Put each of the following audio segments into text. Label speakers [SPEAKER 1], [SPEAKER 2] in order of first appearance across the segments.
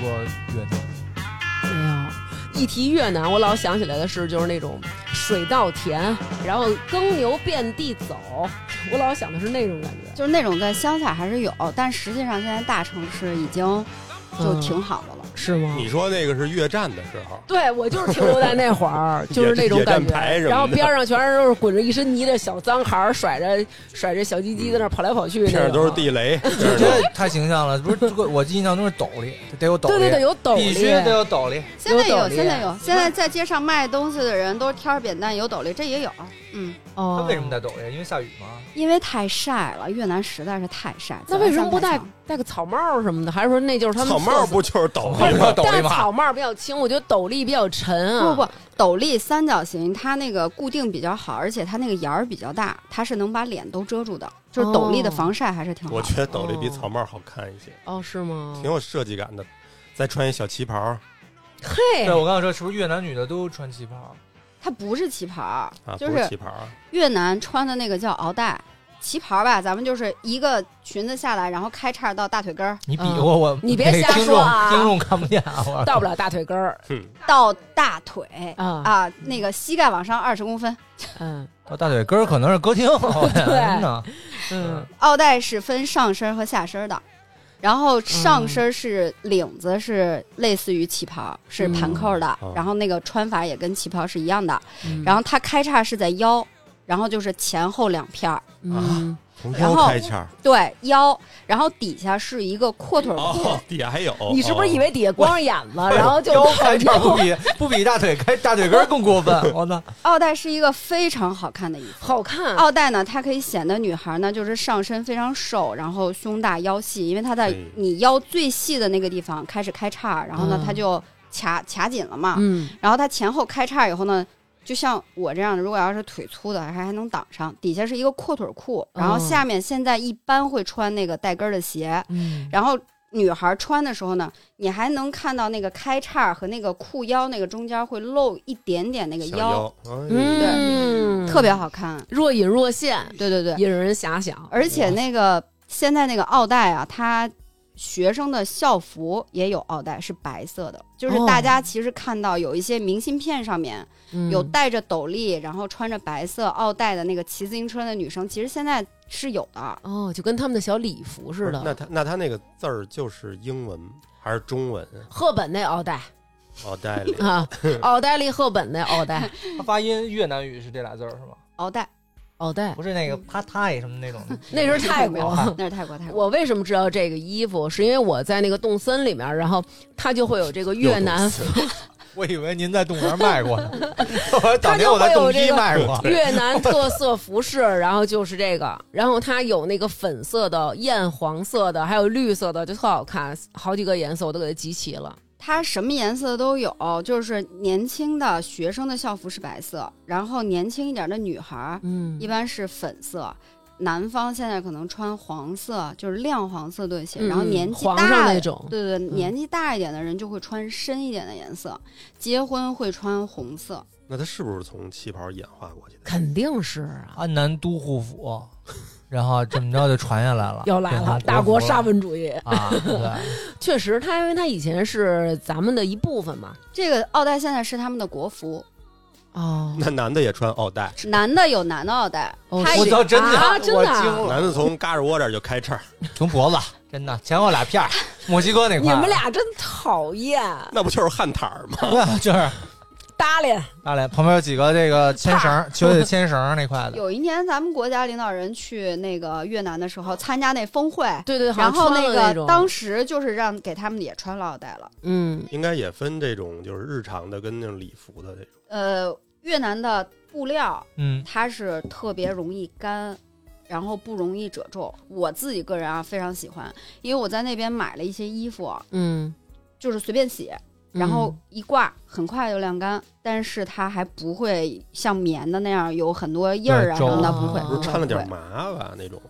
[SPEAKER 1] 过越南？
[SPEAKER 2] 没有。哎一提越南，我老想起来的是就是那种水稻田，然后耕牛遍地走，我老想的是那种感觉。
[SPEAKER 3] 就是那种在乡下还是有，但实际上现在大城市已经就
[SPEAKER 2] 嗯
[SPEAKER 3] 挺好的了。
[SPEAKER 2] 是吗？
[SPEAKER 4] 你说那个是越战的时候，
[SPEAKER 2] 对，我就是停留在那会 儿，就是那种
[SPEAKER 4] 野
[SPEAKER 2] 感
[SPEAKER 4] 野战牌什
[SPEAKER 2] 觉。
[SPEAKER 4] 么的
[SPEAKER 2] 然后边上全是都是滚着一身泥的小脏孩儿，甩着甩着小鸡鸡在那儿跑来跑去。
[SPEAKER 4] 片上都是。地雷，
[SPEAKER 1] 这这太形象了，不是？这个我印象中是斗笠，得有斗笠，
[SPEAKER 2] 对对对，有斗笠。
[SPEAKER 1] 必须得有斗笠。
[SPEAKER 3] 现在
[SPEAKER 2] 有斗
[SPEAKER 3] 有，哎
[SPEAKER 2] 笠
[SPEAKER 3] 现在有，现在在街上卖东西的人都挑着扁担，有斗笠，这也有。嗯，
[SPEAKER 1] 他
[SPEAKER 2] 哦
[SPEAKER 1] 为什么戴斗笠？因为下雨吗？
[SPEAKER 3] 因为太晒了，越南实在是太晒。
[SPEAKER 2] 那为什么不
[SPEAKER 3] 早上
[SPEAKER 2] 戴
[SPEAKER 3] 太强
[SPEAKER 2] 戴个草帽什么的？还是说那就是他们
[SPEAKER 4] 草帽
[SPEAKER 2] 特色
[SPEAKER 4] 不就是斗
[SPEAKER 1] 不
[SPEAKER 4] 笠
[SPEAKER 1] 是
[SPEAKER 4] 吗？
[SPEAKER 1] 斗笠
[SPEAKER 2] 但
[SPEAKER 1] 吗
[SPEAKER 2] 草帽比较轻，我觉得斗笠比较沉啊。
[SPEAKER 3] 不不，斗笠三角形，它那个固定比较好，而且它那个沿儿比较大，它是能把脸都遮住的，就是斗笠的防晒还是挺好
[SPEAKER 4] 我
[SPEAKER 3] 的。
[SPEAKER 4] 觉得斗笠比草帽好看一些，
[SPEAKER 2] 哦，是吗
[SPEAKER 4] 挺？有设计感的。再穿一小旗袍，
[SPEAKER 2] 嘿
[SPEAKER 1] 对，，我刚刚说是不是越南女的都穿旗袍？
[SPEAKER 2] 嗯
[SPEAKER 3] 它不是旗袍儿
[SPEAKER 4] 啊，，
[SPEAKER 3] 就
[SPEAKER 4] 不
[SPEAKER 3] 是
[SPEAKER 4] 旗袍啊，
[SPEAKER 3] 越南穿的那个叫袄带。旗袍儿吧，咱们就是一个裙子下来，然后开叉到大腿根儿，
[SPEAKER 1] 你比
[SPEAKER 2] 嗯
[SPEAKER 1] 划我，
[SPEAKER 2] 你别瞎说 啊
[SPEAKER 1] 听众听众看不见啊，我
[SPEAKER 2] 到不了大腿根儿
[SPEAKER 4] 哼，
[SPEAKER 3] 到大腿
[SPEAKER 2] 啊。
[SPEAKER 3] 啊，那个膝盖往上二十公分。
[SPEAKER 2] 嗯
[SPEAKER 1] 到哦大腿根儿可能是歌 厅，哦真的。
[SPEAKER 2] 嗯，
[SPEAKER 3] 奥带是分上身和下身的，然后上身是领子是类似于旗袍，是盘扣的，
[SPEAKER 4] 嗯
[SPEAKER 3] 然后那个穿法也跟旗袍是一样的，
[SPEAKER 2] 嗯
[SPEAKER 3] 然后它开叉是在腰，然后就是前后两片儿，
[SPEAKER 2] 嗯
[SPEAKER 4] 从
[SPEAKER 3] 然
[SPEAKER 4] 腰
[SPEAKER 3] 后
[SPEAKER 4] 开叉。
[SPEAKER 3] 对腰，然后底下是一个阔腿裤。
[SPEAKER 4] 哦，底下还有。 哦
[SPEAKER 2] 你是不是以为底下光着眼子，啊
[SPEAKER 5] 哦
[SPEAKER 2] 然后 就
[SPEAKER 1] 腰开叉不 比不比大腿开大腿根儿更过分？我操！
[SPEAKER 3] 奥带是一个非常好看的衣服。
[SPEAKER 2] 好看？
[SPEAKER 3] 奥带呢，它可以显得女孩呢就是上身非常瘦，然后胸大腰细，因为它在
[SPEAKER 4] 嗯
[SPEAKER 3] 你腰最细的那个地方开始开叉，然后呢
[SPEAKER 2] 嗯
[SPEAKER 3] 它就卡卡紧了嘛。
[SPEAKER 2] 嗯，
[SPEAKER 3] 然后它前后开叉以后呢，就像我这样的，如果要是腿粗的，还还能挡上。底下是一个阔腿裤，然后
[SPEAKER 2] 哦
[SPEAKER 3] 下面现在一般会穿那个带跟儿的鞋，
[SPEAKER 2] 嗯
[SPEAKER 3] 然后。女孩穿的时候呢，你还能看到那个开叉和那个裤腰那个中间会露一点点那个
[SPEAKER 4] 小
[SPEAKER 3] 腰，
[SPEAKER 4] 腰？哎
[SPEAKER 2] 嗯，
[SPEAKER 3] 特别好看。
[SPEAKER 2] 若隐若现，
[SPEAKER 3] 对对对，
[SPEAKER 2] 引人遐想。
[SPEAKER 3] 而且那个现在那个奥黛啊，它学生的校服也有奥黛，是白色的。就是
[SPEAKER 2] 哦
[SPEAKER 3] 大家其实看到有一些明信片上面，
[SPEAKER 2] 嗯
[SPEAKER 3] 有戴着斗笠，然后穿着白色奥黛的那个骑自行车的女生，其实现在是有的。
[SPEAKER 2] 哦，就跟他们的小礼服似
[SPEAKER 4] 那
[SPEAKER 2] 的。
[SPEAKER 4] 他那他那个字儿就是英文还是中文？
[SPEAKER 2] 赫本那奥黛
[SPEAKER 4] 哦，代理
[SPEAKER 2] 啊，奥黛丽·赫本那奥黛，
[SPEAKER 1] 他发音越南语是这俩字儿是吗？
[SPEAKER 3] 奥黛
[SPEAKER 2] 奥黛。
[SPEAKER 1] 不是那个啪嗒什么那种
[SPEAKER 2] 那是泰
[SPEAKER 3] 没有
[SPEAKER 2] 国。
[SPEAKER 3] 那是泰国，泰国
[SPEAKER 2] 我为什么知道这个衣服？是因为我在那个洞森里面，然后它就会有这个越南
[SPEAKER 1] 我以为您在动物园卖过 呢，我
[SPEAKER 2] 当年我在动机卖
[SPEAKER 1] 过
[SPEAKER 2] 越南特色服饰，然后就是这个，然后它有那个粉色的、艳黄色的，还有绿色的，就特好看，好几个颜色我都给它集齐了。
[SPEAKER 3] 它什么颜色都有，就是年轻的学生的校服是白色，然后年轻一点的女孩儿
[SPEAKER 2] 嗯
[SPEAKER 3] 一般是粉色。南方现在可能穿黄色，就是亮黄色对鞋，
[SPEAKER 2] 嗯
[SPEAKER 3] 然后年纪
[SPEAKER 2] 皇上
[SPEAKER 3] 大
[SPEAKER 2] 那种嗯
[SPEAKER 3] 对对，对年纪大一点的人就会穿深一点的颜色，结婚会穿红色。
[SPEAKER 4] 那他是不是从旗袍演化过去的？
[SPEAKER 2] 肯定是啊，
[SPEAKER 1] 安南都护府，然后这么着就传下来了，
[SPEAKER 2] 要来了，
[SPEAKER 1] 变成
[SPEAKER 2] 大国
[SPEAKER 1] 国服了
[SPEAKER 2] 沙文主义。
[SPEAKER 1] 啊！对，
[SPEAKER 2] 确实，它因为它以前是咱们的一部分嘛。
[SPEAKER 3] 这个奥黛现在是他们的国服，
[SPEAKER 2] 哦，
[SPEAKER 4] 那男的也穿奥黛，
[SPEAKER 3] 男的有男的奥黛，
[SPEAKER 2] 哦
[SPEAKER 3] 他
[SPEAKER 2] 是
[SPEAKER 1] 我
[SPEAKER 3] 也
[SPEAKER 1] 操，真的，
[SPEAKER 2] 啊真的
[SPEAKER 1] 我
[SPEAKER 2] 啊
[SPEAKER 1] 惊了，
[SPEAKER 4] 男的从嘎吱窝这儿就开叉儿。
[SPEAKER 1] 从脖子，真的前后俩片儿，墨西哥那
[SPEAKER 2] 你
[SPEAKER 1] 块儿，
[SPEAKER 2] 们俩真讨厌，
[SPEAKER 4] 那不就是汉塔儿吗？
[SPEAKER 1] 俩 就是
[SPEAKER 2] 搭理
[SPEAKER 1] 大脸旁边有几个这个牵绳
[SPEAKER 2] 啊
[SPEAKER 1] 儿，球队牵绳儿那块的，
[SPEAKER 3] 有一年咱们国家领导人去那个越南的时候，参加那峰会，
[SPEAKER 2] 对对，好
[SPEAKER 3] 然
[SPEAKER 2] 像
[SPEAKER 3] 后
[SPEAKER 2] 穿了那
[SPEAKER 3] 个
[SPEAKER 2] 种
[SPEAKER 3] 当时就是让给他们也穿了奥黛了。
[SPEAKER 2] 嗯
[SPEAKER 4] 应该也分这种就是日常的跟那种礼服的这种。
[SPEAKER 3] 呃，越南的布料
[SPEAKER 1] 嗯，
[SPEAKER 3] 它是特别容易干。然后不容易褶皱，我自己个人啊非常喜欢，因为我在那边买了一些衣服，
[SPEAKER 2] 嗯，
[SPEAKER 3] 就是随便洗，然后一挂很快就晾干，但是它还不会像棉的那样有很多印儿啊
[SPEAKER 1] 对
[SPEAKER 3] 什么的，
[SPEAKER 2] 皱
[SPEAKER 3] 不会。
[SPEAKER 4] 哦
[SPEAKER 2] 啊
[SPEAKER 4] 不是穿了
[SPEAKER 3] 不会
[SPEAKER 4] 点麻吧那种，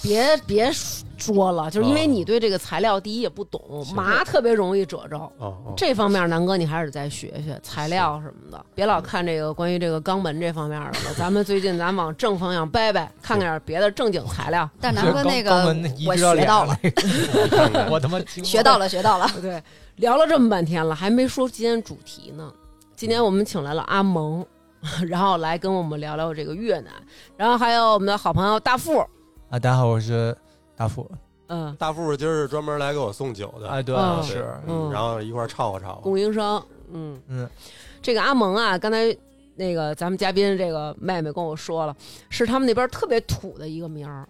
[SPEAKER 2] 别别说了，就是因为
[SPEAKER 4] 哦
[SPEAKER 2] 你对这个材料第一也不懂，
[SPEAKER 4] 行
[SPEAKER 2] 麻特别容易褶皱。
[SPEAKER 4] 哦哦，
[SPEAKER 2] 这方面，南哥你还是得再学学材料什么的，别
[SPEAKER 4] 嗯
[SPEAKER 2] 老看这个关于这个肛门这方面的了。咱们最近咱往正方向掰掰，看看点别的正经 材料。
[SPEAKER 3] 但南哥那
[SPEAKER 1] 肛
[SPEAKER 3] 个
[SPEAKER 1] 门移
[SPEAKER 3] 我
[SPEAKER 1] 植脸
[SPEAKER 3] 学到了，
[SPEAKER 1] 那
[SPEAKER 4] 看
[SPEAKER 1] 个
[SPEAKER 4] 看
[SPEAKER 1] 我 他妈听
[SPEAKER 3] 学到了，学到了。
[SPEAKER 2] 对，聊了这么半天了，还没说今天主题呢。今天我们请来了阿蒙， 然后来跟我们聊聊这个越南，然后还有我们的好朋友大富，
[SPEAKER 1] 啊！大家好，我是大富
[SPEAKER 2] 嗯，
[SPEAKER 4] 大富今儿是专门来给我送酒的，
[SPEAKER 1] 啊，对
[SPEAKER 2] 嗯，
[SPEAKER 1] 是
[SPEAKER 2] 嗯
[SPEAKER 4] 然后一块儿吵和吵。
[SPEAKER 2] 供应商，嗯
[SPEAKER 1] 嗯，
[SPEAKER 2] 这个阿蒙啊，刚才那个咱们嘉宾这个妹妹跟我说了，是他们那边特别土的一个名儿，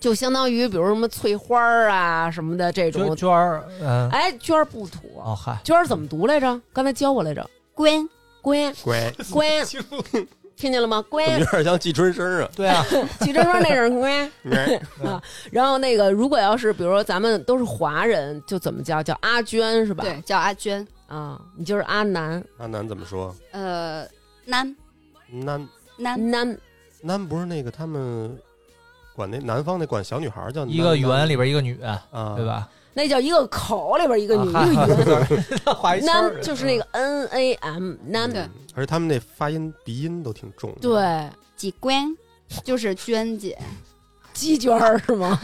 [SPEAKER 2] 就相当于比如什么翠花儿啊什么的这
[SPEAKER 1] 娟
[SPEAKER 2] 种。
[SPEAKER 1] 娟儿，嗯，
[SPEAKER 2] 哎，娟儿不土，
[SPEAKER 1] 哦嗨，
[SPEAKER 2] 娟儿怎么读来着？刚才教我来着，
[SPEAKER 3] 滚！
[SPEAKER 2] 乖
[SPEAKER 4] 乖，哎
[SPEAKER 2] 乖，听见了吗？
[SPEAKER 4] 怎么
[SPEAKER 2] 乖
[SPEAKER 4] 有，点像季春生啊？
[SPEAKER 1] 对啊，
[SPEAKER 2] 举着说那人乖。啊
[SPEAKER 4] 乖
[SPEAKER 2] 然后那个，如果要是比如说咱们都是华人，就怎么叫？叫阿娟是吧？
[SPEAKER 3] 对，叫阿娟。
[SPEAKER 2] 啊，你就是阿南
[SPEAKER 4] 阿南怎么说？
[SPEAKER 3] 呃，南
[SPEAKER 4] 南
[SPEAKER 3] 南
[SPEAKER 2] 南
[SPEAKER 4] 南不是那个他们管那南方那管小女孩叫
[SPEAKER 1] 一个
[SPEAKER 4] 圆
[SPEAKER 1] 圆里边一个女，
[SPEAKER 4] 啊，
[SPEAKER 1] 对？吧？
[SPEAKER 2] 那叫一个口里边一个女，一
[SPEAKER 1] 啊
[SPEAKER 2] 个女 的。
[SPEAKER 1] 画一圈儿
[SPEAKER 2] 南就是那个 N A M 南
[SPEAKER 3] 对
[SPEAKER 4] 嗯，而且他们那发音鼻音都挺重的。
[SPEAKER 2] 对
[SPEAKER 3] 几关，就是娟姐，
[SPEAKER 2] 鸡娟儿是吗？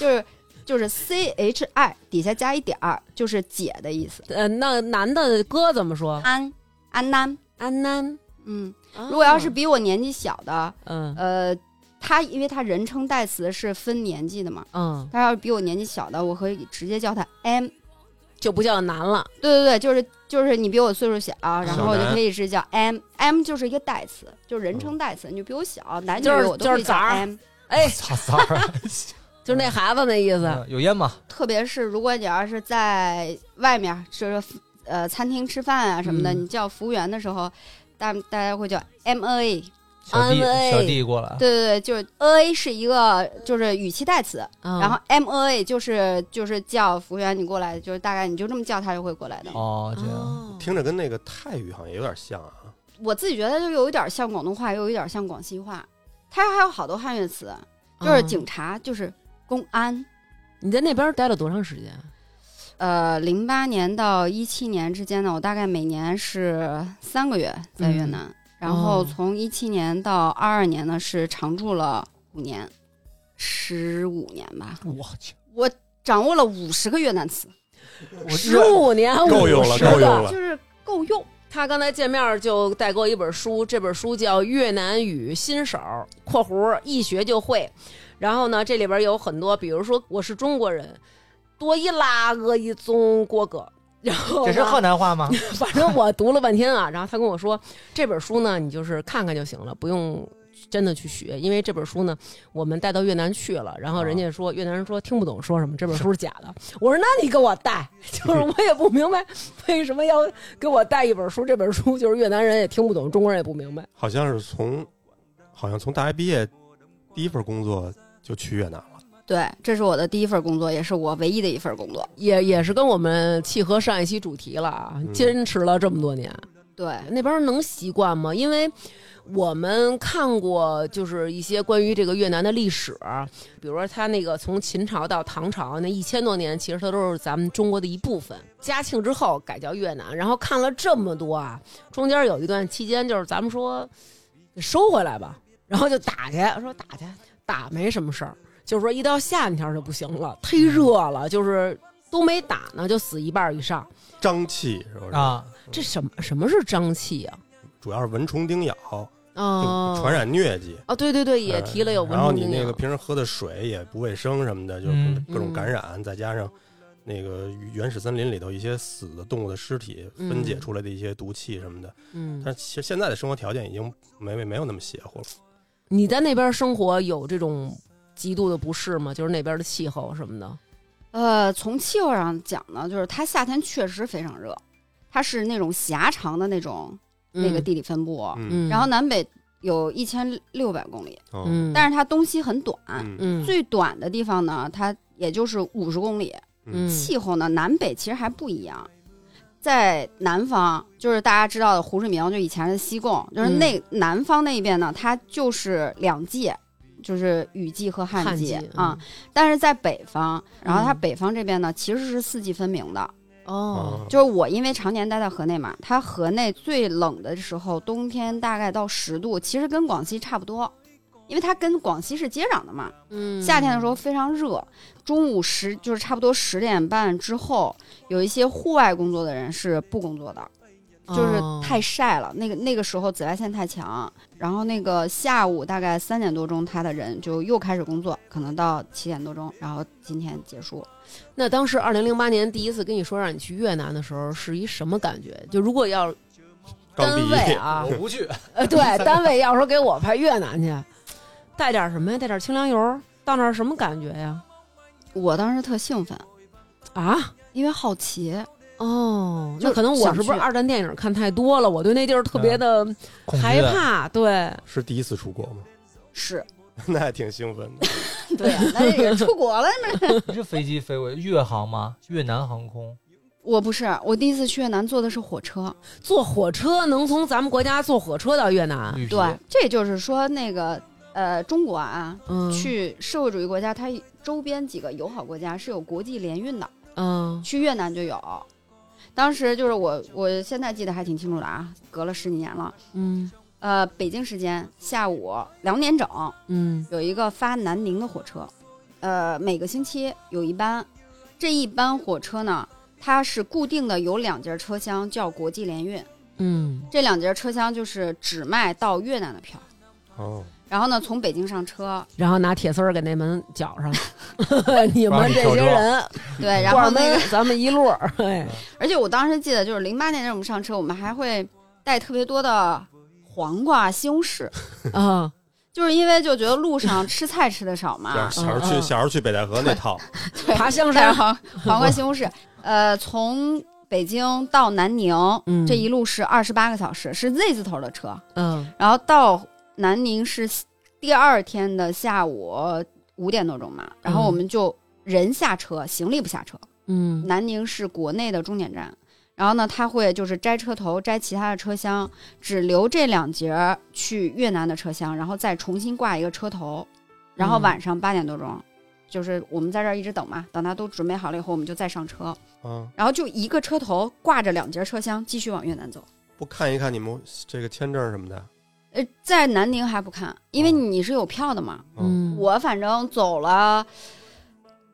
[SPEAKER 3] 就是就是 C H I 底下加一点儿，就是姐的意思。
[SPEAKER 2] 呃，那男的哥怎么说？啊
[SPEAKER 3] 安安南，
[SPEAKER 2] 安南。
[SPEAKER 3] 嗯，如果
[SPEAKER 2] 哦
[SPEAKER 3] 要是比我年纪小的，
[SPEAKER 2] 嗯
[SPEAKER 3] 呃，他因为他人称代词是分年纪的嘛，
[SPEAKER 2] 嗯，
[SPEAKER 3] 他要是比我年纪小的，我可以直接叫他 M。
[SPEAKER 2] 就不叫男了。
[SPEAKER 3] 对对对，就是就是你比我岁数小，然后我就
[SPEAKER 4] 小男
[SPEAKER 3] 可以是叫 M。M 就是一个代词，就是人称代词，你就比我小，男女
[SPEAKER 2] 就是
[SPEAKER 3] 我都可
[SPEAKER 2] 就是
[SPEAKER 3] 以叫
[SPEAKER 2] 崽儿
[SPEAKER 3] M。
[SPEAKER 2] 哎，
[SPEAKER 4] 啊
[SPEAKER 1] 操三 儿，
[SPEAKER 2] 就是那孩子那意思。
[SPEAKER 1] 嗯有烟吗？
[SPEAKER 3] 特别是如果你要是在外面儿，就是呃餐厅吃饭啊什么的，
[SPEAKER 2] 嗯
[SPEAKER 3] 你叫服务员的时候，大大家会叫 M A。
[SPEAKER 1] 小弟
[SPEAKER 2] 安慰
[SPEAKER 1] 小弟过来，
[SPEAKER 3] 对对对，就是 A 是一个就是语气代词，
[SPEAKER 2] 嗯
[SPEAKER 3] 然后 M A 就是就是叫服务员你过来，就是大概你就这么叫他就会过来的。
[SPEAKER 1] 哦，这样
[SPEAKER 2] 哦
[SPEAKER 4] 听着跟那个泰语好像也有点像啊。
[SPEAKER 3] 我自己觉得就有一点儿像广东话，又有一点儿像广西话。它还有好多汉语词，就是
[SPEAKER 2] 嗯
[SPEAKER 3] 警察，就是公安。
[SPEAKER 2] 你在那边待了多长时间？啊
[SPEAKER 3] 呃，零八年到一七年之间呢，我大概每年是三个月在越南，然后
[SPEAKER 2] 哦
[SPEAKER 3] 从一七年到二二年呢是常住了五年，十五年吧，
[SPEAKER 1] 我去，
[SPEAKER 3] 我掌握了五十个越南词，
[SPEAKER 1] 我
[SPEAKER 2] 十五年
[SPEAKER 4] 够用了
[SPEAKER 2] 50个
[SPEAKER 4] 够用了
[SPEAKER 3] 就是够用。
[SPEAKER 2] 他刚才见面就带过一本书，这本书叫《越南语新手》（括弧一学就会）。然后呢，这里边有很多，比如说我是中国人，多一拉个一宗郭哥。然后
[SPEAKER 3] 哦
[SPEAKER 1] 这是
[SPEAKER 2] 呢
[SPEAKER 1] 河南 话吗？
[SPEAKER 2] 反正我读了半天啊，然后他跟我说这本书呢，你就是看看就行了，不用真的去学，因为这本书呢，我们带到越南去了，然后人家说、越南人说听不懂说什么，这本书是假的。我说那你给我带，就是我也不明白为什么要给我带一本书，这本书就是越南人也听不懂，中国人也不明白。
[SPEAKER 4] 好像是从，好像从大学毕业第一份工作就去越南了。
[SPEAKER 3] 对，这是我的第一份工作，也是我唯一的一份工作。
[SPEAKER 2] 也也是跟我们契合上一期主题了啊，
[SPEAKER 4] 嗯
[SPEAKER 2] 坚持了这么多年，
[SPEAKER 3] 对，
[SPEAKER 2] 那边能习惯吗？因为我们看过，就是一些关于这个越南的历史，比如说它那个从秦朝到唐朝那一千多年，其实它都是咱们中国的一部分。嘉庆之后改叫越南，然后看了这么多啊，中间有一段期间就是咱们说收回来吧，然后就打去，说打去打没什么事儿，就是说一到夏天就不行了，
[SPEAKER 4] 嗯
[SPEAKER 2] 忒热了，就是都没打呢就死一半以上，
[SPEAKER 4] 瘴气是不是？
[SPEAKER 1] 啊，
[SPEAKER 2] 这什么什么是瘴气啊？
[SPEAKER 4] 主要是蚊虫叮咬，
[SPEAKER 2] 哦
[SPEAKER 4] 就，传染疟疾。
[SPEAKER 2] 哦，对对对，也提了有
[SPEAKER 4] 嗯
[SPEAKER 2] 蚊
[SPEAKER 4] 然后
[SPEAKER 2] 虫
[SPEAKER 4] 你
[SPEAKER 2] 叮
[SPEAKER 4] 那个
[SPEAKER 2] 咬。
[SPEAKER 4] 平时喝的水也不卫生什么的，就
[SPEAKER 1] 嗯
[SPEAKER 4] 各种
[SPEAKER 2] 嗯
[SPEAKER 4] 感染，再加上那个原始森林里头一些死的动物的尸体
[SPEAKER 2] 嗯
[SPEAKER 4] 分解出来的一些毒气什么的。
[SPEAKER 2] 嗯，
[SPEAKER 4] 但其实现在的生活条件已经没没没有那么邪乎了。
[SPEAKER 2] 你在那边生活有这种极度的不适吗？就是那边的气候什么的。
[SPEAKER 3] 呃，从气候上讲呢，就是它夏天确实非常热，它是那种狭长的那种那个
[SPEAKER 2] 嗯，
[SPEAKER 3] 地理分布，
[SPEAKER 2] 嗯，
[SPEAKER 3] 然后南北有一千六百公里，
[SPEAKER 4] 哦
[SPEAKER 2] 嗯，
[SPEAKER 3] 但
[SPEAKER 2] 是
[SPEAKER 3] 是它东西很短，
[SPEAKER 4] 嗯
[SPEAKER 2] 嗯
[SPEAKER 3] 最短的地方呢，它也就是五十公里。
[SPEAKER 2] 嗯
[SPEAKER 3] 气候呢，南北其实还不一样。在南方，就是大家知道的
[SPEAKER 2] 嗯
[SPEAKER 3] 胡志明，就以前的西贡，就是那南方那一边呢，它就是两季，就是雨季和旱
[SPEAKER 2] 旱季嗯
[SPEAKER 3] 啊。但是在北方，然后它北方这边呢，其实是四季分明的。
[SPEAKER 4] 啊
[SPEAKER 2] 哦，
[SPEAKER 3] 就是我因为常年待在河内嘛，它河内最冷的时候，冬天大概到十度，其实跟广西差不多，因为它跟广西是接壤的嘛。
[SPEAKER 2] 嗯，
[SPEAKER 3] 夏天的时候非常热，中午十就是差不多十点半之后，有一些户外工作的人是不工作的，就是
[SPEAKER 2] 哦
[SPEAKER 3] 太晒了。那个那个时候紫外线太强，然后那个下午大概三点多钟，他的人就又开始工作，可能到七点多钟，然后今天结束。
[SPEAKER 2] 那当时二零零八年第一次跟你说让你去越南的时候，是一什么感觉？就如果要
[SPEAKER 4] 刚毕
[SPEAKER 2] 单位
[SPEAKER 4] 业，
[SPEAKER 2] 啊，
[SPEAKER 1] 我不去，
[SPEAKER 2] 呃，对，单位要说给我派越南去，带点什么呀？带点清凉油，到那儿什么感觉呀？
[SPEAKER 3] 我当时特兴奋，
[SPEAKER 2] 啊？
[SPEAKER 3] 因为好奇，
[SPEAKER 2] 哦，那
[SPEAKER 3] 就
[SPEAKER 2] 可能我
[SPEAKER 3] 想
[SPEAKER 2] 是不是
[SPEAKER 3] 去
[SPEAKER 2] 二战电影看太多了？我对那地儿特别的
[SPEAKER 1] 恐惧
[SPEAKER 5] 啊
[SPEAKER 2] 害怕。对，
[SPEAKER 4] 是第一次出国吗？
[SPEAKER 3] 是
[SPEAKER 4] 那还挺兴奋的。
[SPEAKER 3] 对呀、那也出国了呢。
[SPEAKER 5] 你是飞机飞过去，越航吗？越南航空
[SPEAKER 3] 我不是，我第一次去越南坐的是火车，
[SPEAKER 2] 坐火车能从咱们国家坐火车到越南，
[SPEAKER 5] 绿皮
[SPEAKER 3] 啊对，这也就是说那个呃，中国啊，
[SPEAKER 2] 嗯，，
[SPEAKER 3] 去社会主义国家，它周边几个友好国家是有国际联运的，
[SPEAKER 2] 嗯，
[SPEAKER 3] 去越南就有。当时就是我，我现在记得还挺清楚的啊，隔了十几年了。
[SPEAKER 2] 嗯，
[SPEAKER 3] 呃，北京时间下午两点整
[SPEAKER 2] 嗯，
[SPEAKER 3] 有一个发南宁的火车，呃，每个星期有一班，这一班火车呢，它是固定的有两节车厢叫国际联运，
[SPEAKER 2] 嗯，
[SPEAKER 3] 这两节车厢就是只卖到越南的票，
[SPEAKER 4] 哦，
[SPEAKER 3] 然后呢从北京上车，
[SPEAKER 2] 然后拿铁丝儿给那门绞上，你们这
[SPEAKER 5] 跳
[SPEAKER 2] 些
[SPEAKER 5] 车
[SPEAKER 2] 人，
[SPEAKER 3] 对，然
[SPEAKER 2] 关
[SPEAKER 3] 后
[SPEAKER 2] 上
[SPEAKER 3] 那个
[SPEAKER 2] 门，咱们一路儿，哎，
[SPEAKER 3] 而且我当时记得，就是零八年那我们上车，我们还会带特别多的黄瓜、西红柿，
[SPEAKER 2] 啊，
[SPEAKER 3] 就是因为就觉得路上吃菜吃的少嘛
[SPEAKER 4] 小，小时候去
[SPEAKER 2] 嗯
[SPEAKER 4] 小时候去北戴河那套，
[SPEAKER 3] 对
[SPEAKER 2] 爬 香
[SPEAKER 3] 带
[SPEAKER 2] 山，
[SPEAKER 3] 黄黄瓜、西红柿。呃，从北京到南宁，
[SPEAKER 2] 嗯
[SPEAKER 3] 这一路是二十八个小时，是 Z 字头的车，
[SPEAKER 2] 嗯，
[SPEAKER 3] 然后到南宁是第二天的下午五点多钟嘛，然后我们就人下车，行李不下车。
[SPEAKER 2] 嗯，
[SPEAKER 3] 南宁是国内的终点站，然后呢，它会就是摘车头、摘其他的车厢，只留这两节儿去越南的车厢，然后再重新挂一个车头，然后
[SPEAKER 2] 嗯
[SPEAKER 3] 晚上八点多钟，就是我们在这儿一直等嘛，等它都准备好了以后，我们就再上车，
[SPEAKER 4] 啊，
[SPEAKER 3] 然后就一个车头挂着两节车厢，继续往越南走。
[SPEAKER 4] 不看一看你们这个签证什么的，
[SPEAKER 3] 呃，在南宁还不看，因为
[SPEAKER 4] 哦
[SPEAKER 3] 你是有票的嘛，
[SPEAKER 2] 嗯，
[SPEAKER 3] 我反正走了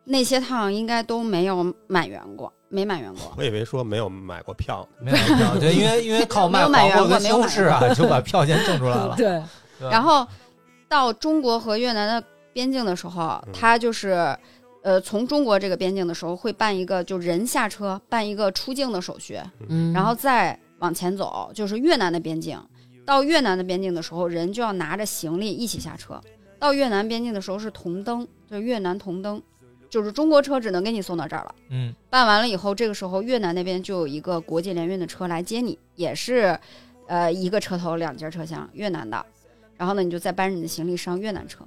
[SPEAKER 3] 那些趟，应该都没有满员过，没满员过。
[SPEAKER 4] 我以为说没有买过票呢，
[SPEAKER 5] 没有没有，
[SPEAKER 1] 对，因 为因为靠卖
[SPEAKER 3] 没有买
[SPEAKER 1] 黄瓜
[SPEAKER 3] 原
[SPEAKER 1] 跟
[SPEAKER 3] 味
[SPEAKER 1] 西红柿啊，就把票先挣出来 了。
[SPEAKER 2] 嗯对，
[SPEAKER 5] 对啊吧
[SPEAKER 3] 然后到中国和越南的边境的时候
[SPEAKER 4] 嗯，
[SPEAKER 3] 他就是呃从中国这个边境的时候会办一个就人下车办一个出境的手续，
[SPEAKER 2] 嗯，
[SPEAKER 3] 然后再往前走就是越南的边境。到越南的边境的时候，人就要拿着行李一起下车。到越南边境的时候是红灯，就是越南红灯，就是中国车只能给你送到这儿了。
[SPEAKER 5] 嗯，
[SPEAKER 3] 办完了以后，这个时候越南那边就有一个国际联运的车来接你，也是，呃，一个车头两节车厢，越南的。然后呢，你就再搬着你的行李上越南车，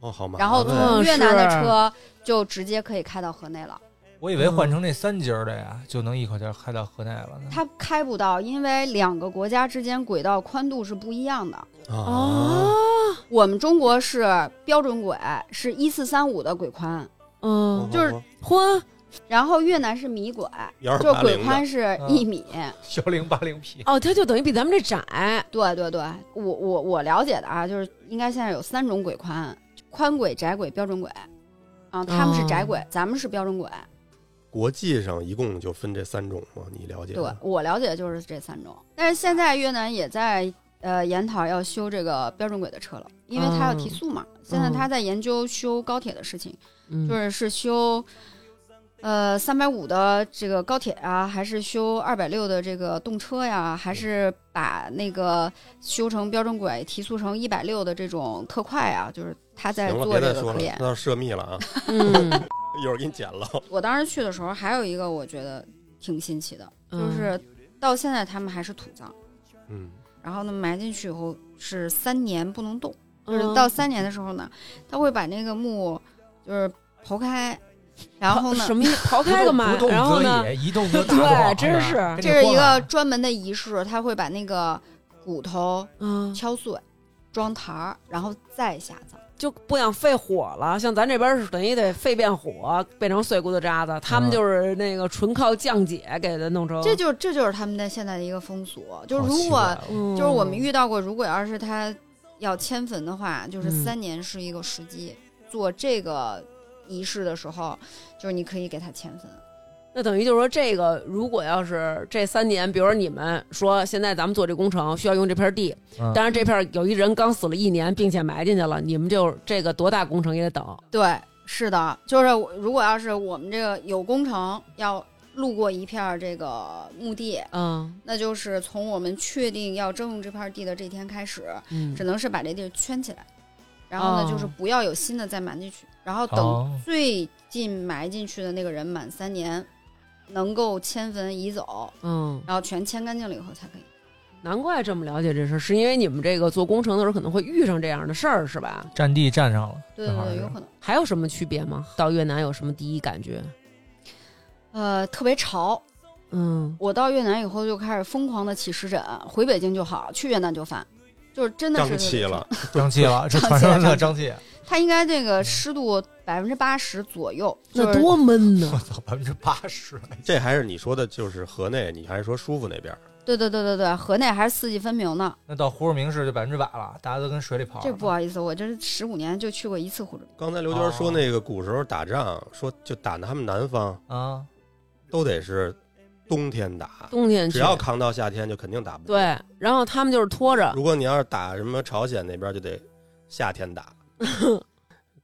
[SPEAKER 4] 哦，好麻
[SPEAKER 3] 然后
[SPEAKER 4] 烦呀。
[SPEAKER 3] 从越南的
[SPEAKER 2] 是
[SPEAKER 3] 车就直接可以开到河内了。
[SPEAKER 5] 我以为换成这三节儿的呀，就能一口气儿开到河内了呢。
[SPEAKER 3] 它开不到，因为两个国家之间轨道宽度是不一样的。
[SPEAKER 4] 啊，
[SPEAKER 2] 哦，
[SPEAKER 3] 我们中国是标准轨，是一四三五的轨宽，
[SPEAKER 4] 哦
[SPEAKER 2] 嗯，
[SPEAKER 3] 就是
[SPEAKER 2] 嚯，
[SPEAKER 3] 然后越南是米轨，
[SPEAKER 4] 幺二
[SPEAKER 3] 就
[SPEAKER 4] 八
[SPEAKER 3] 轨
[SPEAKER 4] 零的，
[SPEAKER 3] 宽是一米。
[SPEAKER 5] 幺零八零 P，
[SPEAKER 2] 哦，它就等于比咱们这窄，
[SPEAKER 3] 对对对，我我我了解的啊，就是应该现在有三种轨宽：宽轨、窄轨、标准轨。啊，他们是窄轨，咱们是标准轨。
[SPEAKER 4] 国际上一共就分这三种嘛，你了解
[SPEAKER 3] 对
[SPEAKER 4] 吗？
[SPEAKER 3] 我了解就是这三种。但是现在越南也在呃研讨要修这个标准轨的车了，因为它要提速嘛。现在他在研究修高铁的事情，
[SPEAKER 2] 嗯
[SPEAKER 3] 就，是是修。呃，三百五的这个高铁啊，还是修二百六的这个动车呀，还是把那个修成标准轨，提速成一百六的这种特快啊，就是他在
[SPEAKER 4] 行了，
[SPEAKER 3] 做
[SPEAKER 4] 别
[SPEAKER 3] 这
[SPEAKER 4] 再
[SPEAKER 3] 个
[SPEAKER 4] 说
[SPEAKER 3] 科
[SPEAKER 4] 了
[SPEAKER 3] 研，。
[SPEAKER 4] 那涉密了啊，
[SPEAKER 2] 嗯，
[SPEAKER 4] 一会儿给你剪了。
[SPEAKER 3] 我当时去的时候，还有一个我觉得挺新奇的，就
[SPEAKER 2] 嗯
[SPEAKER 3] 是到现在他们还是土葬，
[SPEAKER 4] 嗯，
[SPEAKER 3] 然后呢埋进去以后是三年不能动，就是
[SPEAKER 2] 嗯
[SPEAKER 3] 到三年的时候呢，他会把那个墓就是刨开，然后呢
[SPEAKER 2] 什，么意思刨开干嘛
[SPEAKER 5] 不？动
[SPEAKER 2] 然后
[SPEAKER 5] 则
[SPEAKER 2] 呢？
[SPEAKER 5] 野，一动则大
[SPEAKER 2] 对
[SPEAKER 5] 壮
[SPEAKER 2] 真
[SPEAKER 5] 吧
[SPEAKER 2] 是
[SPEAKER 5] 哎跟啊你
[SPEAKER 3] 这是一
[SPEAKER 5] 说
[SPEAKER 3] 个
[SPEAKER 5] 吧
[SPEAKER 3] 专门的仪式，他会把那个骨头
[SPEAKER 2] 嗯
[SPEAKER 3] 敲碎，装台儿，然后再下葬。
[SPEAKER 2] 就不想费火了。像咱这边是等于得费遍火，变成碎骨头渣子，他们就是那个纯靠降解给它弄成。
[SPEAKER 3] 嗯这就这就是他们的现在的一个风俗，就是
[SPEAKER 5] 哦好
[SPEAKER 3] 如
[SPEAKER 5] 奇
[SPEAKER 3] 果、
[SPEAKER 5] 怪哦
[SPEAKER 2] 嗯
[SPEAKER 3] 就是我们遇到过，如果要是他要迁坟的话，就是
[SPEAKER 5] 嗯
[SPEAKER 3] 三年是一个时机，做这个仪式的时候，就是你可以给他迁坟。
[SPEAKER 2] 那等于就是说，这个如果要是这三年，比如说你们说现在咱们做这工程需要用这片地，
[SPEAKER 5] 嗯
[SPEAKER 2] 但是这片有一人刚死了一年，并且埋进去了，你们就这个多大工程也得等。
[SPEAKER 3] 对，是的，就是我如果要是我们这个有工程要路过一片儿这个墓地，
[SPEAKER 2] 嗯
[SPEAKER 3] 那就是从我们确定要征用这片地的这天开始，
[SPEAKER 2] 嗯
[SPEAKER 3] 只能是把这地儿圈起来，然后呢，
[SPEAKER 2] 哦
[SPEAKER 3] 就是不要有新的再埋进去，然后等
[SPEAKER 5] 哦
[SPEAKER 3] 最近埋进去的那个人满三年，能够迁坟移走，
[SPEAKER 2] 嗯，
[SPEAKER 3] 然后全迁干净了以后才可以。
[SPEAKER 2] 难怪这么了解这事儿，是因为你们这个做工程的时候可能会遇上这样的事儿，是吧？
[SPEAKER 5] 占地占上了，
[SPEAKER 3] 对
[SPEAKER 5] 正好
[SPEAKER 3] 对对，
[SPEAKER 5] 是
[SPEAKER 3] 有可能。
[SPEAKER 2] 还有什么区别吗？到越南有什么第一感觉？
[SPEAKER 3] 呃，特别潮。
[SPEAKER 2] 嗯，
[SPEAKER 3] 我到越南以后就开始疯狂的起湿疹，回北京就好，去越南就犯，就是真的是
[SPEAKER 4] 胀气了。
[SPEAKER 5] 胀 气了，这
[SPEAKER 3] 胀气了
[SPEAKER 5] 传说中的
[SPEAKER 3] 胀
[SPEAKER 5] 胀气，
[SPEAKER 3] 它应该这个湿度百分之八十左右，
[SPEAKER 2] 嗯那
[SPEAKER 3] 就是
[SPEAKER 2] 多闷呢
[SPEAKER 5] 我！操，百分之八十，
[SPEAKER 4] 这还是你说的，就是河内，你还是说舒服那边儿？
[SPEAKER 3] 对对对对对，河内还是四季分明呢。
[SPEAKER 5] 那到胡志明市就百分之百了，大家都跟水里泡。
[SPEAKER 3] 这不，好意思，我这十五年就去过一次胡志明。
[SPEAKER 4] 刚才刘
[SPEAKER 5] 哦
[SPEAKER 4] 娟说那个古时候打仗，说就打他们南方
[SPEAKER 5] 啊，
[SPEAKER 4] 都得是冬天打，
[SPEAKER 2] 冬天去
[SPEAKER 4] 只要扛到夏天就肯定打不。，
[SPEAKER 2] 对，然后他们就是拖着，
[SPEAKER 4] 如果你要是打什么朝鲜那边，就得夏天 打，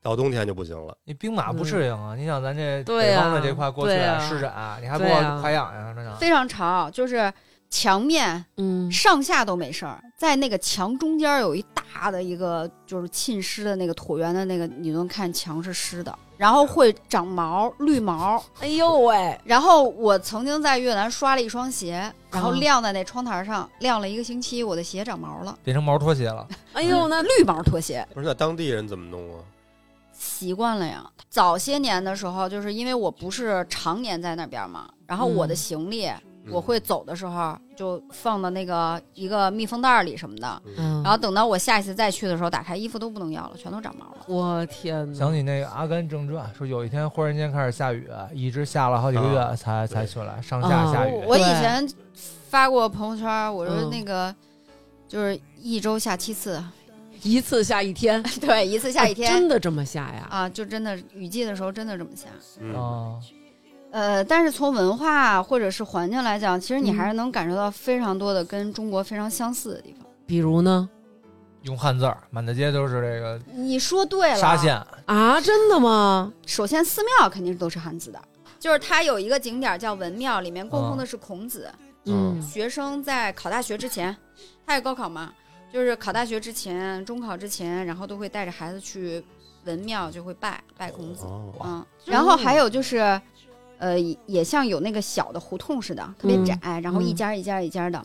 [SPEAKER 4] 到冬天就不行了。
[SPEAKER 5] 你兵马
[SPEAKER 3] 嗯
[SPEAKER 5] 不适应啊，你想咱这
[SPEAKER 2] 对
[SPEAKER 5] 北
[SPEAKER 2] 啊
[SPEAKER 5] 方的这块过去
[SPEAKER 2] 对啊
[SPEAKER 5] 湿疹，你还不
[SPEAKER 2] 对啊
[SPEAKER 5] 快痒痒着呢？
[SPEAKER 3] 非常潮，就是墙面
[SPEAKER 2] 嗯
[SPEAKER 3] 上下都没事儿，在那个墙中间有一大的一个就是浸湿的那个椭圆的那个，你能看墙是湿的，然
[SPEAKER 2] 啊
[SPEAKER 3] 后会长毛绿毛。
[SPEAKER 2] 哎呦喂，
[SPEAKER 3] 然后我曾经在越南刷了一双鞋，然
[SPEAKER 2] 啊
[SPEAKER 3] 后晾在那窗台上晾了一个星期，我的鞋长毛了，嗯
[SPEAKER 5] 变成毛拖鞋了，
[SPEAKER 2] 哎呦那
[SPEAKER 3] 绿毛拖鞋。
[SPEAKER 4] 不是，那当地人怎么弄啊？
[SPEAKER 3] 习惯了呀。早些年的时候，就是因为我不是常年在那边嘛，然后我的
[SPEAKER 2] 嗯
[SPEAKER 3] 行李
[SPEAKER 4] 嗯
[SPEAKER 3] 我会走的时候就放到那个一个密封袋里什么的，
[SPEAKER 2] 嗯
[SPEAKER 3] 然后等到我下一次再去的时候，打开衣服都不能要了，全都长毛了。
[SPEAKER 2] 我天
[SPEAKER 5] 想
[SPEAKER 2] 哪！
[SPEAKER 5] 起那个《阿甘正传》，说有一天忽然间开始下雨，一直下了好几个
[SPEAKER 4] 啊
[SPEAKER 5] 月才才
[SPEAKER 4] 对
[SPEAKER 5] 起来，上下
[SPEAKER 2] 啊
[SPEAKER 5] 下雨。
[SPEAKER 3] 哦我以
[SPEAKER 2] 对
[SPEAKER 3] 前发过朋友圈，我说
[SPEAKER 2] 嗯
[SPEAKER 3] 那个。就是一周下七次，
[SPEAKER 2] 一次下一天，
[SPEAKER 3] 对，一次 下一天
[SPEAKER 2] 哎真的这么下呀？
[SPEAKER 3] 啊，就真的雨季的时候真的这么下。
[SPEAKER 4] 嗯，
[SPEAKER 5] 啊，
[SPEAKER 3] 呃，但是从文化或者是环境来讲，其实你
[SPEAKER 2] 嗯
[SPEAKER 3] 还是能感受到非常多的跟中国非常相似的地方。
[SPEAKER 2] 比如呢？
[SPEAKER 5] 用汉字儿，满大街都是这个
[SPEAKER 3] 你说对了，
[SPEAKER 5] 沙县，
[SPEAKER 2] 啊，真的吗？
[SPEAKER 3] 首先，寺庙肯定是都是汉字的，就是它有一个景点叫文庙，里面供奉的是孔子。
[SPEAKER 2] 嗯
[SPEAKER 3] 学生在考大学之前，他也高考嘛，就是考大学之前、中考之前，然后都会带着孩子去文庙，就会拜拜孔子。
[SPEAKER 4] 哦，
[SPEAKER 3] 嗯，然后还有就是，呃，也像有那个小的胡同似的，特别窄，然后一家一家一家的，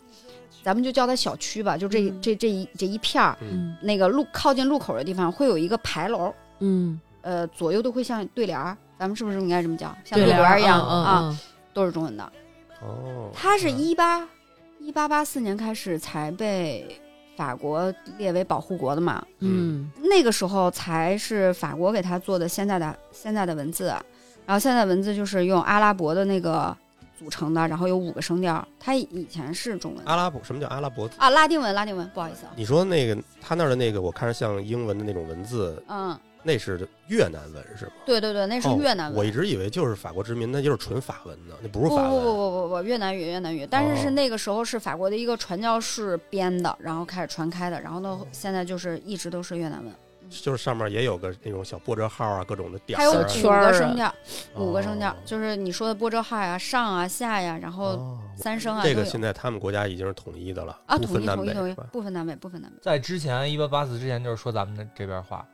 [SPEAKER 3] 咱们就叫它小区吧，就这、
[SPEAKER 2] 嗯
[SPEAKER 3] 这这一这一片儿，
[SPEAKER 4] 嗯，
[SPEAKER 2] 嗯
[SPEAKER 3] 那个路靠近路口的地方会有一个牌楼，
[SPEAKER 2] 嗯，
[SPEAKER 3] 呃，左右都会像对联儿，咱们是不是应该这么叫？像
[SPEAKER 2] 对
[SPEAKER 3] 联
[SPEAKER 2] 联
[SPEAKER 3] 儿一样
[SPEAKER 2] 嗯
[SPEAKER 3] 啊，
[SPEAKER 2] 嗯
[SPEAKER 3] 都是中文的。
[SPEAKER 4] 哦，
[SPEAKER 3] 它是
[SPEAKER 5] 嗯
[SPEAKER 3] 一八一八八四年开始才被法国列为保护国的嘛，
[SPEAKER 2] 嗯
[SPEAKER 3] 那个时候才是法国给它做的现在的现在的文字，然后现在文字就是用阿拉伯的那个组成的，然后有五个声调。它以前是中文
[SPEAKER 4] 阿拉伯什么叫阿拉伯字？
[SPEAKER 3] 啊，拉丁文，拉丁文，不好意思啊，
[SPEAKER 4] 你说那个他那儿的那个，我看着像英文的那种文字，
[SPEAKER 3] 嗯，
[SPEAKER 4] 那是越南文是吗？
[SPEAKER 3] 对对对，那是
[SPEAKER 4] 哦
[SPEAKER 3] 越南文。
[SPEAKER 4] 我一直以为就是法国殖民，那就是纯法文呢，那不是
[SPEAKER 3] 不
[SPEAKER 4] 法文。哦
[SPEAKER 3] 不不不不不，越南语越南语，但是是那个时候是法国的一个传教士编的，然后开始传开的，然后呢，
[SPEAKER 4] 哦
[SPEAKER 3] 现在就是一直都是越南文，
[SPEAKER 4] 就是上面也有个那种小波折号啊，各种的点
[SPEAKER 3] 还有
[SPEAKER 4] 儿
[SPEAKER 3] 五
[SPEAKER 4] 啊，
[SPEAKER 2] 圈
[SPEAKER 3] 五
[SPEAKER 2] 儿啊
[SPEAKER 3] 个声调，
[SPEAKER 4] 哦
[SPEAKER 3] 五个声调，就是你说的波折号呀、上啊、下呀，然后
[SPEAKER 4] 哦
[SPEAKER 3] 三声啊都
[SPEAKER 4] 这
[SPEAKER 3] 有
[SPEAKER 4] 个现在他们国家已经是统一的了，
[SPEAKER 3] 啊，
[SPEAKER 4] 不
[SPEAKER 3] 统
[SPEAKER 4] 分
[SPEAKER 3] 一
[SPEAKER 4] 南
[SPEAKER 3] 统一
[SPEAKER 4] 北
[SPEAKER 3] 统一
[SPEAKER 4] 是吧，
[SPEAKER 3] 不分南北，不分南北，
[SPEAKER 5] 在之前一八八四之前就是说咱们的这边话，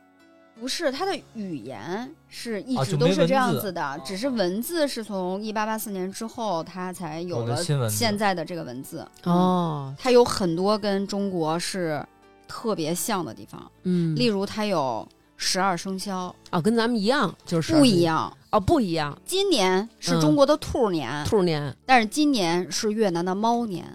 [SPEAKER 3] 不是它的语言是一
[SPEAKER 5] 啊
[SPEAKER 3] 直
[SPEAKER 5] 就
[SPEAKER 3] 都
[SPEAKER 5] 没
[SPEAKER 3] 是
[SPEAKER 5] 文
[SPEAKER 3] 这样
[SPEAKER 5] 字
[SPEAKER 3] 子
[SPEAKER 4] 啊
[SPEAKER 3] 的，只是文字是从一八八四年之后它才有
[SPEAKER 5] 有了
[SPEAKER 3] 了
[SPEAKER 5] 新文字
[SPEAKER 3] 现在的这个文字，
[SPEAKER 2] 哦
[SPEAKER 3] 它有很多跟中国是特别像的地方。
[SPEAKER 2] 嗯，
[SPEAKER 3] 例如它有十二生肖，
[SPEAKER 2] 啊，跟咱们一样，就是
[SPEAKER 3] 不一样。
[SPEAKER 2] 哦，不一样，
[SPEAKER 3] 今年是
[SPEAKER 2] 嗯
[SPEAKER 3] 中国的兔年，
[SPEAKER 2] 兔年
[SPEAKER 3] 但是今年是越南的猫年。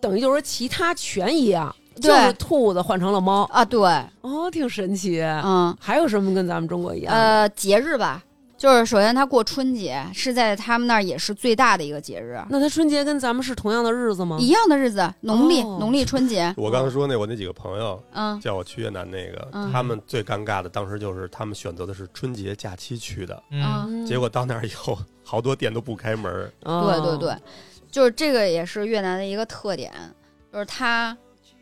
[SPEAKER 2] 等于就是说其他全一样，就是
[SPEAKER 3] 对
[SPEAKER 2] 兔子换成了猫，
[SPEAKER 3] 啊，对，
[SPEAKER 2] 哦，挺神奇。
[SPEAKER 3] 嗯，
[SPEAKER 2] 还有什么跟咱们中国一样？，
[SPEAKER 3] 呃，节日吧，就是首先他过春节是在他们那儿也是最大的一个节日，
[SPEAKER 2] 那它春节跟咱们是同样的日子吗？
[SPEAKER 3] 一样的日子，农历、
[SPEAKER 2] 哦
[SPEAKER 3] 农历春节，
[SPEAKER 4] 我刚才说那我那几个朋友
[SPEAKER 3] 嗯
[SPEAKER 4] 叫我去越南那个，
[SPEAKER 3] 嗯
[SPEAKER 4] 他们最尴尬的当时就是他们选择的是春节假期去的，
[SPEAKER 5] 嗯，
[SPEAKER 2] 嗯
[SPEAKER 4] 结果到那儿以后好多店都不开门儿，
[SPEAKER 3] 对对
[SPEAKER 2] 哦
[SPEAKER 3] 对，，就是这个也是越南的一个特点，就是它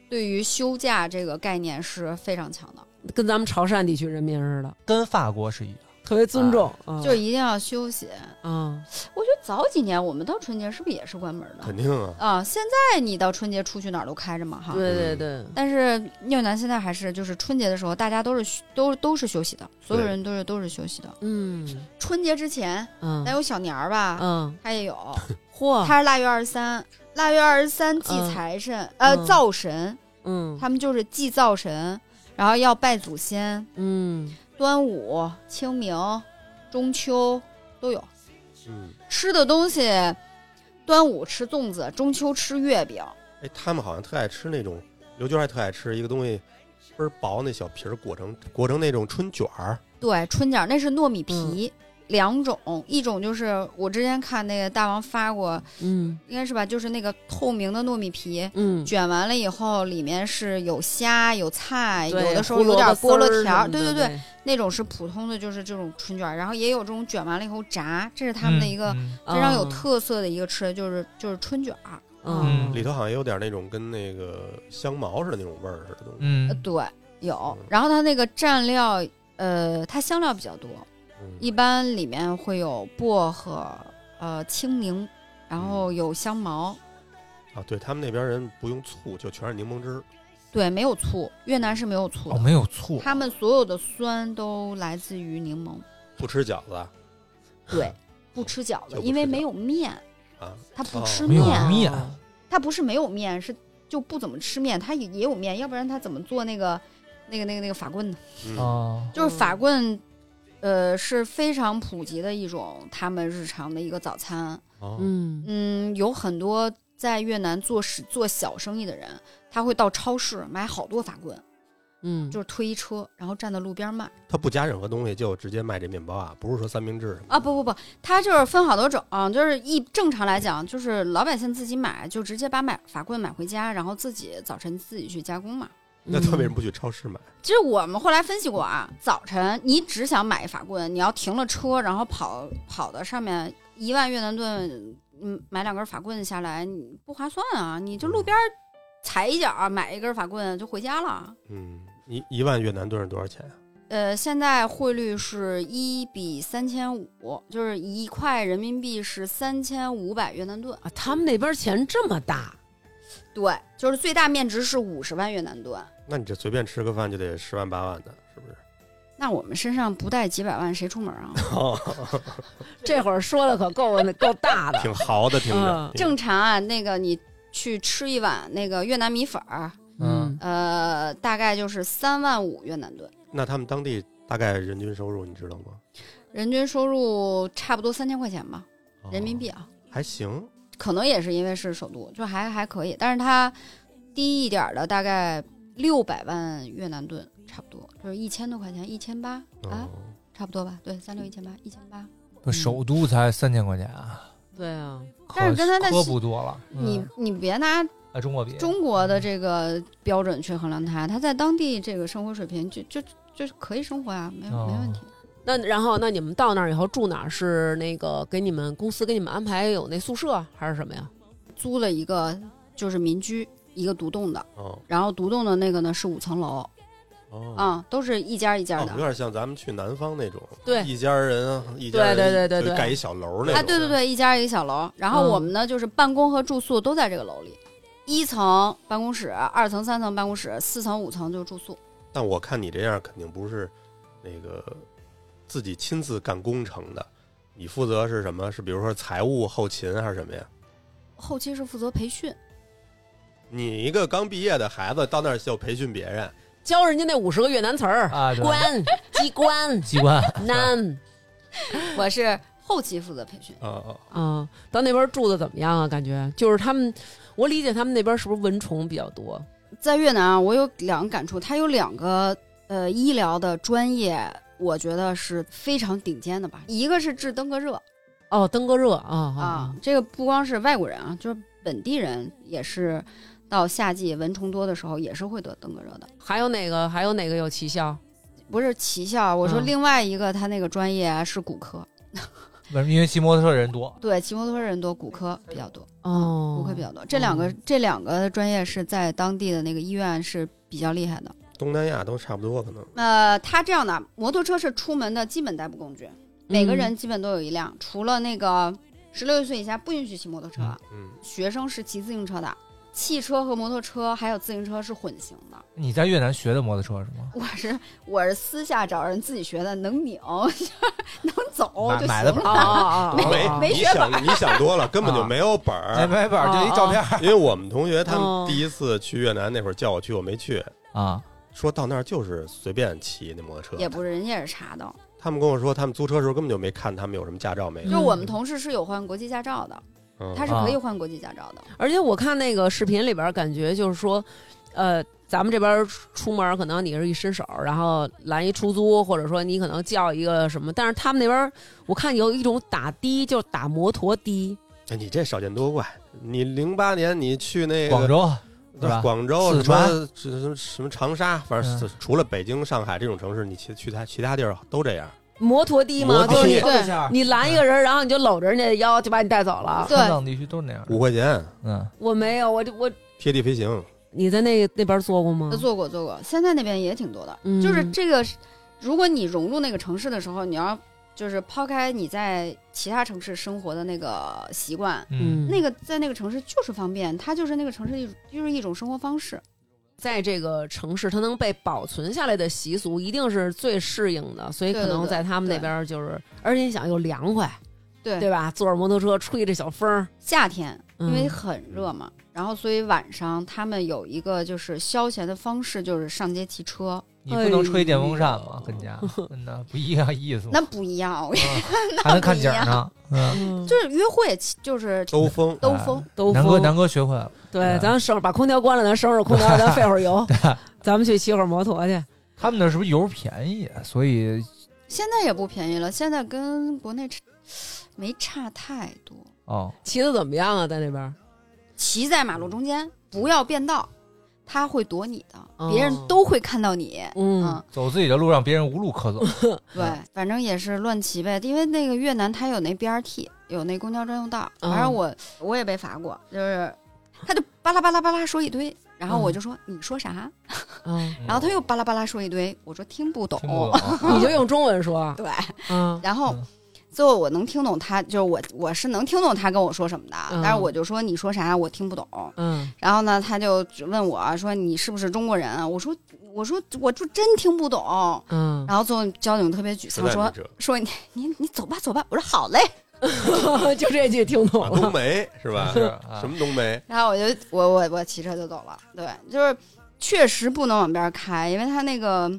[SPEAKER 3] 对于休假这个概念是非常强的，
[SPEAKER 2] 对跟咱们潮汕地区人民似的，
[SPEAKER 5] 跟法国是一样。
[SPEAKER 2] 特别尊重，啊
[SPEAKER 3] 哦就是一定要休息。
[SPEAKER 2] 啊，
[SPEAKER 3] 我觉得早几年我们到春节是不是也是关门的
[SPEAKER 4] 肯定啊，
[SPEAKER 3] 啊？现在你到春节出去哪儿都开着嘛哈。
[SPEAKER 2] 对对对，
[SPEAKER 3] 但是越南现在还是就是春节的时候，大家都是休都都是休息的，所有
[SPEAKER 4] 对
[SPEAKER 3] 人都是都是休息的。
[SPEAKER 2] 嗯
[SPEAKER 3] 春节之前，
[SPEAKER 2] 嗯
[SPEAKER 3] 咱有小年儿吧，
[SPEAKER 2] 嗯，
[SPEAKER 3] 他也有，
[SPEAKER 2] 嚯，
[SPEAKER 3] 哎他是腊月二十三，腊月二十三祭
[SPEAKER 2] 嗯
[SPEAKER 3] 财神，呃，
[SPEAKER 2] 嗯
[SPEAKER 3] 灶神，
[SPEAKER 2] 嗯
[SPEAKER 3] 他们就是祭灶神，然后要拜祖先。
[SPEAKER 2] 嗯，
[SPEAKER 3] 端午、清明、中秋都有
[SPEAKER 4] 嗯，
[SPEAKER 3] 吃的东西。端午吃粽子，中秋吃月饼，
[SPEAKER 4] 哎，他们好像特爱吃那种，刘娟还特爱吃一个东西，倍儿薄那小皮儿裹成裹成那种春卷儿，
[SPEAKER 3] 对，春卷儿那是糯
[SPEAKER 2] 嗯
[SPEAKER 3] 米皮，两种，一种就是我之前看那个大王发过，
[SPEAKER 2] 嗯
[SPEAKER 3] 应该是吧，就是那个透明的糯米皮。
[SPEAKER 2] 嗯，
[SPEAKER 3] 卷完了以后，里面是有虾有菜，有
[SPEAKER 2] 对
[SPEAKER 3] 的时候
[SPEAKER 2] 胡
[SPEAKER 3] 有
[SPEAKER 2] 萝
[SPEAKER 3] 点
[SPEAKER 2] 卜
[SPEAKER 3] 菠
[SPEAKER 2] 丝
[SPEAKER 3] 萝
[SPEAKER 2] 儿
[SPEAKER 3] 条
[SPEAKER 2] 什
[SPEAKER 3] 儿，
[SPEAKER 2] 么
[SPEAKER 3] 对
[SPEAKER 2] 的
[SPEAKER 3] 对对，
[SPEAKER 2] 对，
[SPEAKER 3] 那种是普通的，就是这种春卷儿。然后也有这种卷完了以后炸，这是他们的一个
[SPEAKER 5] 嗯
[SPEAKER 3] 非常有
[SPEAKER 2] 嗯，
[SPEAKER 3] 特色的一个吃的，就是就是春卷儿。
[SPEAKER 2] 嗯，
[SPEAKER 4] 里头好像有点那种跟那个香茅似的那种味儿似的东西。
[SPEAKER 5] 嗯
[SPEAKER 3] 呃
[SPEAKER 5] 嗯
[SPEAKER 3] 对，有
[SPEAKER 4] 嗯。
[SPEAKER 3] 然后它那个蘸料，呃，它香料比较多，
[SPEAKER 4] 嗯
[SPEAKER 3] 一般里面会有薄荷、呃青柠，然后有香茅。
[SPEAKER 4] 啊，对他们那边人不用醋，就全是柠檬汁儿。
[SPEAKER 3] 对，没有醋，越南是没有醋
[SPEAKER 5] 哦，
[SPEAKER 3] 的。
[SPEAKER 5] 没有醋，
[SPEAKER 3] 他们所有的酸都来自于柠檬。
[SPEAKER 4] 不吃饺子啊
[SPEAKER 3] 对， 不吃饺
[SPEAKER 4] 就
[SPEAKER 3] 子，
[SPEAKER 4] 不
[SPEAKER 3] 因为
[SPEAKER 4] 吃饺
[SPEAKER 3] 没
[SPEAKER 4] 子
[SPEAKER 3] 有面，
[SPEAKER 4] 啊，
[SPEAKER 3] 他不
[SPEAKER 4] 哦
[SPEAKER 3] 吃
[SPEAKER 5] 没有
[SPEAKER 3] 面。
[SPEAKER 2] 啊
[SPEAKER 5] 面
[SPEAKER 3] 他不是没有面，是就不怎么吃面。他也也有面，要不然他怎么做那个那个那个那个法棍呢？
[SPEAKER 4] 嗯
[SPEAKER 5] 哦，
[SPEAKER 3] 就是法棍，呃，是非常普及的一种他们日常的一个早餐。
[SPEAKER 4] 哦
[SPEAKER 2] 嗯
[SPEAKER 3] 嗯，有很多在越南做事做小生意的人，他会到超市买好多法棍，
[SPEAKER 2] 嗯，
[SPEAKER 3] 就是推一车，然后站在路边卖。
[SPEAKER 4] 他不加任何东西就直接卖这面包啊，不是说三明治什么
[SPEAKER 3] 啊，不不不，他就是分好多种，就是一正常来讲，就是老百姓自己买，就直接把买法棍买回家，然后自己早晨自己去加工嘛。
[SPEAKER 2] 嗯
[SPEAKER 4] 那他为什么不去超市买？
[SPEAKER 3] 其实我们后来分析过啊，早晨你只想买法棍，你要停了车，然后跑跑到上面一万越南盾，嗯，买两根法棍下来，你不划算啊！你就路边踩一脚买一根法棍就回家了。
[SPEAKER 4] 嗯，一一万越南盾是多少钱啊？
[SPEAKER 3] 呃，现在汇率是一比三千五，就是一块人民币是三千五百越南盾。
[SPEAKER 2] 啊？他们那边钱这么大，
[SPEAKER 3] 对，就是最大面值是五十万越南盾。
[SPEAKER 4] 那你这随便吃个饭就得十万八 万的，是不是？
[SPEAKER 3] 那我们身上不带几百万，谁出门啊？
[SPEAKER 2] 哦这会儿说的可够那够大的，
[SPEAKER 4] 挺豪的，听着。
[SPEAKER 2] 嗯
[SPEAKER 4] 挺
[SPEAKER 3] 正常啊，那个你去吃一碗那个越南米粉儿，
[SPEAKER 5] 嗯，
[SPEAKER 3] 呃，大概就是三万五越南盾，
[SPEAKER 4] 那他们当地大概人均收入你知道吗？
[SPEAKER 3] 人均收入差不多三千块钱吧，人民币啊，
[SPEAKER 4] 还行，
[SPEAKER 3] 可能也是因为是首都，就还还可以，但是它低一点儿的大概六百万越南盾，差不多就是一千多块钱，一千八啊
[SPEAKER 4] 哦，，
[SPEAKER 3] 差不多吧，对，三六一千八，一千八。
[SPEAKER 5] 不首都才三千块钱啊，
[SPEAKER 2] 对啊，
[SPEAKER 3] 但是跟他那
[SPEAKER 5] 可可
[SPEAKER 3] 西
[SPEAKER 5] 不多了。嗯
[SPEAKER 3] 你你别拿
[SPEAKER 5] 啊，中国比
[SPEAKER 3] 中国的这个标准去衡量它，它在当地这个生活水平就就就是可以生活啊，没有没问题。
[SPEAKER 2] 那然后，那你们到那儿以后住哪儿？是那个给你们公司给你们安排有那宿舍还是什么呀？
[SPEAKER 3] 租了一个就是民居，一个独栋的，
[SPEAKER 4] 哦
[SPEAKER 3] 然后独栋的那个呢是五层楼，
[SPEAKER 4] 哦
[SPEAKER 2] 嗯
[SPEAKER 3] 啊、都是一家一家
[SPEAKER 4] 哦，
[SPEAKER 3] 的。
[SPEAKER 4] 有点像咱们去南方那种，
[SPEAKER 2] 对
[SPEAKER 4] 一家人啊一家人
[SPEAKER 2] 对对对对
[SPEAKER 4] 就
[SPEAKER 2] 对
[SPEAKER 4] 盖一小楼那种。
[SPEAKER 3] 啊，对对对，一家一个小楼。然后
[SPEAKER 2] 嗯
[SPEAKER 3] 我们呢，就是办公和住宿都在这个楼里，一层办公室，二层、三层办公室，四层、五层就是住宿。
[SPEAKER 4] 但我看你这样肯定不是那个自己亲自干工程的，你负责是什么？是比如说财务、后勤还是什么呀？
[SPEAKER 3] 后期是负责培训，
[SPEAKER 4] 你一个刚毕业的孩子到那儿就培训别人，
[SPEAKER 2] 教人家那五十个越南词儿，啊
[SPEAKER 5] 啊，对
[SPEAKER 2] 关机关
[SPEAKER 5] 机关
[SPEAKER 2] 难
[SPEAKER 3] 我是后期负责培训。
[SPEAKER 4] 哦
[SPEAKER 2] 啊。到那边住的怎么样啊？感觉就是他们，我理解他们那边是不是蚊虫比较多？
[SPEAKER 3] 在越南啊，我有两个感触，它有两个呃医疗的专业，我觉得是非常顶尖的吧。一个是治登革热
[SPEAKER 2] 哦，登革热啊
[SPEAKER 3] 啊，这个不光是外国人啊，就是本地人也是，到夏季蚊虫多的时候也是会得登革热的。
[SPEAKER 2] 还有哪个还有哪个有奇效？
[SPEAKER 3] 不是奇效，我说
[SPEAKER 2] 嗯
[SPEAKER 3] 另外一个他那个专业啊是骨科，
[SPEAKER 5] 为什么？因为骑摩托车的人多，
[SPEAKER 3] 对，骑摩托车人多，骨科比较多，
[SPEAKER 2] 哦，
[SPEAKER 3] 骨科比较多。这两个这两个专业是在当地的那个医院是比较厉害的。
[SPEAKER 4] 东南亚都差不多，可能
[SPEAKER 3] 呃，他这样的摩托车是出门的基本代步工具，每个
[SPEAKER 2] 嗯
[SPEAKER 3] 人基本都有一辆，除了那个十六岁以下不允许骑摩托车，
[SPEAKER 5] 嗯
[SPEAKER 4] 嗯，
[SPEAKER 3] 学生是骑自行车的。汽车和摩托车还有自行车是混行的。
[SPEAKER 5] 你在越南学的摩托车是吗？
[SPEAKER 3] 我是我是私下找人自己学的，能拧 能走
[SPEAKER 5] 买
[SPEAKER 3] 就
[SPEAKER 5] 买
[SPEAKER 3] 行
[SPEAKER 5] 的
[SPEAKER 2] 哦
[SPEAKER 3] 了。
[SPEAKER 2] 哦哦，
[SPEAKER 3] 没
[SPEAKER 2] 哦
[SPEAKER 3] 没
[SPEAKER 4] 你想你想多了，根本就没有本
[SPEAKER 5] 哎，
[SPEAKER 4] 儿。
[SPEAKER 5] 没本儿，就一照片
[SPEAKER 4] 因为我们同学他
[SPEAKER 2] 哦
[SPEAKER 4] 们第一次去越南那会儿叫我去，我没去，
[SPEAKER 5] 啊。
[SPEAKER 4] 说到那儿就是随便骑那摩托
[SPEAKER 3] 也
[SPEAKER 4] 车。
[SPEAKER 3] 不是，人家也是查的。
[SPEAKER 4] 他们跟我说，他们租车的时候根本就没看他们有什么驾照没
[SPEAKER 3] 就
[SPEAKER 4] 有。
[SPEAKER 3] 是我们同事是有换国际驾照的，
[SPEAKER 4] 嗯
[SPEAKER 3] 他是可以换国际驾照的。
[SPEAKER 2] 而且我看那个视频里边，感觉就是说，呃，咱们这边出门可能你是一伸手，然后拦一出租，或者说你可能叫一个什么，但是他们那边我看有一种打的，就是打摩托的，
[SPEAKER 4] 哎你这少见多怪。你零八年你去那个
[SPEAKER 5] 广州对吧
[SPEAKER 4] 广州、
[SPEAKER 5] 四
[SPEAKER 4] 什
[SPEAKER 5] 川
[SPEAKER 4] 么什么什么长沙，反正
[SPEAKER 5] 嗯
[SPEAKER 4] 除了北京、上海这种城市，你其去他其他地儿都这样。
[SPEAKER 2] 摩托的嘛，
[SPEAKER 4] 摩托
[SPEAKER 2] 就是
[SPEAKER 4] 的
[SPEAKER 2] 你
[SPEAKER 3] 对
[SPEAKER 5] 对，
[SPEAKER 2] 你拦一个人，然后你就搂着人家的腰就把你带走了。
[SPEAKER 3] 对
[SPEAKER 5] 川藏地区都是那样的。
[SPEAKER 4] 五块钱
[SPEAKER 5] 嗯，
[SPEAKER 2] 我没有，我就我
[SPEAKER 4] 贴地飞行，
[SPEAKER 2] 你在那那边做过吗？
[SPEAKER 3] 做过做过，现在那边也挺多的。
[SPEAKER 2] 嗯
[SPEAKER 3] 就是这个是，如果你融入那个城市的时候，你要就是抛开你在其他城市生活的那个习惯，
[SPEAKER 5] 嗯，
[SPEAKER 3] 那个在那个城市就是方便，它就是那个城市一就是一种生活方式。
[SPEAKER 2] 在这个城市，它能被保存下来的习俗，一定是最适应的，所以可
[SPEAKER 3] 对对
[SPEAKER 2] 能
[SPEAKER 3] 对
[SPEAKER 2] 在他们那边就是，而且你想又凉快，
[SPEAKER 3] 对
[SPEAKER 2] 对吧？坐着摩托车吹着小风儿，
[SPEAKER 3] 夏天因为
[SPEAKER 2] 嗯
[SPEAKER 3] 很热嘛，然后所以晚上他们有一个就是消闲的方式，就是上街骑车，
[SPEAKER 5] 你不能吹电风扇吗？跟家真的不一样意思吗
[SPEAKER 3] 那？不一样。我
[SPEAKER 5] 啊还能看景儿呢。嗯，
[SPEAKER 3] 就是约会骑就是
[SPEAKER 4] 兜 风。
[SPEAKER 3] 兜风，
[SPEAKER 2] 兜
[SPEAKER 5] 南哥，
[SPEAKER 2] 风。
[SPEAKER 5] 南哥学会了。
[SPEAKER 2] 对，
[SPEAKER 5] 对
[SPEAKER 2] 咱省把空调关了，咱省省空调，咱费会儿油， 咱们去骑会儿摩托去。
[SPEAKER 5] 他们那是不是油便宜？所以
[SPEAKER 3] 现在也不便宜了，现在跟国内差没差太多。
[SPEAKER 5] 哦，
[SPEAKER 2] 骑的怎么样啊？在那边？
[SPEAKER 3] 骑在马路中间，不要变道，他会躲你的，
[SPEAKER 2] 哦
[SPEAKER 3] 别人都会看到你。
[SPEAKER 2] 嗯
[SPEAKER 3] 嗯，，
[SPEAKER 5] 走自己的路让别人无路可走。
[SPEAKER 3] 对，反正也是乱骑呗，因为那个越南它有那 BRT，有那公交专用道。
[SPEAKER 2] 嗯
[SPEAKER 3] 反正我我也被罚过，就是他就巴拉巴拉巴拉说一堆，然后
[SPEAKER 2] 嗯
[SPEAKER 3] 我就说你说啥，
[SPEAKER 2] 嗯，
[SPEAKER 3] 然后他又巴拉巴拉说一堆，我说听不懂。
[SPEAKER 5] 听不懂，
[SPEAKER 2] 你就用中文说，
[SPEAKER 3] 对，
[SPEAKER 2] 嗯
[SPEAKER 3] 然后
[SPEAKER 5] 嗯
[SPEAKER 3] 最后我能听懂他，就是我我是能听懂他跟我说什么的，啊
[SPEAKER 2] 嗯
[SPEAKER 3] 但是我就说你说啥我听不懂。
[SPEAKER 2] 嗯
[SPEAKER 3] 然后呢，他就问我说：“你是不是中国人啊？”我说：“我说我就真听不懂。”
[SPEAKER 2] 嗯，
[SPEAKER 3] 然后最后交警特别沮
[SPEAKER 4] 实
[SPEAKER 3] 丧，
[SPEAKER 4] 在
[SPEAKER 3] 说
[SPEAKER 4] 没辙，：“
[SPEAKER 3] 说你你你走吧走吧。”我说：“好嘞。
[SPEAKER 2] 就这句听懂
[SPEAKER 4] 啊
[SPEAKER 2] 了。
[SPEAKER 4] 东北是吧？
[SPEAKER 5] 是啊
[SPEAKER 4] 什么东北？”
[SPEAKER 3] 然后我就我我我骑车就走了。对，就是确实不能往边开，因为他那个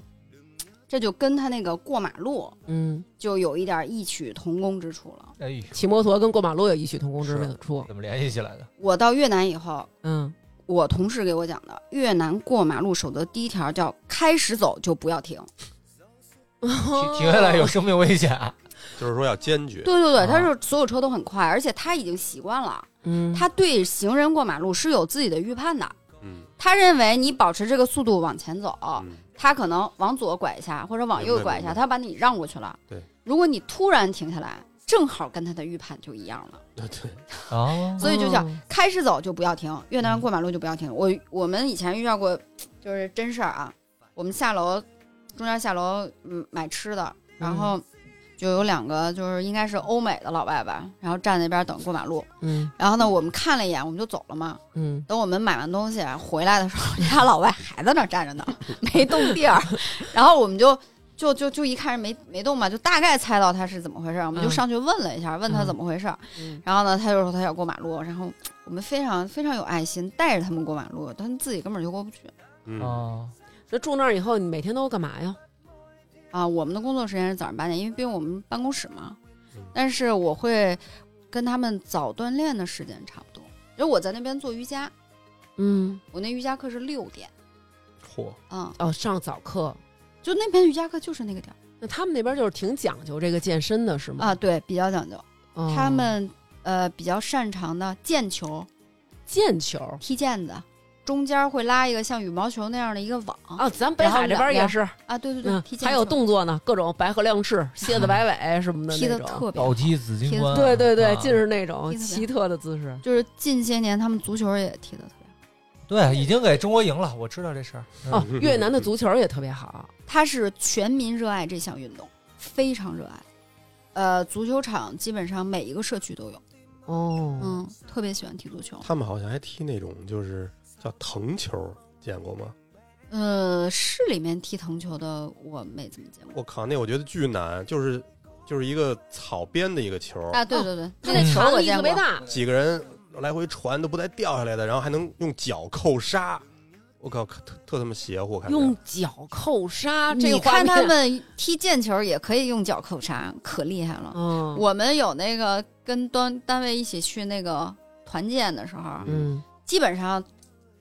[SPEAKER 3] 这就跟他那个过马路
[SPEAKER 2] 嗯，
[SPEAKER 3] 就有一点异曲同工之处了。
[SPEAKER 5] 哎呦，
[SPEAKER 2] 骑摩托跟过马路有异曲同工之处。
[SPEAKER 5] 怎么联系起来的？
[SPEAKER 3] 我到越南以后，
[SPEAKER 2] 嗯，
[SPEAKER 3] 我同事给我讲的，越南过马路守则第一条叫开始走就不要停。
[SPEAKER 2] 哦
[SPEAKER 5] 停停下来有生命危险。
[SPEAKER 4] 就是说要坚决。
[SPEAKER 3] 对对对，
[SPEAKER 5] 啊
[SPEAKER 3] 他是所有车都很快，而且他已经习惯了，
[SPEAKER 2] 嗯，
[SPEAKER 3] 他对行人过马路是有自己的预判的。
[SPEAKER 4] 嗯，
[SPEAKER 3] 他认为你保持这个速度往前走，
[SPEAKER 4] 嗯
[SPEAKER 3] 他可能往左拐一下或者往右拐一
[SPEAKER 4] 明白明
[SPEAKER 3] 下，
[SPEAKER 4] 白
[SPEAKER 3] 他把你让过去了。
[SPEAKER 4] 对，
[SPEAKER 3] 如果你突然停下来，正好跟他的预判就一样了。
[SPEAKER 4] 对对，
[SPEAKER 5] 哦，
[SPEAKER 3] 所以就想
[SPEAKER 2] 哦
[SPEAKER 3] 开始走就不要停，越南人过马路就不要停。我我们以前遇到过，就是真事儿啊。我们下楼，中间下楼嗯买吃的，然后就有两个就是应该是欧美的老外吧，然后站那边等过马路。
[SPEAKER 2] 嗯
[SPEAKER 3] 然后呢，我们看了一眼，我们就走了嘛。
[SPEAKER 2] 嗯，
[SPEAKER 3] 等我们买完东西啊回来的时候，人家老外还在那儿站着呢，没动地儿。然后我们就就就就一看人没没动嘛，就大概猜到他是怎么回事儿，我们就
[SPEAKER 2] 嗯
[SPEAKER 3] 上去问了一下，问他
[SPEAKER 2] 嗯
[SPEAKER 3] 怎么回事儿。
[SPEAKER 2] 嗯
[SPEAKER 3] 然后呢，他就说他要过马路，然后我们非常非常有爱心，带着他们过马路，他们自己根本就过不去
[SPEAKER 4] 嗯，
[SPEAKER 5] 哦，
[SPEAKER 2] 那住那儿以后，你每天都干嘛呀？
[SPEAKER 3] 啊。我们的工作时间是早上八点，因为毕竟我们办公室嘛
[SPEAKER 4] 嗯，
[SPEAKER 3] 但是我会跟他们早锻炼的时间差不多，因为我在那边做瑜伽，
[SPEAKER 2] 嗯，
[SPEAKER 3] 我那瑜伽课是六点，
[SPEAKER 4] 嚯，
[SPEAKER 3] 嗯，
[SPEAKER 2] 哦，上早课，
[SPEAKER 3] 就那边瑜伽课就是那个点儿
[SPEAKER 2] 那他们那边就是挺讲究这个健身的，是吗？
[SPEAKER 3] 啊，对，比较讲究。
[SPEAKER 2] 哦
[SPEAKER 3] 他们呃比较擅长的毽球、
[SPEAKER 2] 毽球
[SPEAKER 3] 踢毽子，中间会拉一个像羽毛球那样的一个网
[SPEAKER 2] 啊，咱北海这边也是，
[SPEAKER 3] 啊，对对对，
[SPEAKER 2] 嗯
[SPEAKER 3] 踢毽，球
[SPEAKER 2] 还有动作呢，各种白鹤亮 翅、蝎子摆尾什么的
[SPEAKER 3] 踢
[SPEAKER 2] 那
[SPEAKER 3] 的
[SPEAKER 2] 种。
[SPEAKER 3] 特别
[SPEAKER 5] 倒
[SPEAKER 3] 好。
[SPEAKER 5] 踢紫金冠啊，
[SPEAKER 2] 对对对
[SPEAKER 5] 啊，
[SPEAKER 2] 尽是那种奇
[SPEAKER 3] 踢得特别好
[SPEAKER 2] 特的姿势。
[SPEAKER 3] 就是近些年他们足球也踢的特别好，
[SPEAKER 5] 对，已经给中国赢了，我知道这事儿。嗯
[SPEAKER 2] 哦，越南的足球也特别好。
[SPEAKER 3] 他是全民热爱这项运动，非常热爱。呃，足球场基本上每一个社区都有，
[SPEAKER 2] 哦，
[SPEAKER 3] 嗯，特别喜欢踢足球。
[SPEAKER 4] 他们好像还踢那种就是叫藤球，见过吗？
[SPEAKER 3] 呃，市里面踢藤球的我没怎么见过
[SPEAKER 4] 我靠，那我觉得巨难，就是就是一个草编的一个球，
[SPEAKER 3] 啊，对对对，
[SPEAKER 2] 他
[SPEAKER 3] 那
[SPEAKER 2] 那
[SPEAKER 3] 球
[SPEAKER 2] 弹
[SPEAKER 3] 我
[SPEAKER 2] 力
[SPEAKER 3] 见
[SPEAKER 2] 嗯特别
[SPEAKER 3] 过。
[SPEAKER 2] 大，
[SPEAKER 4] 几个人来回传都不带掉下来的，然后还能用脚扣杀，我靠，可特特他妈邪乎，看着
[SPEAKER 2] 用脚扣杀，啊这
[SPEAKER 3] 你
[SPEAKER 2] 个画
[SPEAKER 3] 看
[SPEAKER 2] 面
[SPEAKER 3] 他，们踢毽球也可以用脚扣杀，可厉害了。
[SPEAKER 2] 嗯，
[SPEAKER 3] 我们有那个跟单单位一起去那个团建的时候，
[SPEAKER 2] 嗯，
[SPEAKER 3] 基本上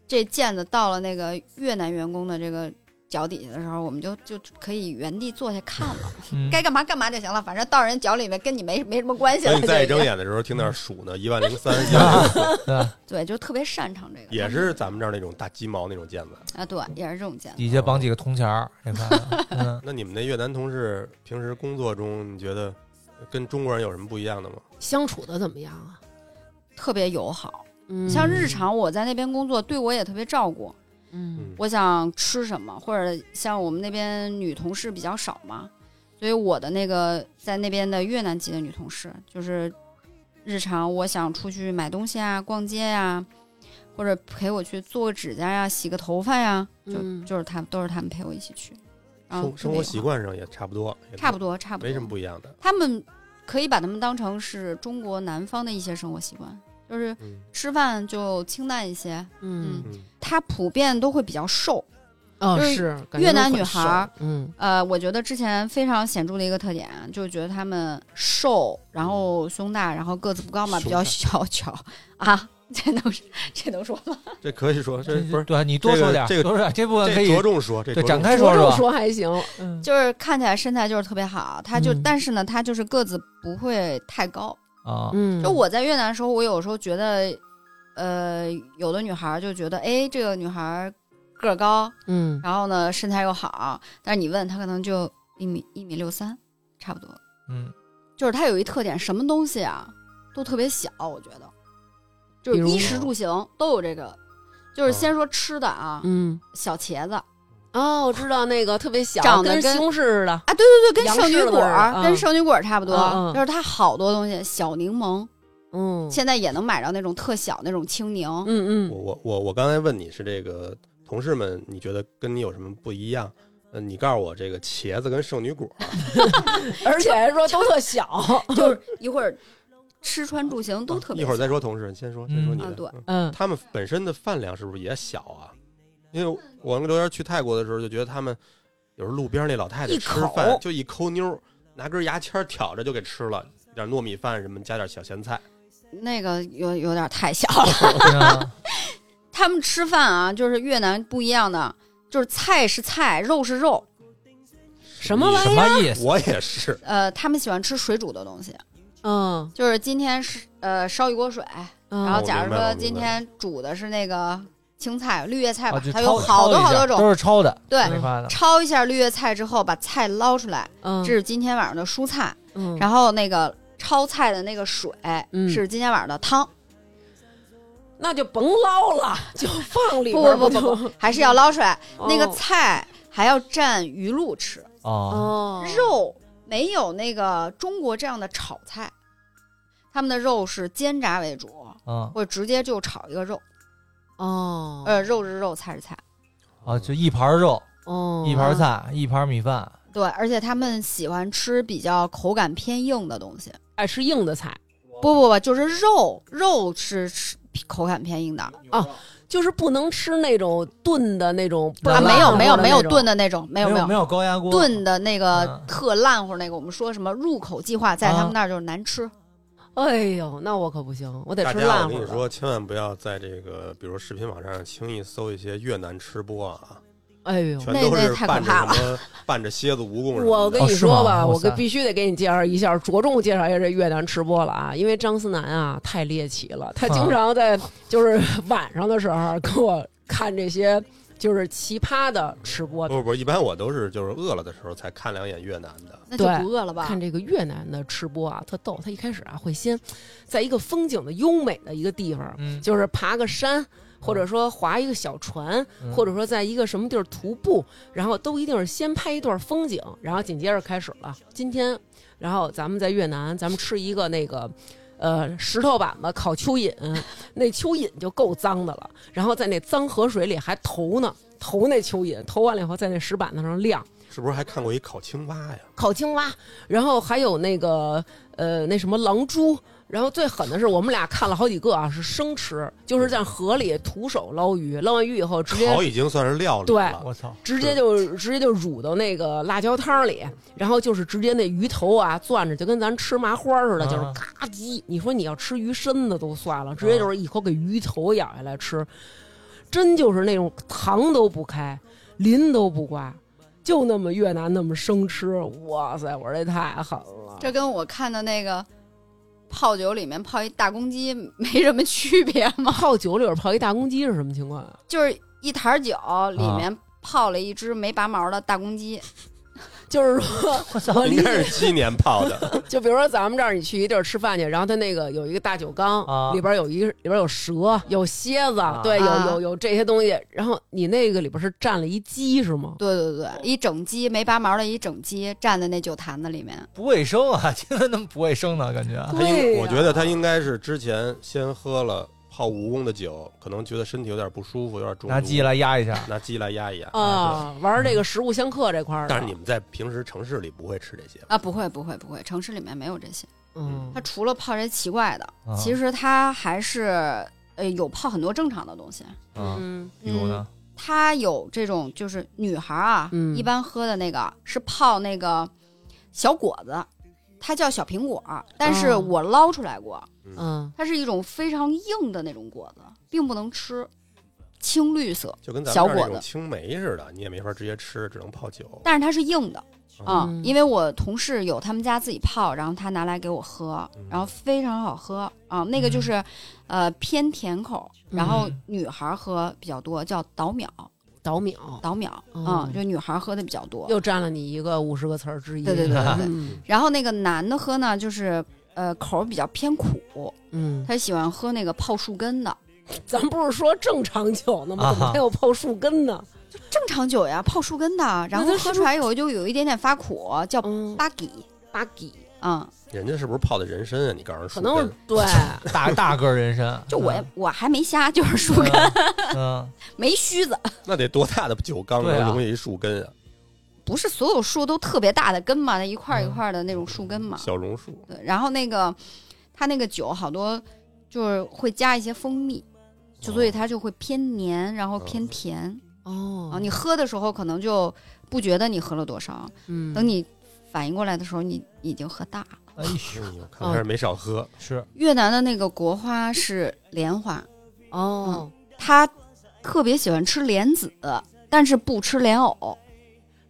[SPEAKER 3] 这毽子到了那个越南员工的这个脚底下的时候，我们就就可以原地坐下看了，
[SPEAKER 5] 嗯
[SPEAKER 3] 该干嘛干嘛就行了，反正到人脚里面跟你没没什么关系
[SPEAKER 4] 等
[SPEAKER 3] 了。
[SPEAKER 4] 你再一
[SPEAKER 3] 就已
[SPEAKER 4] 睁
[SPEAKER 3] 经
[SPEAKER 4] 眼的时候，听那儿数呢，一万零三，一万零四，
[SPEAKER 5] 对
[SPEAKER 3] 对，就特别擅长这个，
[SPEAKER 4] 也是咱们这儿那种大鸡毛那种毽子。
[SPEAKER 3] 啊，对，也是这种
[SPEAKER 2] 嗯
[SPEAKER 3] 毽子。
[SPEAKER 5] 底下绑几个铜钱儿那块儿，嗯，
[SPEAKER 4] 那你们那越南同事平时工作中，你觉得跟中国人有什么不一样的吗？
[SPEAKER 2] 相处的怎么样啊？
[SPEAKER 3] 特别友好，
[SPEAKER 2] 嗯
[SPEAKER 3] 像日常我在那边工作，对我也特别照顾。
[SPEAKER 2] 嗯，
[SPEAKER 3] 我想吃什么，或者像我们那边女同事比较少嘛，所以我的那个在那边的越南籍的女同事，就是日常我想出去买东西啊、逛街呀、或者陪我去做个指甲呀、洗个头发呀，就、
[SPEAKER 2] 嗯
[SPEAKER 3] 就是他们都是他们陪我一起去，然后
[SPEAKER 4] 生生活习惯上也差不多，也
[SPEAKER 3] 差不多差不多，
[SPEAKER 4] 没什么不一样的。
[SPEAKER 3] 他们可以把他们当成是中国南方的一些生活习惯，就是
[SPEAKER 4] 嗯
[SPEAKER 3] 吃饭就清淡一些，
[SPEAKER 2] 嗯，
[SPEAKER 4] 嗯，
[SPEAKER 3] 他普遍都会比较瘦。
[SPEAKER 2] 哦
[SPEAKER 3] 就是
[SPEAKER 2] 是感觉
[SPEAKER 3] 越南
[SPEAKER 2] 都很
[SPEAKER 3] 女孩儿
[SPEAKER 2] 瘦嗯
[SPEAKER 3] 呃，我觉得之前非常显著的一个特点，啊就是觉得他们瘦，然后胸大，然后个子不高嘛，比
[SPEAKER 4] 胸
[SPEAKER 3] 较
[SPEAKER 4] 大
[SPEAKER 3] 小巧啊，这能这能说吗？
[SPEAKER 4] 这可以说， 这不是
[SPEAKER 5] 对啊你多说点儿，
[SPEAKER 4] 这个这个
[SPEAKER 5] 多说点儿，这部分可
[SPEAKER 4] 这
[SPEAKER 5] 以
[SPEAKER 4] 着重说，这
[SPEAKER 5] 对
[SPEAKER 4] 着
[SPEAKER 5] 展
[SPEAKER 4] 重
[SPEAKER 5] 开
[SPEAKER 2] 着重
[SPEAKER 5] 说，
[SPEAKER 2] 说还行，
[SPEAKER 5] 嗯
[SPEAKER 3] 就是看起来身材就是特别好，他就、
[SPEAKER 5] 嗯
[SPEAKER 3] 但是呢，他就是个子不会太高。
[SPEAKER 5] 啊，
[SPEAKER 2] 嗯，
[SPEAKER 3] 就我在越南的时候，我有时候觉得，呃，有的女孩儿就觉得，哎，这个女孩儿个儿高，
[SPEAKER 2] 嗯
[SPEAKER 3] 然后呢身材又好，但是你问她，可能就一米一米六三，差不多。
[SPEAKER 5] 嗯，
[SPEAKER 3] 就是它有一特点，什么东西啊都特别小，我觉得，就
[SPEAKER 2] 比
[SPEAKER 3] 是
[SPEAKER 2] 如
[SPEAKER 3] 衣食住行都有这个。就是
[SPEAKER 4] 嗯
[SPEAKER 3] 先说吃的啊，
[SPEAKER 2] 嗯。
[SPEAKER 3] 小茄子啊，
[SPEAKER 2] 哦，我知道那个特别小，
[SPEAKER 3] 长得
[SPEAKER 2] 跟
[SPEAKER 3] 跟
[SPEAKER 2] 西红柿似的。
[SPEAKER 3] 对对对，跟
[SPEAKER 2] 洋
[SPEAKER 3] 圣女
[SPEAKER 2] 柿子
[SPEAKER 3] 果
[SPEAKER 2] 儿
[SPEAKER 3] 儿、
[SPEAKER 2] 嗯
[SPEAKER 3] 跟圣女果儿差不多，
[SPEAKER 2] 嗯嗯
[SPEAKER 3] 就是它好多东西，小柠檬，
[SPEAKER 2] 嗯，
[SPEAKER 3] 现在也能买到那种特小那种青柠，
[SPEAKER 2] 嗯
[SPEAKER 4] 我
[SPEAKER 2] 嗯，
[SPEAKER 4] 我我我刚才问你是这个同事们，你觉得跟你有什么不一样？呃，你告诉我这个茄子跟圣女果，
[SPEAKER 2] 而且还说都特 小。
[SPEAKER 3] 就是一会儿吃穿住行都特别
[SPEAKER 4] 一会儿
[SPEAKER 3] 小
[SPEAKER 4] 再说同事，你先说先说
[SPEAKER 5] 嗯
[SPEAKER 4] 你的。
[SPEAKER 3] 啊对
[SPEAKER 4] 嗯
[SPEAKER 2] 嗯
[SPEAKER 4] 他们本身的饭量是不是也小啊？因为我跟刘源去泰国的时候，就觉得他们有时候路边那老太太
[SPEAKER 2] 一
[SPEAKER 4] 吃
[SPEAKER 2] 口
[SPEAKER 4] 饭就一抠妞儿，拿根牙签儿挑着就给吃了，点糯米饭什么，加点小咸菜。
[SPEAKER 3] 那个有有点太小了。
[SPEAKER 5] 嗯
[SPEAKER 3] 他们吃饭啊，就是越南不一样的，就是菜是菜，肉是肉，
[SPEAKER 2] 什么玩
[SPEAKER 5] 什
[SPEAKER 2] 意？
[SPEAKER 5] 么意思？
[SPEAKER 4] 我也是，
[SPEAKER 3] 呃，他们喜欢吃水煮的东西，
[SPEAKER 2] 嗯
[SPEAKER 3] 就是今天是呃烧一锅水，
[SPEAKER 2] 嗯，
[SPEAKER 5] 哦
[SPEAKER 3] 然后
[SPEAKER 4] 我
[SPEAKER 3] 假
[SPEAKER 4] 明
[SPEAKER 3] 如
[SPEAKER 4] 白我
[SPEAKER 3] 说
[SPEAKER 4] 明白
[SPEAKER 3] 今天煮的是那个青菜、绿叶菜吧
[SPEAKER 5] 啊，就，
[SPEAKER 3] 它
[SPEAKER 5] 抄
[SPEAKER 3] 有好多
[SPEAKER 5] 抄一
[SPEAKER 3] 好
[SPEAKER 5] 下
[SPEAKER 3] 多
[SPEAKER 5] 嗯
[SPEAKER 3] 种，
[SPEAKER 5] 都是抄的
[SPEAKER 3] 对，
[SPEAKER 5] 那块的，
[SPEAKER 3] 焯一下绿叶菜之后，把菜捞出来，
[SPEAKER 2] 嗯
[SPEAKER 3] 这是今天晚上的蔬菜，
[SPEAKER 2] 嗯，
[SPEAKER 3] 然后那个焯菜的那个水
[SPEAKER 2] 嗯
[SPEAKER 3] 是今天晚上的汤，
[SPEAKER 2] 那就甭捞了，就放里
[SPEAKER 3] 不
[SPEAKER 2] 边儿
[SPEAKER 3] 不不
[SPEAKER 2] 就
[SPEAKER 3] 不，还是要捞出来，那个
[SPEAKER 2] 哦
[SPEAKER 3] 菜还要蘸鱼露吃，
[SPEAKER 5] 哦，
[SPEAKER 2] 哦
[SPEAKER 3] 肉没有那个中国这样的炒菜，他们的肉是煎炸为主，
[SPEAKER 5] 嗯
[SPEAKER 3] 或者直接就炒一个肉，
[SPEAKER 2] 哦
[SPEAKER 3] 呃，肉是肉，菜是菜。
[SPEAKER 5] 啊，就一盘肉，
[SPEAKER 2] 哦
[SPEAKER 5] 一盘菜，一盘米饭，
[SPEAKER 3] 对，而且他们喜欢吃比较口感偏硬的东西。
[SPEAKER 2] 爱吃哎硬的菜，
[SPEAKER 3] 不不不，就是肉，肉是吃口感偏硬的啊，
[SPEAKER 2] 就是不能吃那种炖的那种
[SPEAKER 5] 啊
[SPEAKER 2] 烂
[SPEAKER 3] 没有
[SPEAKER 2] 乎
[SPEAKER 3] 没有
[SPEAKER 2] 的
[SPEAKER 3] 没
[SPEAKER 2] 那
[SPEAKER 3] 有
[SPEAKER 2] 种
[SPEAKER 3] 炖的那种，没有
[SPEAKER 5] 没
[SPEAKER 3] 有
[SPEAKER 5] 没有高压锅
[SPEAKER 3] 炖的那个
[SPEAKER 5] 嗯
[SPEAKER 3] 特烂乎那个，我们说什么入口即化，在他们那儿就是难吃。
[SPEAKER 2] 哎呦，那我可不行，我得
[SPEAKER 4] 大
[SPEAKER 2] 吃
[SPEAKER 4] 家，
[SPEAKER 2] 辣
[SPEAKER 4] 我
[SPEAKER 2] 乎
[SPEAKER 4] 跟你
[SPEAKER 2] 的。
[SPEAKER 4] 说，千万不要在这个，比如视频网站上轻易搜一些越南吃播啊，
[SPEAKER 2] 哎呦，
[SPEAKER 4] 全
[SPEAKER 3] 那
[SPEAKER 4] 都
[SPEAKER 3] 那
[SPEAKER 4] 是
[SPEAKER 3] 太可
[SPEAKER 4] 伴着
[SPEAKER 3] 怕
[SPEAKER 4] 什 么伴着蝎子、蜈蚣什
[SPEAKER 2] 我
[SPEAKER 4] 么
[SPEAKER 2] 跟
[SPEAKER 4] 的。
[SPEAKER 5] 哦
[SPEAKER 2] 你
[SPEAKER 5] 是
[SPEAKER 2] 说
[SPEAKER 5] 吗
[SPEAKER 2] 吧，
[SPEAKER 5] 哇
[SPEAKER 2] 我跟
[SPEAKER 5] 塞
[SPEAKER 2] 必须得给你介绍一下，着重介绍一下这越南吃播了啊！因为张思楠啊太猎奇了，他经
[SPEAKER 5] 啊
[SPEAKER 2] 常在就是晚上的时候给我看这些就是奇葩的吃播，
[SPEAKER 4] 不是不是，一般我都是就是饿了的时候才看两眼越南的。
[SPEAKER 3] 那就
[SPEAKER 2] 对
[SPEAKER 3] 不饿了吧
[SPEAKER 2] 看？这个越南的吃播啊，特逗。他一开始啊会先在一个风景的优美的一个地方，
[SPEAKER 5] 嗯，
[SPEAKER 2] 就是爬个山，或者说划一个小船，
[SPEAKER 5] 嗯
[SPEAKER 2] 或者说在一个什么地儿徒步，然后都一定是先拍一段风景，然后紧接着开始了。今天，然后咱们在越南，咱们吃一个那个。呃，石头板子烤蚯蚓， 那蚯蚓就够脏的了。然后在那脏河水里还投呢，投那蚯蚓，投完了以后在那石板子上晾。
[SPEAKER 4] 是不是还看过一烤青蛙呀？
[SPEAKER 2] 烤青蛙，然后还有那个呃那什么狼蛛，然后最狠的是我们俩看了好几个啊，是生吃，就是在河里徒手捞鱼，捞完鱼以后直接
[SPEAKER 4] 烤已经算是料理了。
[SPEAKER 5] 我操，
[SPEAKER 2] 直接就直接就煮到那个辣椒汤里，然后就是直接那鱼头啊攥着，就跟咱吃麻花似的，
[SPEAKER 5] 啊
[SPEAKER 2] 就是嘎叽。你说你要吃鱼身子都算了，直接就是一口给鱼头咬下来吃，真就是那种糖都不开，鳞都不刮，就那么越南那么生吃。哇塞，我说这太狠了。
[SPEAKER 3] 这跟我看的那个泡酒里面泡一大公鸡没什么区别吗？
[SPEAKER 2] 泡酒里边泡一大公鸡是什么情况啊？
[SPEAKER 3] 就是一坛酒里面泡了一只没拔毛的大公鸡，
[SPEAKER 2] 就是说， 我理
[SPEAKER 4] 应该
[SPEAKER 2] 解
[SPEAKER 4] 是鸡年泡 的，
[SPEAKER 2] 就比如说咱们这儿，你去一地儿吃饭去，然后他那个有一个大酒缸，
[SPEAKER 5] 啊
[SPEAKER 2] 里边有一个里边有蛇，有蝎子，
[SPEAKER 5] 啊
[SPEAKER 2] 对，有
[SPEAKER 3] 啊
[SPEAKER 2] 有有这些东西。然后你那个里边是蘸了一鸡是吗？
[SPEAKER 3] 对对对，一整鸡没拔毛的一整鸡站在那酒坛子里面，
[SPEAKER 5] 不卫生啊， 听着那么不卫生呢，感觉啊
[SPEAKER 4] 他应
[SPEAKER 3] 啊
[SPEAKER 2] 呀
[SPEAKER 4] 我觉得他应该是之前先喝了泡蜈蚣的酒，可能觉得身体有点不舒服，有点中毒，
[SPEAKER 5] 拿鸡来压一下，
[SPEAKER 4] 拿鸡来压一压。
[SPEAKER 3] 哦
[SPEAKER 2] 啊，玩这个食物相克这块儿的。
[SPEAKER 4] 但是你们在平时城市里不会吃这些吧，
[SPEAKER 3] 啊，不会不会不会，城市里面没有这些。
[SPEAKER 2] 嗯
[SPEAKER 3] 它，除了泡这奇怪的，
[SPEAKER 5] 啊
[SPEAKER 3] 其实它还是呃有泡很多正常的东西。
[SPEAKER 5] 啊，
[SPEAKER 2] 嗯
[SPEAKER 5] 比如呢，
[SPEAKER 3] 它有这种就是女孩啊，
[SPEAKER 2] 嗯
[SPEAKER 3] 一般喝的那个是泡那个小果子，它叫小苹果，但是
[SPEAKER 2] 哦
[SPEAKER 3] 我捞出来过，
[SPEAKER 2] 嗯，
[SPEAKER 3] 它是一种非常硬的那种果子，并不能吃，青绿色，
[SPEAKER 4] 就跟咱们这儿
[SPEAKER 3] 小
[SPEAKER 4] 那
[SPEAKER 3] 伙
[SPEAKER 4] 种
[SPEAKER 3] 子
[SPEAKER 4] 青梅似的，你也没法直接吃，只能泡酒。
[SPEAKER 3] 但是它是硬的。啊、
[SPEAKER 2] 嗯
[SPEAKER 3] 因为我同事有他们家自己泡，然后他拿来给我喝
[SPEAKER 4] 嗯，
[SPEAKER 3] 然后非常好喝啊。那个就是，呃，偏甜口，然后
[SPEAKER 5] 嗯
[SPEAKER 3] 女孩喝比较多，叫倒秒，
[SPEAKER 2] 倒秒
[SPEAKER 3] 倒秒
[SPEAKER 2] 哦
[SPEAKER 3] 啊、就女孩喝的比较多。
[SPEAKER 2] 又占了你一个五十个词儿之一。
[SPEAKER 3] 对对对对对
[SPEAKER 2] 嗯
[SPEAKER 3] 然后那个男的喝呢，就是呃口儿比较偏苦，
[SPEAKER 2] 嗯，
[SPEAKER 3] 他喜欢喝那个泡树根的。
[SPEAKER 2] 咱不是说正常酒呢吗？
[SPEAKER 5] 啊
[SPEAKER 2] 怎么还有泡树根呢？
[SPEAKER 3] 正常酒呀，泡树根的，然后
[SPEAKER 2] 那他是
[SPEAKER 3] 喝
[SPEAKER 2] 不
[SPEAKER 3] 出来以后就有一点点发苦，叫
[SPEAKER 2] 嗯，
[SPEAKER 3] 巴吉
[SPEAKER 2] 八吉
[SPEAKER 3] 啊、
[SPEAKER 4] 人家是不是泡的人参啊？你告诉人
[SPEAKER 2] 可
[SPEAKER 4] 树
[SPEAKER 2] 能
[SPEAKER 4] 根
[SPEAKER 2] 是 对，
[SPEAKER 5] 大大个儿人参，
[SPEAKER 3] 就我也、我还没瞎，就是树根、
[SPEAKER 5] 嗯，嗯，
[SPEAKER 3] 没须子，
[SPEAKER 4] 那得多大的酒缸
[SPEAKER 5] 对
[SPEAKER 4] 能
[SPEAKER 5] 啊
[SPEAKER 4] 容下一树根啊？
[SPEAKER 3] 不是所有树都特别大的根嘛，那一块儿一块儿的那种树根嘛。
[SPEAKER 4] 小榕树，
[SPEAKER 3] 对，然后那个它那个酒好多就是会加一些蜂蜜，就
[SPEAKER 4] 哦嗯
[SPEAKER 3] 所以它就会偏黏，然后偏甜
[SPEAKER 2] 哦
[SPEAKER 3] 啊。你喝的时候可能就不觉得你喝了多少，
[SPEAKER 2] 嗯
[SPEAKER 3] 等你反应过来的时候，你已经喝大了。
[SPEAKER 5] 哎呦，
[SPEAKER 4] 嗯看来是没少喝。
[SPEAKER 5] 是
[SPEAKER 3] 越南的那个国花是莲花，嗯
[SPEAKER 2] 哦。
[SPEAKER 3] 他特别喜欢吃莲子，但是不吃莲藕。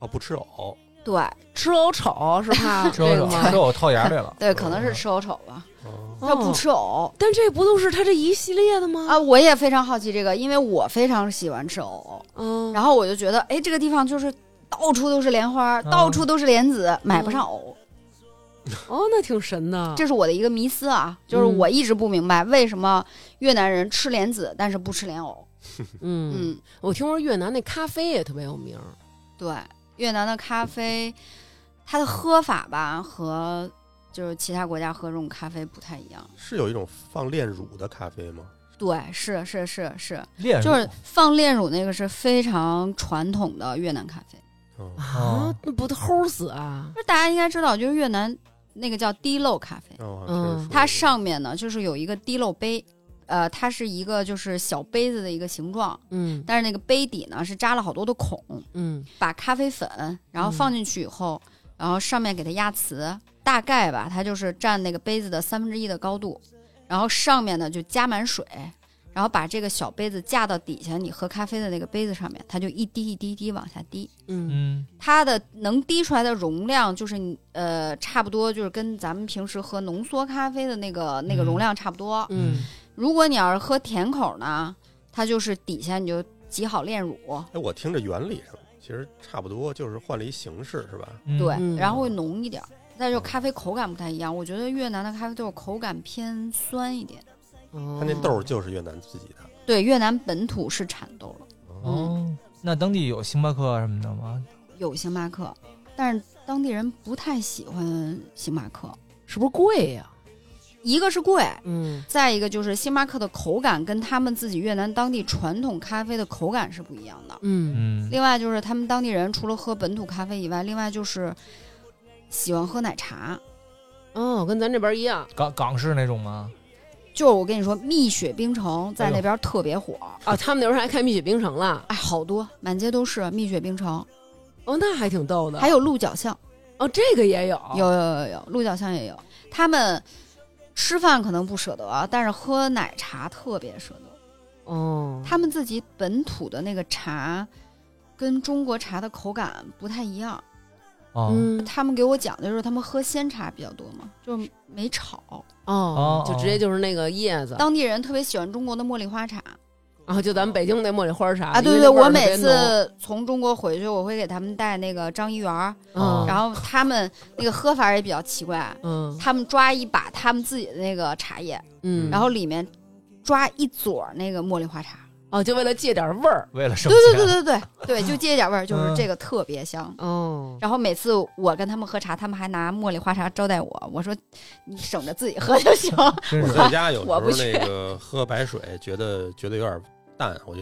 [SPEAKER 4] 哦，不吃藕，
[SPEAKER 3] 对
[SPEAKER 2] 吃藕丑是怕
[SPEAKER 5] 吃
[SPEAKER 2] 这个
[SPEAKER 5] 我
[SPEAKER 2] 吗
[SPEAKER 5] 吃？我套眼里 了，嗯
[SPEAKER 3] 对，可能是吃藕丑吧。
[SPEAKER 4] 哦
[SPEAKER 3] 要不吃藕，
[SPEAKER 2] 但这不都是他这一系列的吗？
[SPEAKER 3] 啊，我也非常好奇这个，因为我非常喜欢吃藕，
[SPEAKER 2] 嗯，
[SPEAKER 3] 然后我就觉得，哎，这个地方就是到处都是莲花，
[SPEAKER 2] 嗯
[SPEAKER 3] 到处都是莲子，买不上藕，
[SPEAKER 2] 哦，那挺神的。
[SPEAKER 3] 这是我的一个迷思啊，就是
[SPEAKER 2] 嗯
[SPEAKER 3] 我一直不明白为什么越南人吃莲子，但是不吃莲藕。
[SPEAKER 2] 嗯，
[SPEAKER 3] 嗯，
[SPEAKER 2] 我听说越南那咖啡也特别有名儿。
[SPEAKER 3] 对，越南的咖啡，它的喝法吧和就是其他国家喝这种咖啡不太一样。
[SPEAKER 4] 是有一种放炼乳的咖啡吗？
[SPEAKER 3] 对，是是是是，
[SPEAKER 5] 炼乳
[SPEAKER 3] 就是放炼乳那个是非常传统的越南咖啡。
[SPEAKER 4] 嗯，
[SPEAKER 2] 啊，那不得齁死啊！
[SPEAKER 3] 就是大家应该知道，就是越南那个叫滴漏咖啡，
[SPEAKER 4] 哦
[SPEAKER 2] 嗯
[SPEAKER 4] 听人说
[SPEAKER 3] 它上面呢就是有一个滴漏杯，呃，它是一个就是小杯子的一个形状，
[SPEAKER 2] 嗯
[SPEAKER 3] 但是那个杯底呢是扎了好多的孔，
[SPEAKER 2] 嗯
[SPEAKER 3] 把咖啡粉然后放进去以后，然后上面给它压瓷，大概吧，它就是占那个杯子的三分之一的高度，然后上面呢就加满水，然后把这个小杯子架到底下你喝咖啡的那个杯子上面，它就一滴一滴一滴往下滴。
[SPEAKER 2] 嗯
[SPEAKER 5] 嗯，
[SPEAKER 3] 它的能滴出来的容量就是你呃，差不多就是跟咱们平时喝浓缩咖啡的那个那个容量差不多。
[SPEAKER 2] 嗯，
[SPEAKER 3] 如果你要是喝甜口呢，它就是底下你就挤好炼乳，
[SPEAKER 4] 哎，我听着原理上其实差不多，就是换了一形式，是吧？
[SPEAKER 5] 嗯
[SPEAKER 3] 对，
[SPEAKER 2] 嗯
[SPEAKER 3] 然后会浓一点儿。再就咖啡口感不太一样，我觉得越南的咖啡豆口感偏酸一点。
[SPEAKER 4] 它
[SPEAKER 2] 它
[SPEAKER 4] 那豆儿就是越南自己的，
[SPEAKER 3] 对，越南本土是产豆了，
[SPEAKER 5] 哦，那当地有星巴克什么的吗？
[SPEAKER 3] 有星巴克，但是当地人不太喜欢星巴克。
[SPEAKER 2] 是不是贵呀？
[SPEAKER 3] 一个是贵，
[SPEAKER 2] 嗯
[SPEAKER 3] 再一个就是星巴克的口感跟他们自己越南当地传统咖啡的口感是不一样的。
[SPEAKER 2] 嗯
[SPEAKER 5] 嗯，
[SPEAKER 3] 另外就是他们当地人除了喝本土咖啡以外，另外就是喜欢喝奶茶。
[SPEAKER 2] 哦，跟咱这边儿一样
[SPEAKER 5] 港港式那种吗？
[SPEAKER 3] 就是我跟你说，蜜雪冰城在那边特别火，
[SPEAKER 2] 啊。他们那边儿还开蜜雪冰城了，
[SPEAKER 3] 哎，好多满街都是蜜雪冰城，
[SPEAKER 2] 哦，那还挺逗的。
[SPEAKER 3] 还有鹿角巷，
[SPEAKER 2] 哦，这个也有
[SPEAKER 3] 有有有有，鹿角巷也有。他们吃饭可能不舍得，啊但是喝奶茶特别舍得。
[SPEAKER 2] 哦，
[SPEAKER 3] 他们自己本土的那个茶，跟中国茶的口感不太一样。
[SPEAKER 5] 哦，
[SPEAKER 2] 嗯
[SPEAKER 3] 他们给我讲的就是他们喝鲜茶比较多嘛，就是没炒。
[SPEAKER 2] 哦
[SPEAKER 5] 哦，
[SPEAKER 2] 就直接就是那个叶子，
[SPEAKER 3] 当地人特别喜欢中国的茉莉花茶
[SPEAKER 2] 然后就咱们北京那茉莉花茶
[SPEAKER 3] 啊，对
[SPEAKER 2] 啊因
[SPEAKER 3] 对
[SPEAKER 2] 为那
[SPEAKER 3] 对，
[SPEAKER 2] 味儿
[SPEAKER 3] 我
[SPEAKER 2] 特别
[SPEAKER 3] 每次从中国回去，我会给他们带那个张一元儿，
[SPEAKER 2] 浓嗯
[SPEAKER 3] 然后他们那个喝法也比较奇怪，
[SPEAKER 2] 嗯
[SPEAKER 3] 他们抓一把他们自己的那个茶叶，
[SPEAKER 2] 嗯，
[SPEAKER 3] 然后里面抓一撮儿那个茉莉花茶。
[SPEAKER 2] 哦，就为了借点儿味儿
[SPEAKER 5] 为了省
[SPEAKER 3] 对
[SPEAKER 5] 钱，
[SPEAKER 3] 对对对对对，就借一点味儿，就是
[SPEAKER 5] 嗯
[SPEAKER 3] 这个特别香。
[SPEAKER 2] 哦。
[SPEAKER 3] 然后每次我跟他们喝茶，他们还拿茉莉花茶招待我。我说你省着自己喝就行。
[SPEAKER 5] 真
[SPEAKER 4] 我
[SPEAKER 5] 是
[SPEAKER 4] 在家有时
[SPEAKER 3] 我
[SPEAKER 4] 候
[SPEAKER 3] 不去
[SPEAKER 4] 那个喝白水，觉得觉得有点淡，我就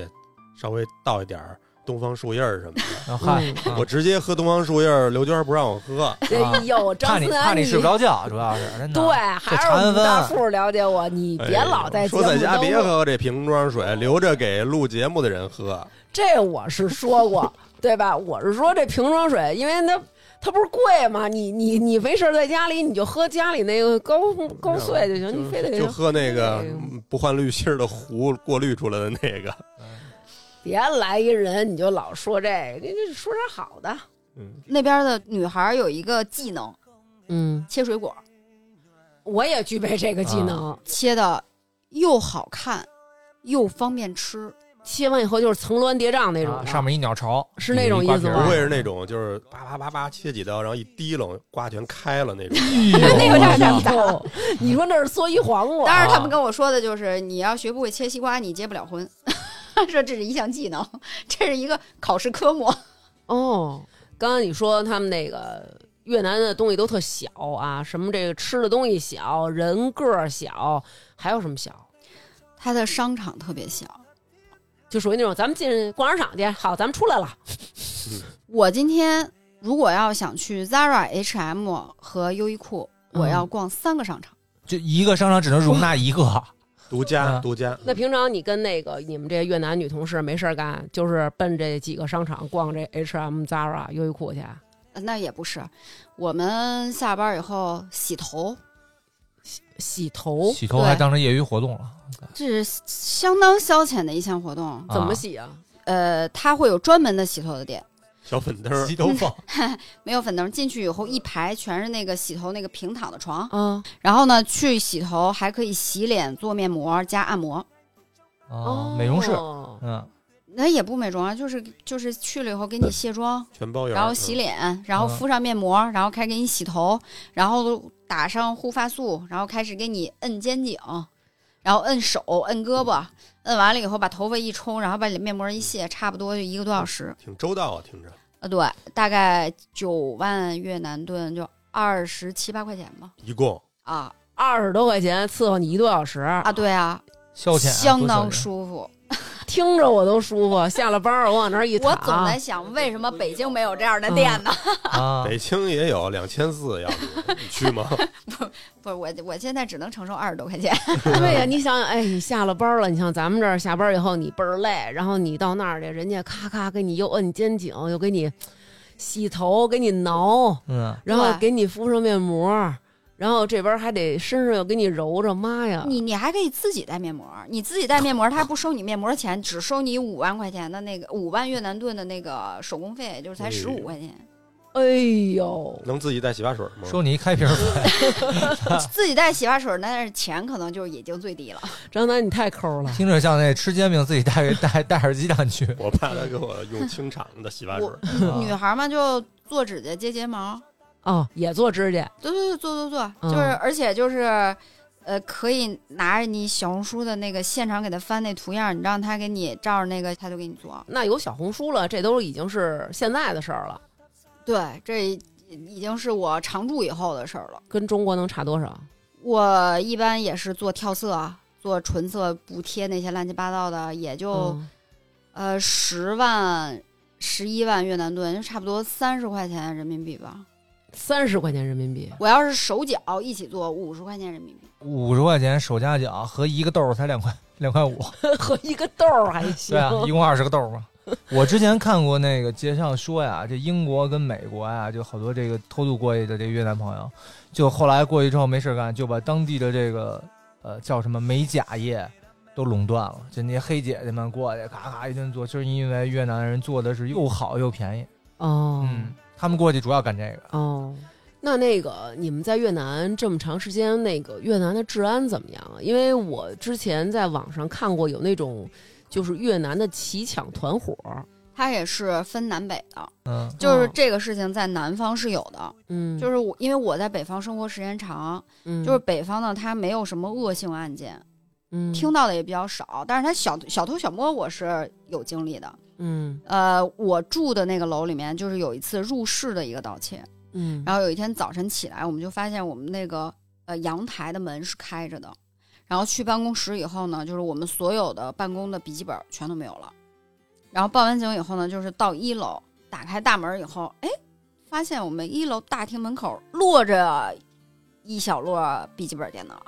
[SPEAKER 4] 稍微倒一点儿东方树叶儿什么的。
[SPEAKER 5] 啊嗨
[SPEAKER 2] 嗯，
[SPEAKER 5] 啊
[SPEAKER 4] 我直接喝东方树叶儿，刘娟儿不让我喝。
[SPEAKER 5] 啊
[SPEAKER 2] 哎呦，
[SPEAKER 5] 怕
[SPEAKER 2] 张
[SPEAKER 5] 你
[SPEAKER 2] 思
[SPEAKER 5] 怕
[SPEAKER 2] 安，
[SPEAKER 5] 你睡不着觉，主要是真的
[SPEAKER 2] 对，还是我们大富了解我，你别
[SPEAKER 4] 哎呦
[SPEAKER 2] 老在节目
[SPEAKER 4] 说在家别
[SPEAKER 2] 中
[SPEAKER 4] 喝这瓶装水，留着给录节目的人喝。
[SPEAKER 2] 这我是说过，对吧？我是说这瓶装水，因为它它不是贵吗？你你你没事儿在家里你就喝家里那个高高碎就行，
[SPEAKER 4] 是
[SPEAKER 2] 你非得
[SPEAKER 4] 就喝那个
[SPEAKER 2] 非得
[SPEAKER 4] 嗯不换滤芯儿的壶过滤出来的那个。
[SPEAKER 2] 别来一人你就老说这个，你这说点好的。
[SPEAKER 4] 嗯，
[SPEAKER 3] 那边的女孩儿有一个技能，
[SPEAKER 2] 嗯，
[SPEAKER 3] 切水果，
[SPEAKER 2] 我也具备这个技能，
[SPEAKER 3] 切的又好看，又方便吃。
[SPEAKER 2] 切完以后就是层峦叠嶂那种
[SPEAKER 5] 啊
[SPEAKER 2] 的，
[SPEAKER 5] 上面一鸟巢，
[SPEAKER 2] 是那种
[SPEAKER 5] 一瓜
[SPEAKER 2] 意思
[SPEAKER 5] 皮儿
[SPEAKER 4] 不
[SPEAKER 2] 吗
[SPEAKER 4] 会是那种就是叭叭叭叭切几刀，然后一滴楞瓜全开了那种。
[SPEAKER 5] 那
[SPEAKER 2] 那个
[SPEAKER 3] 有
[SPEAKER 2] 大
[SPEAKER 3] 点
[SPEAKER 2] 家都，你说那是蓑衣黄瓜，
[SPEAKER 3] 当然，他们跟我说的就是，你要学不会切西瓜，你结不了婚。 说这是一项技能，这是一个考试科目。
[SPEAKER 2] 哦，刚刚你说他们那个越南的东西都特小啊，什么这个吃的东西小，人个儿小，还有什么小？
[SPEAKER 3] 它的商场特别小。
[SPEAKER 2] 就属于那种咱们进逛商场去，好，咱们出来了，
[SPEAKER 3] 我今天如果要想去 Zara、H&M 和优衣库，
[SPEAKER 2] 嗯
[SPEAKER 3] 我要逛三个商场。
[SPEAKER 5] 就一个商场只能容纳一个，
[SPEAKER 2] 哦
[SPEAKER 4] 独家，
[SPEAKER 5] 啊
[SPEAKER 4] 独家。
[SPEAKER 2] 那平常你跟那个你们这越南女同事没事儿干，就是奔这几个商场逛这 H&M、Zara、优衣库去，
[SPEAKER 3] 呃那也不是，我们下班以后洗头，
[SPEAKER 2] 洗头
[SPEAKER 5] 洗头还当成业余活动了，
[SPEAKER 3] 这是相当消遣的一项活动。
[SPEAKER 5] 啊
[SPEAKER 2] 怎么洗啊？
[SPEAKER 3] 呃，它会有专门的洗头的店，
[SPEAKER 4] 小粉灯儿
[SPEAKER 5] 洗头房，
[SPEAKER 3] 没有粉灯。进去以后，一排全是那个洗头那个平躺的床，
[SPEAKER 2] 啊，
[SPEAKER 3] 然后呢，去洗头还可以洗脸、做面膜加按摩。
[SPEAKER 5] 啊，美容室，
[SPEAKER 2] 哦
[SPEAKER 5] 嗯，
[SPEAKER 3] 那也不美容啊，就是就是去了以后给你卸妆，
[SPEAKER 4] 全包圆儿，
[SPEAKER 3] 然后洗脸，然后敷上面膜，然后开始给你洗头，然后打上护发素，然后开始给你摁肩颈，然后摁手、摁胳膊，摁完了以后把头发一冲，然后把你面膜一卸，差不多就一个多小时
[SPEAKER 4] 嗯。挺周到啊，听着。
[SPEAKER 3] 呃，对，大概九万越南盾就二十七八块钱吧。
[SPEAKER 4] 一共
[SPEAKER 3] 啊
[SPEAKER 2] 二十多块钱伺候你一个多小时啊
[SPEAKER 3] 啊，对啊，
[SPEAKER 5] 消遣啊
[SPEAKER 3] 相当
[SPEAKER 5] 多消遣
[SPEAKER 3] 舒服。
[SPEAKER 2] 听着我都舒服。下了班儿我往那儿一躺，
[SPEAKER 3] 我总在想，为什么北京没有这样的店呢？
[SPEAKER 5] 啊，
[SPEAKER 4] 北京也有两千四，要不你去 吗？
[SPEAKER 3] 不是我，我现在只能承受二十多块钱。
[SPEAKER 2] 对呀、你想想，哎，你下了班了，你像咱们这儿下班以后你倍儿累，然后你到那儿去，人家咔咔给你又摁肩颈，又给你洗头，给你挠，
[SPEAKER 5] 嗯，
[SPEAKER 2] 然后
[SPEAKER 3] 对
[SPEAKER 2] 给你敷上面膜，然后这边还得身上又给你揉着，妈呀！
[SPEAKER 3] 你你还可以自己带面膜，你自己带面膜，他还不收你面膜钱，只收你五万块钱的那个五万越南盾的那个手工费，就是才
[SPEAKER 4] 哎
[SPEAKER 3] 十五块钱。
[SPEAKER 2] 哎呦，
[SPEAKER 4] 能自己带洗发水吗？
[SPEAKER 5] 收你一开瓶儿费，啊
[SPEAKER 3] 自己带洗发水，但是钱可能就是已经最低了。
[SPEAKER 2] 张楠你太抠了。
[SPEAKER 5] 听着像那吃煎饼自己带带带耳机蛋去，
[SPEAKER 4] 我怕他给我用清场的洗发水
[SPEAKER 3] 我，女
[SPEAKER 5] 啊
[SPEAKER 3] 孩嘛，就做指甲、接睫毛，
[SPEAKER 2] 哦，也做指甲，
[SPEAKER 3] 对对对，做做做，
[SPEAKER 2] 嗯
[SPEAKER 3] 就是、而且就是，呃，可以拿着你小红书的那个现场给他翻那图样，你让他给你照着那个，他就给你做。
[SPEAKER 2] 那有小红书了，这都已经是现在的事儿了，
[SPEAKER 3] 对，这已已经是我常驻以后的事儿了。
[SPEAKER 2] 跟中国能差多少？
[SPEAKER 3] 我一般也是做跳色啊，做唇色补贴那些乱七八糟的，也就、
[SPEAKER 2] 嗯
[SPEAKER 3] 呃十万、十一万越南盾，就差不多三十块钱人民币吧。
[SPEAKER 2] 三十块钱人民币，
[SPEAKER 3] 我要是手脚一起做，五十块钱人民币。
[SPEAKER 5] 五十块钱手加脚合一个豆儿才两块两块五，
[SPEAKER 2] 和一个豆儿还行。
[SPEAKER 5] 对 啊，一共二十个豆儿嘛。我之前看过那个介绍说呀，这英国跟美国呀，就好多这个偷渡过去的这个越南朋友，就后来过去之后没事干，就把当地的这个呃叫什么美甲业都垄断了，就那些黑姐姐们过去咔咔一顿做，就是因为越南人做的是又好又便宜。
[SPEAKER 2] 哦、
[SPEAKER 5] 嗯，他们过去主要干这个。
[SPEAKER 2] 哦，那那个你们在越南这么长时间，那个越南的治安怎么样啊？因为我之前在网上看过有那种就是越南的骑抢团伙，
[SPEAKER 3] 它也是分南北的，
[SPEAKER 5] 嗯，
[SPEAKER 3] 就是
[SPEAKER 2] 哦
[SPEAKER 3] 这个事情在南方是有的，
[SPEAKER 2] 嗯，
[SPEAKER 3] 就是我因为我在北方生活时间长，
[SPEAKER 2] 嗯
[SPEAKER 3] 就是北方呢，它没有什么恶性案件，
[SPEAKER 2] 嗯
[SPEAKER 3] 听到的也比较少，但是它小小偷小摸我是有经历的。
[SPEAKER 2] 嗯
[SPEAKER 3] 呃，我住的那个楼里面，就是有一次入室的一个盗窃，
[SPEAKER 2] 嗯，
[SPEAKER 3] 然后有一天早晨起来，我们就发现我们那个呃阳台的门是开着的，然后去办公室以后呢，就是我们所有的办公的笔记本全都没有了。然后报完警以后呢，就是到一楼打开大门以后，哎，发现我们一楼大厅门口落着一小摞笔记本电脑，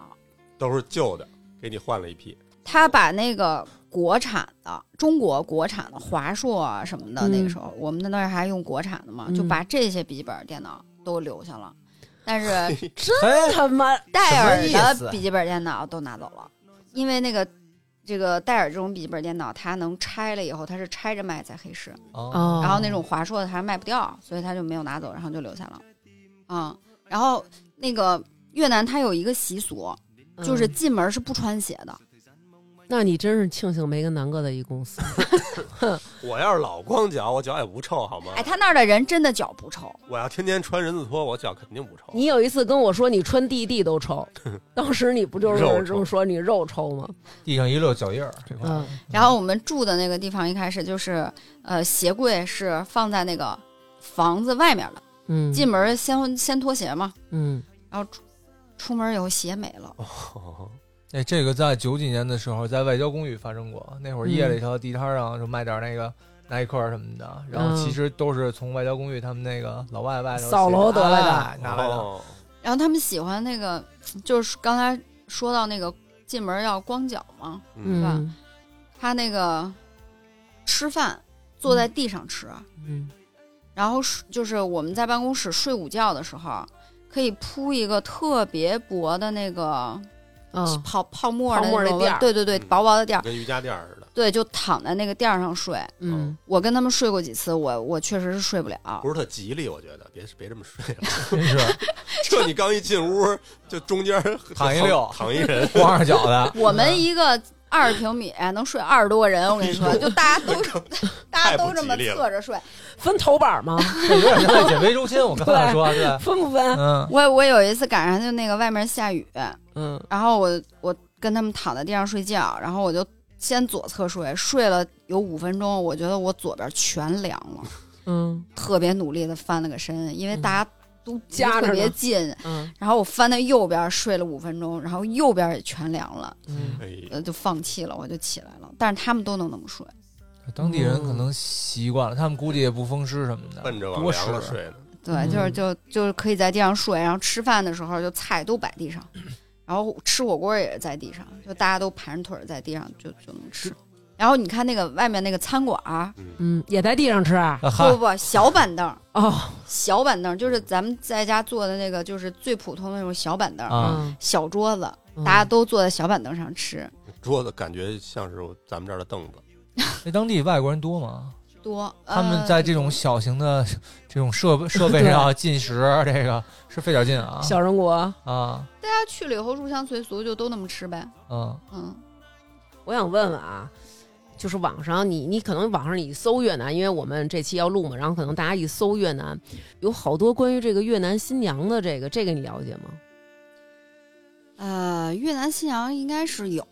[SPEAKER 4] 都是旧的，给你换了一批。
[SPEAKER 3] 他把那个国产的中国国产的华硕啊什么的，
[SPEAKER 2] 嗯
[SPEAKER 3] 那个时候我们那儿还用国产的嘛，
[SPEAKER 2] 嗯
[SPEAKER 3] 就把这些笔记本电脑都留下了，但是
[SPEAKER 5] 哎，
[SPEAKER 2] 他妈
[SPEAKER 3] 戴
[SPEAKER 5] 什么意
[SPEAKER 3] 尔
[SPEAKER 5] 思
[SPEAKER 3] 的笔记本电脑都拿走了，因为那个这个戴尔这种笔记本电脑，它能拆了以后，它是拆着卖在黑市，
[SPEAKER 5] 哦，
[SPEAKER 2] 哦，
[SPEAKER 3] 然后那种华硕的它卖不掉，所以他就没有拿走，然后就留下了。嗯，然后那个越南它有一个习俗，
[SPEAKER 2] 嗯
[SPEAKER 3] 就是进门是不穿鞋的。
[SPEAKER 2] 那你真是庆幸没跟南哥在一公司。
[SPEAKER 4] 我要是老光脚，我脚也不臭好吗？
[SPEAKER 3] 哎，他那儿的人真的脚不臭，
[SPEAKER 4] 我要天天穿人字拖，我脚肯定不臭。
[SPEAKER 2] 你有一次跟我说你穿地地都 臭，当时你不就是
[SPEAKER 4] 肉臭
[SPEAKER 2] 这么说你肉臭吗？
[SPEAKER 5] 地上一溜脚印儿，这块儿
[SPEAKER 2] 嗯，
[SPEAKER 3] 然后我们住的那个地方一开始就是，呃，鞋柜是放在那个房子外面的，
[SPEAKER 2] 嗯，
[SPEAKER 3] 进门先先脱鞋嘛，
[SPEAKER 2] 嗯
[SPEAKER 3] 出门以后鞋没了。
[SPEAKER 4] 哦
[SPEAKER 5] 哎，这个在九几年的时候，在外交公寓发生过。那会儿夜
[SPEAKER 2] 嗯
[SPEAKER 5] 里头地摊儿上就卖点那个耐克什么的，然后其实都是从外交公寓他们那个老外外
[SPEAKER 2] 嗯
[SPEAKER 5] 头
[SPEAKER 2] 扫楼得来的
[SPEAKER 5] 哎拿来的。
[SPEAKER 4] 哦
[SPEAKER 3] 然后他们喜欢那个，就是刚才说到那个进门要光脚嘛，
[SPEAKER 4] 嗯，
[SPEAKER 2] 嗯
[SPEAKER 3] 他那个吃饭坐在地上吃，
[SPEAKER 2] 嗯
[SPEAKER 3] 然后睡就是我们在办公室睡午觉的时候，可以铺一个特别薄的那个
[SPEAKER 2] 啊
[SPEAKER 3] 泡泡沫的
[SPEAKER 2] 泡沫
[SPEAKER 3] 那
[SPEAKER 2] 那
[SPEAKER 3] 种
[SPEAKER 2] 垫儿
[SPEAKER 3] 对对对，
[SPEAKER 4] 嗯
[SPEAKER 3] 薄薄的垫儿，
[SPEAKER 4] 跟瑜伽垫儿似的，
[SPEAKER 3] 对，就躺在那个垫儿上睡。
[SPEAKER 2] 嗯，
[SPEAKER 3] 我跟他们睡过几次，我我确实是睡不了。，
[SPEAKER 5] 啊
[SPEAKER 4] 不是特吉利，我觉得别别这么睡了。
[SPEAKER 5] 真是
[SPEAKER 4] 这你刚一进屋，就中间儿
[SPEAKER 5] 躺一溜
[SPEAKER 4] 躺一 人，
[SPEAKER 5] 光着脚的
[SPEAKER 3] 我们一个二十平米哎能睡二十多人，我 跟你说，就大家都大家都这么侧着睡。
[SPEAKER 2] 分头板吗？
[SPEAKER 5] 这有点像在减肥中心。我刚才说对，
[SPEAKER 2] 分不分？
[SPEAKER 5] 嗯，
[SPEAKER 3] 我我有一次赶上就那个外面下雨，
[SPEAKER 2] 嗯
[SPEAKER 3] 然后我我跟他们躺在地上睡觉，然后我就先左侧睡，睡了有五分钟，我觉得我左边全凉了，
[SPEAKER 2] 嗯
[SPEAKER 3] 特别努力的翻了个身，因为大家都离
[SPEAKER 2] 夹着呢
[SPEAKER 3] 特别近，
[SPEAKER 2] 嗯
[SPEAKER 3] 然后我翻到右边睡了五分钟，然后右边也全凉了。
[SPEAKER 2] 嗯，
[SPEAKER 4] 哎，
[SPEAKER 3] 呃，就放弃了，我就起来了。但是他们都能那么睡，
[SPEAKER 5] 当地人
[SPEAKER 2] 嗯
[SPEAKER 5] 可能习惯了，他们估计也不风湿什么的，
[SPEAKER 4] 奔着往
[SPEAKER 5] 多
[SPEAKER 4] 凉了
[SPEAKER 5] 湿。啊
[SPEAKER 4] 睡呢。
[SPEAKER 3] 对，
[SPEAKER 2] 嗯
[SPEAKER 3] 就是就就是可以在地上睡，然后吃饭的时候就菜都摆地上，然后吃火锅也是在地上，就大家都盘着腿儿在地上就就能吃。然后你看那个外面那个餐馆儿，
[SPEAKER 2] 嗯，也在地上吃啊？
[SPEAKER 3] 不
[SPEAKER 5] 啊
[SPEAKER 3] 不
[SPEAKER 5] 哈，
[SPEAKER 3] 不，小板凳儿，
[SPEAKER 2] 哦，
[SPEAKER 3] 小板凳儿就是咱们在家坐的那个，就是最普通的那种小板凳儿，
[SPEAKER 5] 啊，
[SPEAKER 3] 小桌子，
[SPEAKER 2] 嗯，
[SPEAKER 3] 大家都坐在小板凳上吃，
[SPEAKER 4] 桌子感觉像是咱们这儿的凳子，
[SPEAKER 5] 那当地外国人多吗？
[SPEAKER 3] 多。
[SPEAKER 5] 他们
[SPEAKER 3] 呃
[SPEAKER 5] 在这种小型的这种设备设 备上进食，这个是费点劲啊
[SPEAKER 2] 小人国。
[SPEAKER 5] 啊
[SPEAKER 3] 大家去了以后入乡随俗，就都那么吃呗。
[SPEAKER 5] 嗯，
[SPEAKER 3] 嗯，
[SPEAKER 2] 我想问问啊，就是网上你你可能网上你搜越南，因为我们这期要录嘛，然后可能大家一搜越南，有好多关于这个越南新娘的这个这个你了解吗？
[SPEAKER 3] 呃，越南新娘应该是有，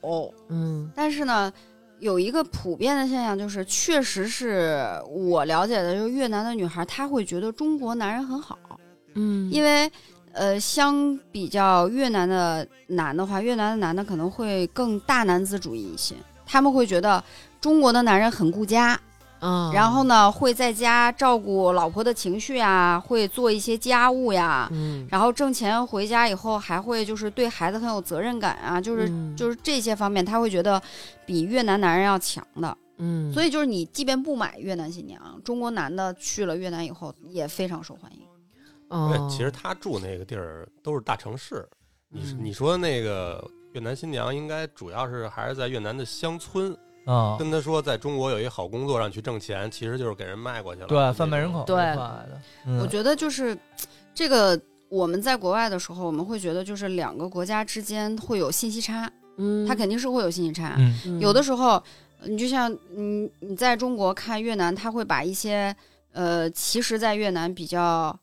[SPEAKER 2] 嗯
[SPEAKER 3] 但是呢，有一个普遍的现象就是，确实是我了解的，就是越南的女孩她会觉得中国男人很好，
[SPEAKER 2] 嗯
[SPEAKER 3] 因为呃，相比较越南的男的话，越南的男的可能会更大男子主义一些，他们会觉得中国的男人很顾家，
[SPEAKER 2] 啊，
[SPEAKER 3] 然后呢会在家照顾老婆的情绪啊，会做一些家务呀。
[SPEAKER 2] 嗯，
[SPEAKER 3] 然后挣钱回家以后，还会就是对孩子很有责任感啊，就是
[SPEAKER 2] 嗯
[SPEAKER 3] 就是这些方面，他会觉得比越南男人要强的。
[SPEAKER 2] 嗯，
[SPEAKER 3] 所
[SPEAKER 2] 以
[SPEAKER 3] 以就是你即便不买越南新娘，中国男的去了越南以后也非常受欢迎。
[SPEAKER 2] 哦，
[SPEAKER 4] 其实他住那个地儿都是大城市，你是
[SPEAKER 2] 嗯
[SPEAKER 4] 你说那个越南新娘应该主要是还是在越南的乡村，
[SPEAKER 5] 啊，
[SPEAKER 4] 跟他说在中国有一好工作让你去挣钱，其实就是给人卖过去了，
[SPEAKER 5] 对，啊贩卖人口
[SPEAKER 2] 对
[SPEAKER 5] 这块的，
[SPEAKER 3] 我
[SPEAKER 5] 嗯
[SPEAKER 3] 觉得就是这个，我们在国外的时候，我们会觉得就是两个国家之间会有信息差，
[SPEAKER 2] 嗯，
[SPEAKER 3] 它肯定是会有信息差。
[SPEAKER 5] 嗯
[SPEAKER 2] 嗯
[SPEAKER 3] 有的时候，你就像你你在中国看越南，他会把一些呃，其实在越南比较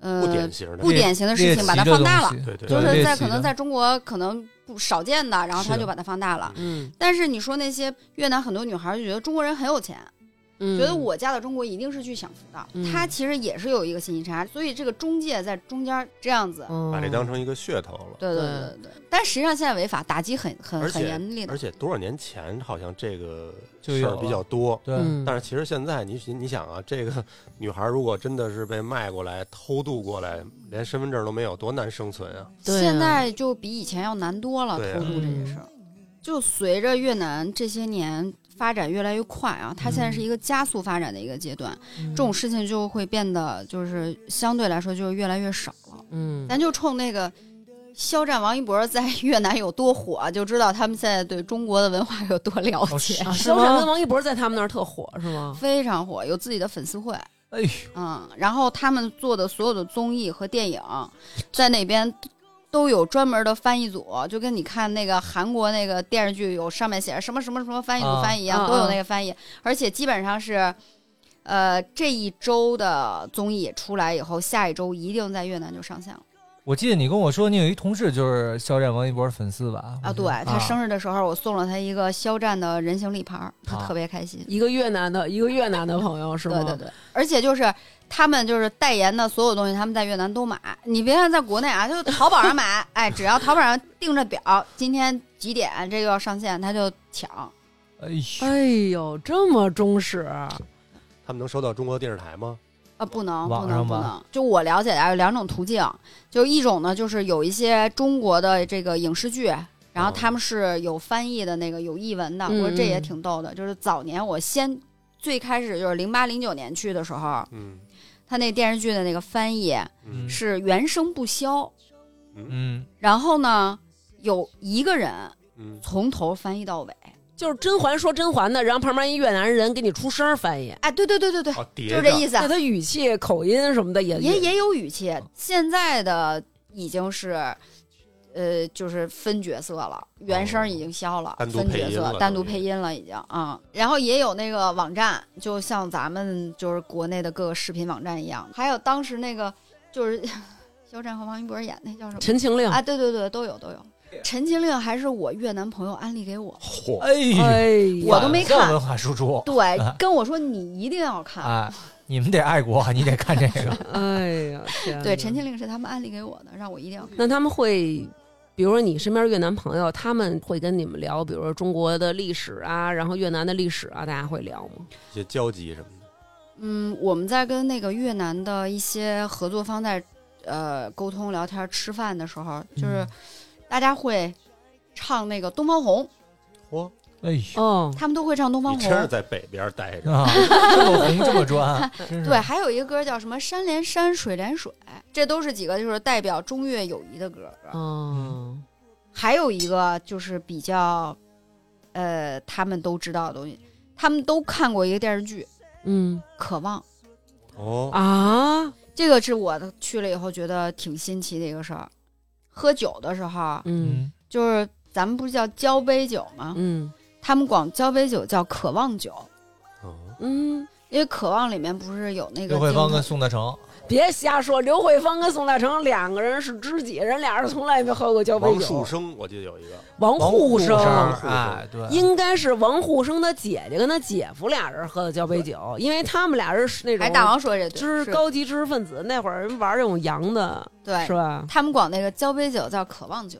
[SPEAKER 3] 呃
[SPEAKER 4] 不典型的
[SPEAKER 5] 呃
[SPEAKER 3] 不。典型的事情把它放大了，
[SPEAKER 5] 猎奇的东西
[SPEAKER 4] 对对
[SPEAKER 3] 就
[SPEAKER 5] 对
[SPEAKER 3] 是
[SPEAKER 5] 猎
[SPEAKER 3] 在
[SPEAKER 5] 奇
[SPEAKER 3] 可能
[SPEAKER 5] 的
[SPEAKER 3] 在中国可能不少见的，然后
[SPEAKER 5] 是
[SPEAKER 3] 他
[SPEAKER 5] 的
[SPEAKER 3] 就把它放大了。
[SPEAKER 2] 嗯
[SPEAKER 3] 但是你说那些越南很多女孩就觉得中国人很有钱，
[SPEAKER 2] 嗯，
[SPEAKER 3] 觉得我嫁到中国一定是去享福的，
[SPEAKER 2] 嗯
[SPEAKER 3] 她其实也是有一个信息差，所以这个中介在中间这样子，
[SPEAKER 2] 嗯
[SPEAKER 4] 把这当成一个噱头了。
[SPEAKER 3] 对对对对对。但实际上现在违法，打击很很
[SPEAKER 4] 而且
[SPEAKER 3] 很严厉的
[SPEAKER 4] 而。且多少年前好像这个
[SPEAKER 5] 就
[SPEAKER 4] 事
[SPEAKER 5] 有
[SPEAKER 4] 儿
[SPEAKER 5] 了
[SPEAKER 4] 比较多，
[SPEAKER 5] 对，
[SPEAKER 2] 嗯
[SPEAKER 4] 但是其实现在你你想啊，这个女孩如果真的是被卖过来、偷渡过来，连身份证都没有，多难生存啊！
[SPEAKER 2] 对啊
[SPEAKER 3] 现在就比以前要难多了，
[SPEAKER 4] 对啊
[SPEAKER 3] 偷渡这件事儿。就随着越南这些年发展越来越快啊，它现在是一个加速发展的一个阶段，
[SPEAKER 2] 嗯
[SPEAKER 3] 这种事情就会变得就是相对来说就是越来越少了。
[SPEAKER 2] 嗯，
[SPEAKER 3] 咱就冲那个肖战、王一博在越南有多火，就知道他们现在对中国的文化有多了
[SPEAKER 5] 哦
[SPEAKER 3] 解，
[SPEAKER 5] 是
[SPEAKER 2] 啊，
[SPEAKER 5] 是
[SPEAKER 2] 肖战
[SPEAKER 5] 吗
[SPEAKER 2] 跟王一博在他们那儿特火是吗？
[SPEAKER 3] 非常火，有自己的粉丝会。
[SPEAKER 5] 哎呦，
[SPEAKER 3] 嗯，然后他们做的所有的综艺和电影，在那边都有专门的翻译组，就跟你看那个韩国那个电视剧有上面写着什么什么什么翻译组
[SPEAKER 5] 啊
[SPEAKER 3] 翻译一样，
[SPEAKER 2] 啊
[SPEAKER 3] 都有
[SPEAKER 2] 啊
[SPEAKER 3] 那个翻译，而且基本上是，呃，这一周的综艺出来以后，下一周一定在越南就上线了
[SPEAKER 5] 我记得你跟我说，你有一同事就是肖战、王一博的粉丝吧？
[SPEAKER 3] 啊！对他生日的时候，我送了他一个肖战的人形立牌儿，他
[SPEAKER 5] 啊
[SPEAKER 3] 特别开心。
[SPEAKER 2] 一个越南的，一个越南的朋友是吗？
[SPEAKER 3] 对对对，而且就是他们就是代言的所有东西，他们在越南都买。你别看在国内啊，就淘宝上 买，哎，只要淘宝上定着表，今天几点这个要上线，他就抢。
[SPEAKER 5] 哎呦，
[SPEAKER 2] 哎呦，这么忠实，
[SPEAKER 4] 他们能收到中国电视台吗？
[SPEAKER 3] 啊，不能，不
[SPEAKER 5] 网
[SPEAKER 3] 能，
[SPEAKER 5] 上
[SPEAKER 3] 不
[SPEAKER 5] 吧
[SPEAKER 3] 能！就我了解啊，有两种途径，就一种呢，就是有一些中国的这个影视剧，然后
[SPEAKER 4] 嗯
[SPEAKER 3] 他们是有翻译的那个有译文的，
[SPEAKER 5] 哦
[SPEAKER 3] 我说这也
[SPEAKER 2] 嗯
[SPEAKER 3] 挺逗的。就是早年我先最开始就是零八零九年去的时候，
[SPEAKER 4] 嗯
[SPEAKER 3] 他那电视剧的那个翻译
[SPEAKER 5] 嗯
[SPEAKER 3] 是原声不消，
[SPEAKER 4] 嗯
[SPEAKER 5] 嗯，
[SPEAKER 3] 然后呢，有一个人
[SPEAKER 4] 嗯，
[SPEAKER 3] 从头翻译到尾。
[SPEAKER 2] 就是甄嬛说甄嬛的，然后旁边一越南人给你出声翻译，
[SPEAKER 3] 哎，对对对对对，
[SPEAKER 4] 哦，叠
[SPEAKER 3] 就是这
[SPEAKER 4] 着
[SPEAKER 3] 意思
[SPEAKER 2] 那
[SPEAKER 3] 啊。
[SPEAKER 2] 他语气、口音什么的也
[SPEAKER 3] 也也有语气，现在的已经是，呃，就是分角色了，原声已经消了，
[SPEAKER 4] 哦单独
[SPEAKER 3] 分
[SPEAKER 4] 配
[SPEAKER 3] 角
[SPEAKER 4] 音
[SPEAKER 3] 色
[SPEAKER 4] 了
[SPEAKER 3] 单独
[SPEAKER 4] 等于
[SPEAKER 3] 配音了已经啊、然后也有那个网站，就像咱们就是国内的各个视频网站一样，还有当时那个就是 肖战和王一博演那叫什么？
[SPEAKER 2] 陈情令。
[SPEAKER 3] 啊，对对对，都有都有。陈情令还是我越南朋友安利给我的，
[SPEAKER 4] 嚯，
[SPEAKER 5] 哎呦，
[SPEAKER 2] 呦
[SPEAKER 3] 我都没看
[SPEAKER 5] 反向文化输出，
[SPEAKER 3] 对，跟我说你一定要看，
[SPEAKER 5] 哎，你们得爱国，你得看这个。
[SPEAKER 2] 哎呀，天哪
[SPEAKER 3] 对，《陈情令》是他们安利给我的，让我一定要看。
[SPEAKER 2] 那他们会，比如说你身边越南朋友，他们会跟你们聊，比如说中国的历史啊，然后越南的历史啊，大家会聊吗？
[SPEAKER 4] 一些交集什么的，
[SPEAKER 3] 嗯，我们在跟那个越南的一些合作方在呃沟通、聊天、吃
[SPEAKER 5] 嗯
[SPEAKER 3] 饭的时候，就是大家会唱那个《东方红》，
[SPEAKER 4] 嚯，
[SPEAKER 5] 哎呦
[SPEAKER 2] 哦，
[SPEAKER 3] 他们都会唱《东方
[SPEAKER 4] 你
[SPEAKER 3] 红》。
[SPEAKER 4] 真是在北边待着，
[SPEAKER 5] 啊，这么红这 么专，真是
[SPEAKER 3] 哦对，嗯还有一个歌叫什么“山连山，水连水”，这都是几个就是代表中越友谊的歌。啊
[SPEAKER 2] 哦，
[SPEAKER 3] 还有一个就是比较，呃，他们都知道的东西，他们都看过一个电视剧
[SPEAKER 2] 嗯
[SPEAKER 3] 《渴望》，
[SPEAKER 4] 哦，
[SPEAKER 2] 啊，
[SPEAKER 3] 这个是我去了以后觉得挺新奇的一个事儿。喝酒的时候，
[SPEAKER 2] 嗯
[SPEAKER 5] 嗯，
[SPEAKER 3] 就是咱们不是叫交杯酒吗？
[SPEAKER 2] 嗯
[SPEAKER 3] 他们管交杯酒叫渴望酒，
[SPEAKER 4] 哦
[SPEAKER 2] 嗯，
[SPEAKER 3] 因为渴望里面不是有那个
[SPEAKER 5] 刘慧芳跟
[SPEAKER 3] 精
[SPEAKER 5] 宋大成，
[SPEAKER 2] 别瞎说，刘慧芳跟宋大成两个人是知己，人俩人从来没喝过交杯
[SPEAKER 5] 啊
[SPEAKER 4] 王树
[SPEAKER 2] 酒。
[SPEAKER 4] 生，我记得有一个，
[SPEAKER 2] 王沪
[SPEAKER 5] 生，
[SPEAKER 2] 生。
[SPEAKER 5] 哎，对，
[SPEAKER 2] 应该是王沪生的姐姐跟他姐夫俩人喝的交杯酒，因为他们俩人是那
[SPEAKER 3] 神哎，大
[SPEAKER 2] 种
[SPEAKER 3] 王说这对
[SPEAKER 2] 知
[SPEAKER 3] 是
[SPEAKER 2] 高级知识分子，那会儿人玩这种洋的，
[SPEAKER 3] 对
[SPEAKER 2] 是，吧？
[SPEAKER 3] 他们管那个交杯酒叫渴望酒。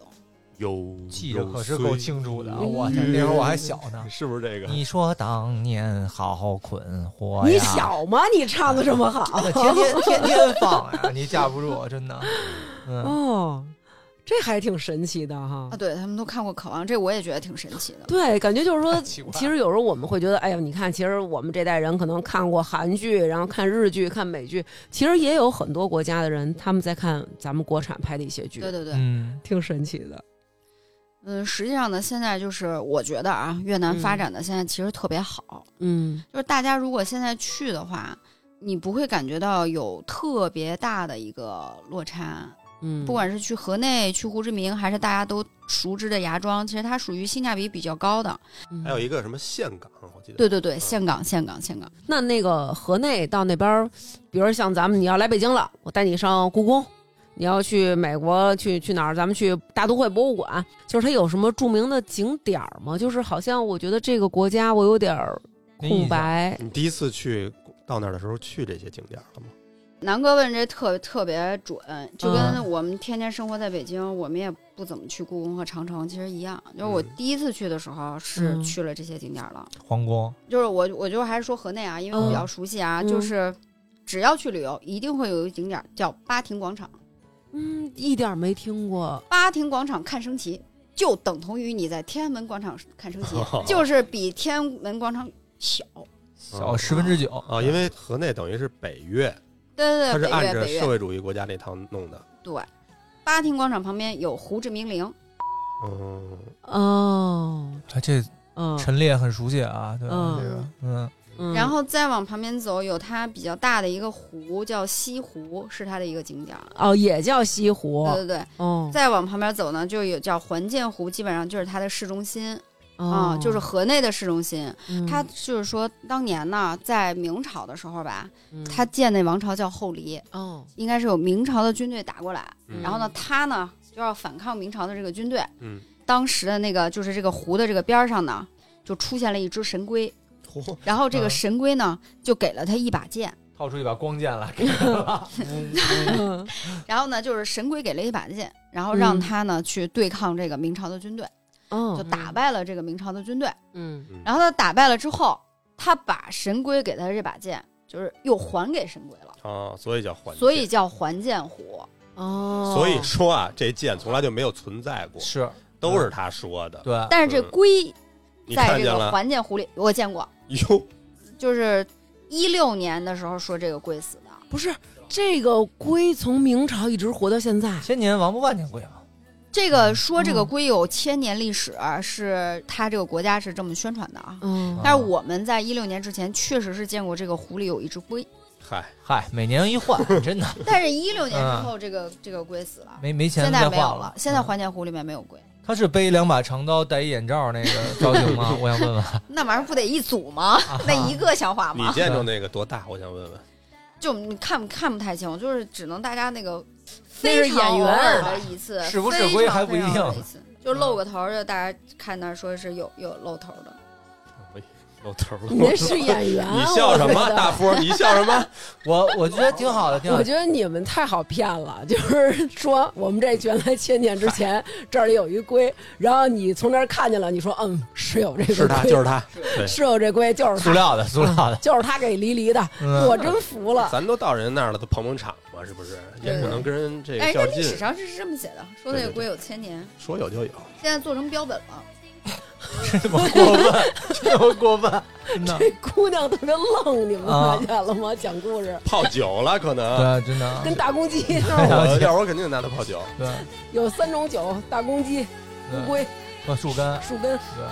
[SPEAKER 4] 有
[SPEAKER 5] 记得可是够清楚的，啊
[SPEAKER 2] 嗯
[SPEAKER 5] 我天，那会儿我还小呢。
[SPEAKER 4] 是不是这个？
[SPEAKER 5] 你说当年好困惑哎呀，
[SPEAKER 2] 你小吗？你唱的这么好
[SPEAKER 5] 那天天天天放 呀，你架不住，啊真的。 嗯，
[SPEAKER 2] 哦，这还挺神奇的哈
[SPEAKER 3] 啊，。对他们都看过《渴望》，这我也觉得挺神奇的。
[SPEAKER 2] 对，感觉就是说，
[SPEAKER 5] 奇怪
[SPEAKER 2] 其实有时候我们会觉得，哎呀，你看，其实我们这代人可能看过韩剧，然后看日剧、看美剧，其实也有很多国家的人他们在看咱们国产拍的一些剧，
[SPEAKER 3] 对对对，
[SPEAKER 5] 嗯，
[SPEAKER 2] 挺神奇的。
[SPEAKER 3] 嗯，实际上呢，现在就是我觉得啊，越南发
[SPEAKER 2] 嗯
[SPEAKER 3] 展的现在其实特别好，
[SPEAKER 2] 嗯
[SPEAKER 3] 就是大家如果现在去的话，你不会感觉到有特别大的一个落差。
[SPEAKER 2] 嗯，
[SPEAKER 3] 不管是去河内、去胡志明，还是大家都熟知的芽庄，其实它属于性价比比较高的。
[SPEAKER 2] 嗯
[SPEAKER 4] 还有一个什么岘港，我记得
[SPEAKER 3] 对对对，岘港、岘港、岘港，
[SPEAKER 2] 那那个河内到那边儿，比如像咱们你要来北京了，我带你上故宫；你要去美国去去哪儿，咱们去大都会博物馆。就是它有什么著名的景点儿吗？就是好像我觉得这个国家我有点儿
[SPEAKER 5] 没
[SPEAKER 2] 空
[SPEAKER 5] 印象。
[SPEAKER 2] 白。
[SPEAKER 4] 你第一次去到那儿的时候，去这些景点了吗？
[SPEAKER 3] 南哥问这特特别准，就
[SPEAKER 5] 嗯
[SPEAKER 3] 跟我们天天生活在北京，我们也不怎么去故宫和长城，其实一样。就是我
[SPEAKER 4] 嗯，
[SPEAKER 3] 第一次去的时候是
[SPEAKER 2] 嗯
[SPEAKER 3] 去了这些景点了，
[SPEAKER 5] 皇宫，
[SPEAKER 3] 就是我我就还是说河内啊，因为我比较熟悉啊，
[SPEAKER 2] 嗯
[SPEAKER 3] 就是只要去旅游，一定会有一个景点叫巴亭广场。
[SPEAKER 2] 嗯，一点儿没听过。
[SPEAKER 3] 巴亭广场看升旗，就等同于你在天安门广场看升旗就是比天安门广场小。
[SPEAKER 5] 小十分之九
[SPEAKER 4] 啊，因为河内等于是北越，它
[SPEAKER 3] 对对
[SPEAKER 4] 是
[SPEAKER 3] 对，
[SPEAKER 4] 按
[SPEAKER 3] 北越
[SPEAKER 4] 着社
[SPEAKER 3] 北越
[SPEAKER 4] 会主义国家那套弄的。
[SPEAKER 3] 对。巴亭广场旁边有胡志明陵，
[SPEAKER 4] 嗯，
[SPEAKER 2] 哦，
[SPEAKER 5] 啊，这
[SPEAKER 2] 嗯
[SPEAKER 5] 陈列很熟悉啊，对吧？
[SPEAKER 2] 嗯
[SPEAKER 5] 这个，嗯，
[SPEAKER 2] 嗯，
[SPEAKER 3] 然后再往旁边走，有它比较大的一个湖，叫西湖，是它的一个景点。
[SPEAKER 2] 哦也叫西湖
[SPEAKER 3] 对对对，
[SPEAKER 2] 哦
[SPEAKER 3] 再往旁边走呢，就有叫环建湖，基本上就是它的市中心啊、
[SPEAKER 2] 哦，
[SPEAKER 3] 就是河内的市中心。
[SPEAKER 2] 嗯
[SPEAKER 3] 它就是说，当年呢，在明朝的时候吧，
[SPEAKER 2] 嗯
[SPEAKER 3] 他建那王朝叫后黎，
[SPEAKER 2] 哦
[SPEAKER 3] 应该是有明朝的军队打过来，
[SPEAKER 4] 嗯
[SPEAKER 3] 然后呢，他呢就要反抗明朝的这个军队。
[SPEAKER 4] 嗯，
[SPEAKER 3] 当时的那个就是这个湖的这个边儿上呢，就出现了一只神龟，
[SPEAKER 4] 嚯，
[SPEAKER 3] 然后这
[SPEAKER 5] 嗯
[SPEAKER 3] 个神龟呢就给了他一把剑，
[SPEAKER 5] 掏出一把光剑来，
[SPEAKER 2] 嗯
[SPEAKER 3] 然后呢就是神龟给了一把剑，然后
[SPEAKER 2] 嗯
[SPEAKER 3] 让他呢去对抗这个明朝的军队，
[SPEAKER 2] 哦
[SPEAKER 3] 就打败了这个明朝的军队。
[SPEAKER 2] 嗯
[SPEAKER 3] 然后他打败了之后，他把神龟给他的这把剑就是又还给神龟了，
[SPEAKER 4] 啊，所以叫环剑，
[SPEAKER 3] 所以叫还剑湖。
[SPEAKER 2] 哦，
[SPEAKER 4] 所以说啊，这剑从来就没有存在过，
[SPEAKER 5] 是
[SPEAKER 4] 都是他说的。
[SPEAKER 5] 对，
[SPEAKER 3] 但是这龟
[SPEAKER 4] 嗯你
[SPEAKER 3] 在
[SPEAKER 4] 看
[SPEAKER 3] 这
[SPEAKER 4] 见
[SPEAKER 3] 个
[SPEAKER 4] 了？
[SPEAKER 3] 还剑湖里，我见过，
[SPEAKER 4] 哟，
[SPEAKER 3] 就是一六年的时候说这个龟死的。
[SPEAKER 2] 不是这个龟从明朝一直活到现在，
[SPEAKER 5] 千年王八万年贵嘛，
[SPEAKER 3] 这
[SPEAKER 4] 嗯
[SPEAKER 3] 个说这个龟有千年历史，啊是他这个国家是这么宣传的
[SPEAKER 4] 哦
[SPEAKER 3] 啊。
[SPEAKER 2] 嗯
[SPEAKER 3] 但是我们在一六年之前确实是见过这个湖里有一 只龟，
[SPEAKER 4] 嗨，
[SPEAKER 5] 嗨，每年一换，真的
[SPEAKER 3] 但是一六年
[SPEAKER 4] 嗯
[SPEAKER 3] 之后这个这个龟死了，
[SPEAKER 5] 没没钱
[SPEAKER 3] 现
[SPEAKER 5] 再
[SPEAKER 3] 在
[SPEAKER 5] 换
[SPEAKER 3] 没有了。现在
[SPEAKER 5] 嗯
[SPEAKER 3] 环剑湖里面没有龟，
[SPEAKER 5] 他是背两把长刀，戴一眼罩那 个造型吗？我想问问。
[SPEAKER 3] 那玩意儿不得一组 吗？那一个像话
[SPEAKER 4] 你
[SPEAKER 3] 吗？
[SPEAKER 4] 见着那个多大？我想问问。
[SPEAKER 3] 就你看看不太清，就是只能大家那个
[SPEAKER 2] 那是
[SPEAKER 3] 非常
[SPEAKER 2] 演员
[SPEAKER 3] 偶尔的一次，
[SPEAKER 5] 是不是
[SPEAKER 3] 非常
[SPEAKER 5] 龟还不一啊嗯
[SPEAKER 3] 非
[SPEAKER 5] 定
[SPEAKER 3] 常偶尔的次就露个头儿，就大家看那儿说是有有露头的。
[SPEAKER 4] 老头儿，
[SPEAKER 2] 您 是
[SPEAKER 3] 啊
[SPEAKER 2] 演员，
[SPEAKER 4] 你笑什
[SPEAKER 2] 我
[SPEAKER 4] 么，
[SPEAKER 2] 觉得
[SPEAKER 4] 大夫？你笑什 么？
[SPEAKER 5] 我我觉得挺好的，挺好
[SPEAKER 2] 我
[SPEAKER 5] 的。
[SPEAKER 2] 觉得你们太好骗了， 就是说我们这原来千年之 前这儿有一龟，然后你从那儿看见了，你说嗯是有这个龟，
[SPEAKER 4] 是他，就是他。
[SPEAKER 2] 是有这龟，就是
[SPEAKER 5] 塑
[SPEAKER 2] 他，
[SPEAKER 5] 料的，塑料 的，
[SPEAKER 2] 就是他给离离的，
[SPEAKER 5] 嗯
[SPEAKER 2] 我真服了。
[SPEAKER 4] 咱都到人那儿了，都捧捧场嘛，是不是？也不能跟人这
[SPEAKER 3] 哎，
[SPEAKER 4] 个
[SPEAKER 3] 这
[SPEAKER 4] 较劲，
[SPEAKER 3] 历史上是这么写的，说那
[SPEAKER 4] 对
[SPEAKER 3] 个
[SPEAKER 4] 对
[SPEAKER 3] 龟有千年，
[SPEAKER 4] 说有就有。
[SPEAKER 3] 现在做成标本了。
[SPEAKER 5] 这么过分， 这么过分，真的，
[SPEAKER 2] 这姑娘特别愣，你们
[SPEAKER 5] 啊
[SPEAKER 2] 发现了吗？讲故事
[SPEAKER 4] 泡酒了可能。
[SPEAKER 5] 对，啊真的，
[SPEAKER 2] 跟大公鸡一样，
[SPEAKER 5] 了
[SPEAKER 4] 我
[SPEAKER 5] 解
[SPEAKER 4] 要我肯定拿它泡酒。
[SPEAKER 5] 对，啊
[SPEAKER 2] 有三种酒：大公鸡、乌
[SPEAKER 5] 对，
[SPEAKER 2] 龟、
[SPEAKER 5] 和树根，
[SPEAKER 2] 树根。
[SPEAKER 5] 对。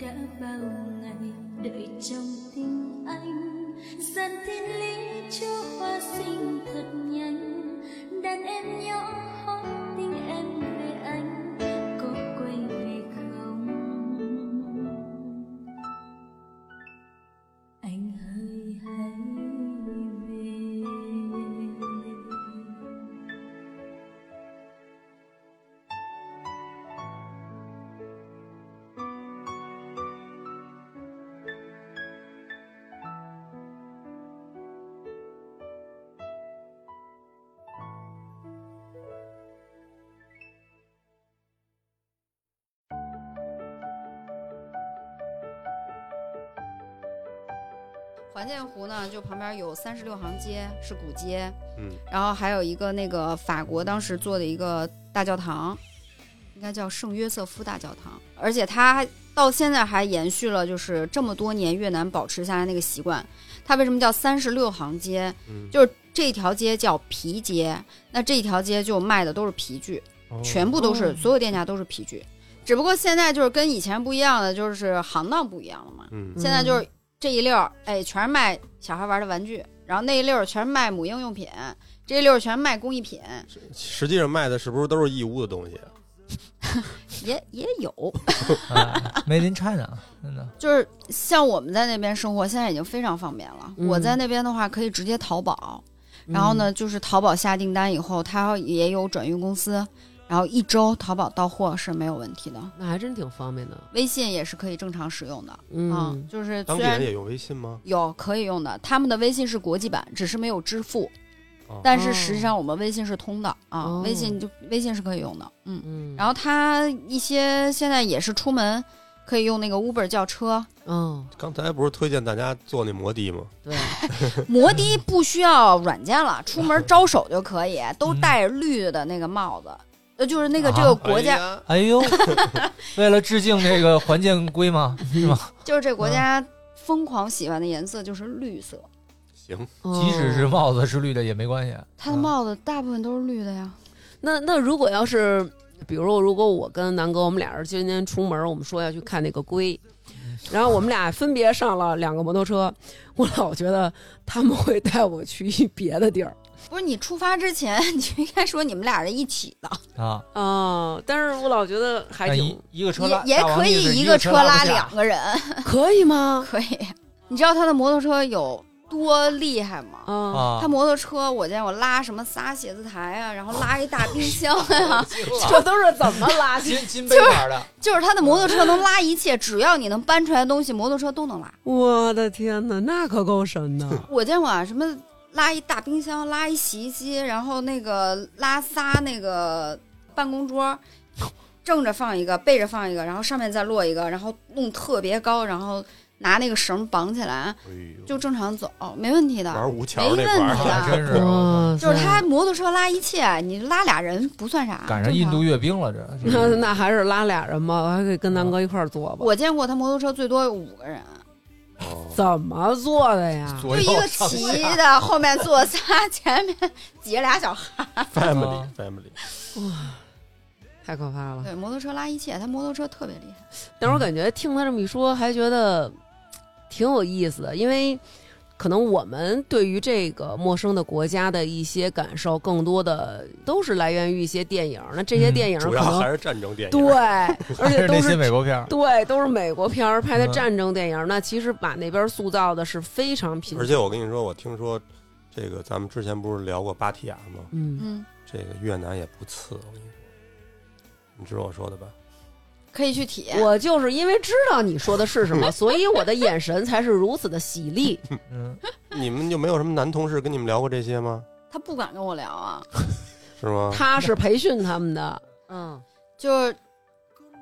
[SPEAKER 6] đã bao ngày đợi trong tình anh dần thiên lý cho hoa sinh thật nhanh đàn em nhỏ hót tình em về anh có quay về không anh hỡi hãy về
[SPEAKER 3] 《环建湖》呢，就旁边有三十六行街是古街，
[SPEAKER 4] 嗯，
[SPEAKER 3] 然后还有一个那个法国当时做的一个大教堂，应该叫圣约瑟夫大教堂，而且它到现在还延续了就是这么多年越南保持下来那个习惯。它为什么叫三十六行街？
[SPEAKER 4] 嗯
[SPEAKER 3] 就是这条街叫皮街，那这一条街就卖的都是皮具，全部都是
[SPEAKER 2] 哦
[SPEAKER 3] 所有店家都是皮具，只不过现在就是跟以前不一样的，就是行当不一样了嘛。
[SPEAKER 4] 嗯
[SPEAKER 3] 现在就是这一溜儿，哎，全是卖小孩玩的玩具，然后那一溜儿全是卖母婴用品，这一溜儿全是卖工艺品，
[SPEAKER 4] 实际上卖的是不是都是义乌的东西？啊
[SPEAKER 3] 也也有，
[SPEAKER 5] 哎没林 China，真的，
[SPEAKER 3] 就是像我们在那边生活，现在已经非常方便了。
[SPEAKER 2] 嗯
[SPEAKER 3] 我在那边的话，可以直接淘宝，嗯然后呢，就是淘宝下订单以后，它也有转运公司，然后一周淘宝到货是没有问题的。
[SPEAKER 2] 嗯，那还真挺方便的。
[SPEAKER 3] 微信也是可以正常使用的，啊
[SPEAKER 2] 嗯，，
[SPEAKER 3] 就是
[SPEAKER 4] 当
[SPEAKER 3] 虽
[SPEAKER 4] 地
[SPEAKER 3] 然
[SPEAKER 4] 人也用微信吗？
[SPEAKER 3] 有可以用的，他们的微信是国际版，只是没有支付。但是实际上我们微信是通的啊，
[SPEAKER 2] 哦
[SPEAKER 3] 微信就微信是可以用的，嗯。
[SPEAKER 2] 嗯，
[SPEAKER 3] 然后它一些现在也是出门可以用那个 Uber 叫 车，
[SPEAKER 2] 嗯，
[SPEAKER 4] 刚才不是推荐大家坐那摩的吗？
[SPEAKER 2] 对，
[SPEAKER 3] 摩的不需要软件了，出门招手就可以，都戴绿的那个帽子，呃，就是那个这个国家，
[SPEAKER 4] 家
[SPEAKER 5] 哎呦，为了致敬这个环建规嘛，是吗？
[SPEAKER 3] 就是这国家疯狂喜欢的颜色就是绿色，
[SPEAKER 4] 行，
[SPEAKER 5] 即使是
[SPEAKER 2] 哦
[SPEAKER 5] 帽子是绿的也没关系，
[SPEAKER 3] 它的帽子大部分都是绿的呀。
[SPEAKER 2] 那那如果要是，比如如果我跟南哥我们俩人今天出门，我们说要去看那个龟，然后我们俩分别上了两个摩托车，我老觉得他们会带我去一别的地儿
[SPEAKER 3] 不是你出发之前， 你就应该说你们俩人一起的，
[SPEAKER 5] 啊，
[SPEAKER 2] 啊、但是我老觉得还
[SPEAKER 5] 那一
[SPEAKER 2] 挺
[SPEAKER 5] 一个车拉
[SPEAKER 3] 也也
[SPEAKER 5] 大王
[SPEAKER 3] 可
[SPEAKER 5] 意思
[SPEAKER 3] 以
[SPEAKER 5] 一
[SPEAKER 3] 个
[SPEAKER 5] 个
[SPEAKER 3] 车
[SPEAKER 5] 拉
[SPEAKER 3] 拉
[SPEAKER 5] 不下
[SPEAKER 3] 两个人，
[SPEAKER 2] 可以吗？
[SPEAKER 3] 可以。你知道他的摩托车有多厉害吗？
[SPEAKER 2] 啊，
[SPEAKER 5] 啊
[SPEAKER 3] 他，摩托车，我见我拉什么仨写字台啊，然后拉一大冰箱 啊，
[SPEAKER 2] 这都是怎么 拉起？
[SPEAKER 5] 金金杯牌的，
[SPEAKER 3] 就是他的摩托车能拉一切，只要你能搬出来的东西，摩托车都能拉。
[SPEAKER 2] 我的天哪，那可够神的！
[SPEAKER 3] 我见过啊，什么拉一大冰箱，拉一洗衣机，然后那个拉仨那个办公桌，正着放一个，背着放一个，然后上面再落一个，然后弄特别高，然后拿那个绳绑起来，
[SPEAKER 4] 哎呦
[SPEAKER 3] 就正常走，没问题的。
[SPEAKER 4] 玩吴桥那块
[SPEAKER 3] 没问题
[SPEAKER 4] 儿，
[SPEAKER 3] 嗯
[SPEAKER 5] 啊，真是
[SPEAKER 2] 哇塞
[SPEAKER 3] 就是他摩托车拉一切，你拉俩人不算啥。
[SPEAKER 5] 赶上
[SPEAKER 3] 正
[SPEAKER 5] 印
[SPEAKER 3] 常
[SPEAKER 5] 度阅兵了，这
[SPEAKER 2] 那那还是拉俩人吧，我还可以跟南哥一块儿坐吧。
[SPEAKER 3] 我见过他摩托车最多有五个人，
[SPEAKER 4] 哦
[SPEAKER 2] 怎么坐的呀？
[SPEAKER 5] 左
[SPEAKER 3] 就
[SPEAKER 5] 右
[SPEAKER 3] 一个
[SPEAKER 5] 上
[SPEAKER 3] 骑
[SPEAKER 5] 下
[SPEAKER 3] 的，后面坐仨， 前面挤着俩小孩。
[SPEAKER 4] family family，
[SPEAKER 2] 太可怕了！
[SPEAKER 3] 对，摩托车拉一切，他摩托车特别厉害。
[SPEAKER 2] 但是我感觉听他这么一说，还觉得嘖挺有意思的，因为可能我们对于这个陌生的国家的一些感受，更多的都是来源于一些电影。那这些
[SPEAKER 5] 嗯
[SPEAKER 2] 电影可
[SPEAKER 4] 主要
[SPEAKER 2] 能、
[SPEAKER 4] 还是战争电影。
[SPEAKER 2] 对，而
[SPEAKER 5] 还
[SPEAKER 2] 且
[SPEAKER 5] 是
[SPEAKER 2] 都
[SPEAKER 5] 那些
[SPEAKER 2] 是
[SPEAKER 5] 美国片儿，
[SPEAKER 2] 对都是美国片儿拍的
[SPEAKER 5] 嗯
[SPEAKER 2] 战争电影。那其实把那边塑造的是非常贫，
[SPEAKER 4] 而且我跟你说，我听说这个咱们之前不是聊过芭提雅吗？
[SPEAKER 2] 嗯，
[SPEAKER 3] 嗯，
[SPEAKER 4] 这个越南也不次，我跟你说，你知道我说的吧？
[SPEAKER 3] 可以去体验。
[SPEAKER 2] 我就是因为知道你说的是 什么，所以我的眼神才是如此的犀利。
[SPEAKER 5] 嗯，
[SPEAKER 4] 你们就没有什么男同事跟你们聊过这些吗？
[SPEAKER 3] 他不敢跟我聊啊，
[SPEAKER 4] 是吗？
[SPEAKER 2] 他是培训他们的，嗯，
[SPEAKER 3] 就是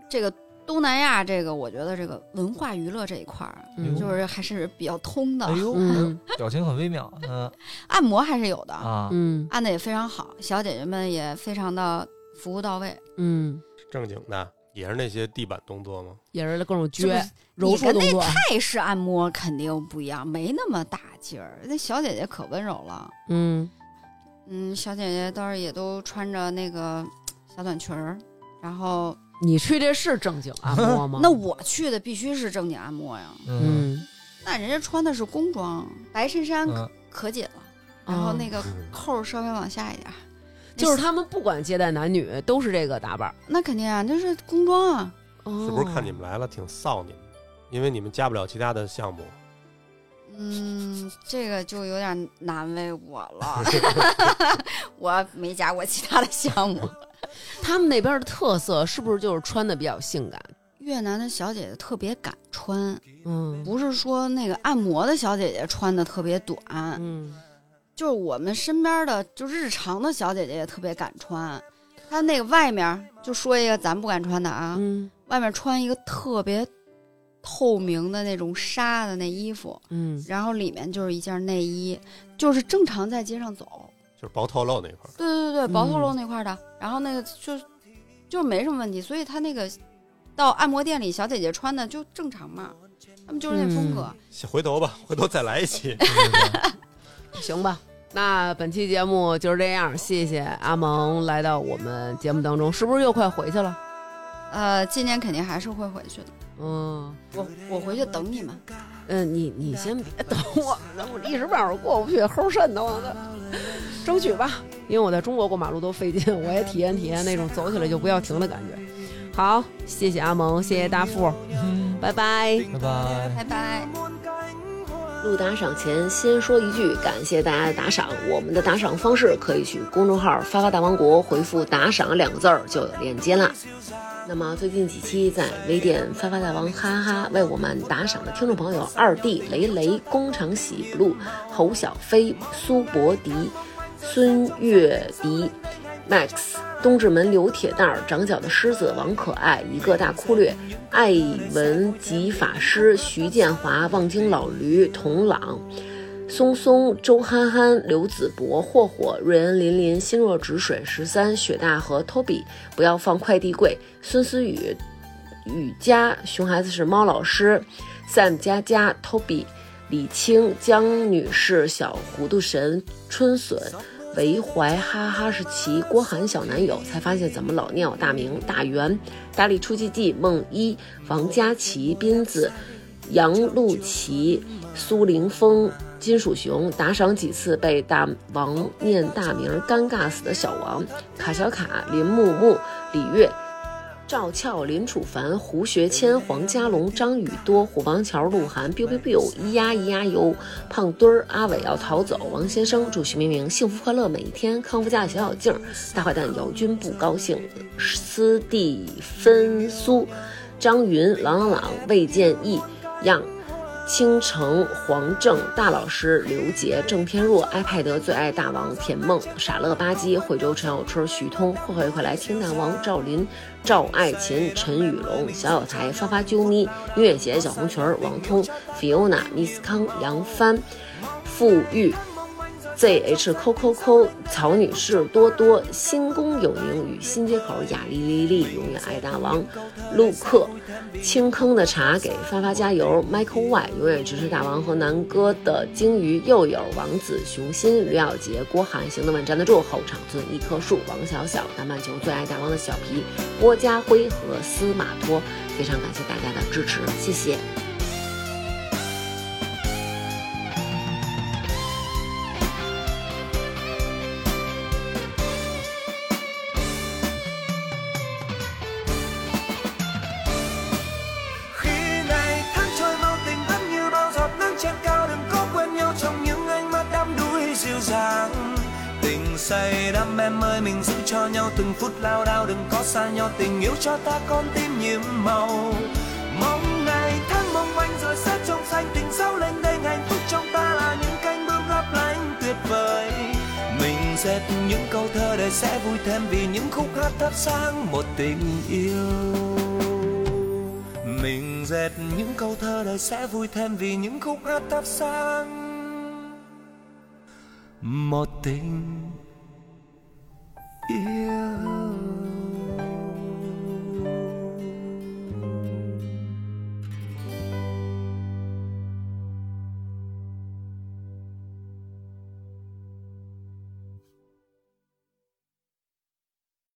[SPEAKER 3] 这个东南亚这个，我觉得这个文化娱乐这一块儿，
[SPEAKER 2] 嗯
[SPEAKER 3] 就是还是比较通的
[SPEAKER 5] 哎，呦，
[SPEAKER 2] 嗯
[SPEAKER 5] 表情很微妙，嗯
[SPEAKER 3] 按摩还是有的，
[SPEAKER 5] 啊，
[SPEAKER 2] 嗯
[SPEAKER 3] 按的也非常好，小姐姐们也非常的服务到位。
[SPEAKER 2] 嗯，
[SPEAKER 4] 正经的也是那些地板动作吗？
[SPEAKER 2] 也是各种
[SPEAKER 3] 就
[SPEAKER 2] 撅
[SPEAKER 3] 是
[SPEAKER 2] 柔术动作，
[SPEAKER 3] 泰式按摩肯定不一样，没那么大劲儿。那小姐姐可温柔了，
[SPEAKER 2] 嗯
[SPEAKER 3] 嗯，小姐姐倒是也都穿着那个小短裙儿，然后？
[SPEAKER 2] 你去这是正经 按摩吗
[SPEAKER 3] 那我去的必须是正经按摩呀，
[SPEAKER 5] 嗯
[SPEAKER 2] 嗯，
[SPEAKER 3] 那人家穿的是工装，白衬衫可,、
[SPEAKER 5] 嗯，
[SPEAKER 3] 可紧了，然后那
[SPEAKER 2] 个
[SPEAKER 3] 个
[SPEAKER 4] 嗯
[SPEAKER 3] 扣儿稍微往下一点儿，
[SPEAKER 2] 哦就是他们不管接待男女都是这个打扮儿，
[SPEAKER 3] 那肯定啊，那是工装啊，
[SPEAKER 2] 是
[SPEAKER 4] 是不是看你们来了挺臊你们？因为你们加不了其他的项目，
[SPEAKER 3] 嗯，这个就有点难为我了， 我没加过其他的项目。
[SPEAKER 2] 他们那边的特色是不是就是穿的比较性感？
[SPEAKER 3] 越南的小姐姐特别敢穿，
[SPEAKER 2] 嗯
[SPEAKER 3] 不是说那个按摩的小姐姐穿的特别短，
[SPEAKER 2] 嗯
[SPEAKER 3] 就是我们身边的就日常的小姐姐也特别敢穿，她那个外面就说一个咱不敢穿的啊，
[SPEAKER 2] 嗯
[SPEAKER 3] 外面穿一个特别透明的那种纱的那衣服，
[SPEAKER 2] 嗯
[SPEAKER 3] 然后里面就是一件内衣，就是正常在街上走，
[SPEAKER 4] 就是薄透漏那块儿。
[SPEAKER 3] 对对对，薄透露那块儿的，然后那个就就没什么问题，所以她那个到按摩店里小姐姐穿的就正常嘛，他们就是那风格。
[SPEAKER 4] 回头吧，回头再来一期。
[SPEAKER 2] 行吧。那本期节目就是这样，谢谢阿蒙来到我们节目当中，是不是又快回去了？
[SPEAKER 3] 呃，今年肯定还是会回去的，
[SPEAKER 2] 嗯
[SPEAKER 3] 我我回去等你们。
[SPEAKER 2] 嗯，你你先别等我，我历史表过不去，齁瘆得慌的，争取吧。因为我在中国过马路都费劲，我也体验体验那种走起来就不要停的感觉。好，谢谢阿蒙，谢谢大富，
[SPEAKER 5] 嗯
[SPEAKER 2] 拜拜。
[SPEAKER 5] 拜拜。
[SPEAKER 3] 拜拜。
[SPEAKER 7] 录打赏前，先说一句，感谢大家的打赏。我们的打赏方式可以去公众号“发发大王国”回复“打赏”两个字儿就有链接啦。那么最近几期在微店“发发大王哈哈哈”为我们打赏的听众朋友：二弟、雷雷、工厂喜不露、侯小飞、苏博迪、孙月迪、Max、东直门刘铁蛋儿、长脚的狮子、王可爱、一个大哭略、艾文吉法师、徐建华、望京老驴、童朗。松松、周憨憨、刘子博、霍霍、瑞恩、林林、心若止水、十三、雪大和 Toby，不要放快递柜、孙思雨、雨佳、熊孩子是猫老师、Sam 佳佳、Toby、李青、江女士、小糊涂神、春笋。韦怀哈哈士奇、郭涵小男友，才发现怎么老念我大名大圆、大力出奇迹、梦一、王佳琪、斌子、杨露琪、苏凌峰、金属熊打赏几次被大王念大名儿尴尬死的小王、卡小卡、林木木、李月。赵俏、林楚凡、胡学谦、黄家龙、张宇多、虎王桥、鹿晗、biu biu biu、咿呀咿呀哟、胖墩儿、阿伟要逃走、王先生，祝徐明明幸福快乐每一天，康复家的小小静儿、大坏蛋姚军不高兴、斯蒂芬苏、张云、朗朗朗、魏建义、样。倾城、黄正、大老师、刘杰、郑天若、艾派德最爱大王、田梦、傻乐吧唧、惠州陈小春、徐通、慧慧快来听大王、赵林、赵爱琴、陈雨龙、小小台、发发啾咪、月姐、小红裙儿、王通、Fiona、Miss 康、杨帆、富裕。ZH 扣扣扣，曹女士多多，新宫有宁与新街口雅丽丽丽永远爱大王，陆克清坑的茶给发发加油，Michael Y 永远支持大王和南哥的鲸鱼又有王子雄心吕小杰郭涵行得稳站得住后场村一棵树王小小大半球最爱大王的小皮郭家辉和司马托，非常感谢大家的支持，谢谢。
[SPEAKER 8] khi này tháng trôi mau tình vẫn như bao giọt nắng trên cao đừng có quên nhau trong những ánh mắt đắm đuối dịu dàng tình say đắm em ơi mình giữ cho nhau từng phút lao đao đừng có xa nhau tình yêu cho ta con tim nhiệm màu mong ngày tháng mong manh rồi sẽ trong xanh tình dấu lên đây hạnh phúc trong ta là những cánh bướm lấp lánh tuyệt vời mình dệt những câu thơ để sẽ vui thêm vì những khúc hát thắp sáng một tình yêu dệt những câu thơ đời sẽ vui thêm vì những khúc hát thắp sáng một tình yêu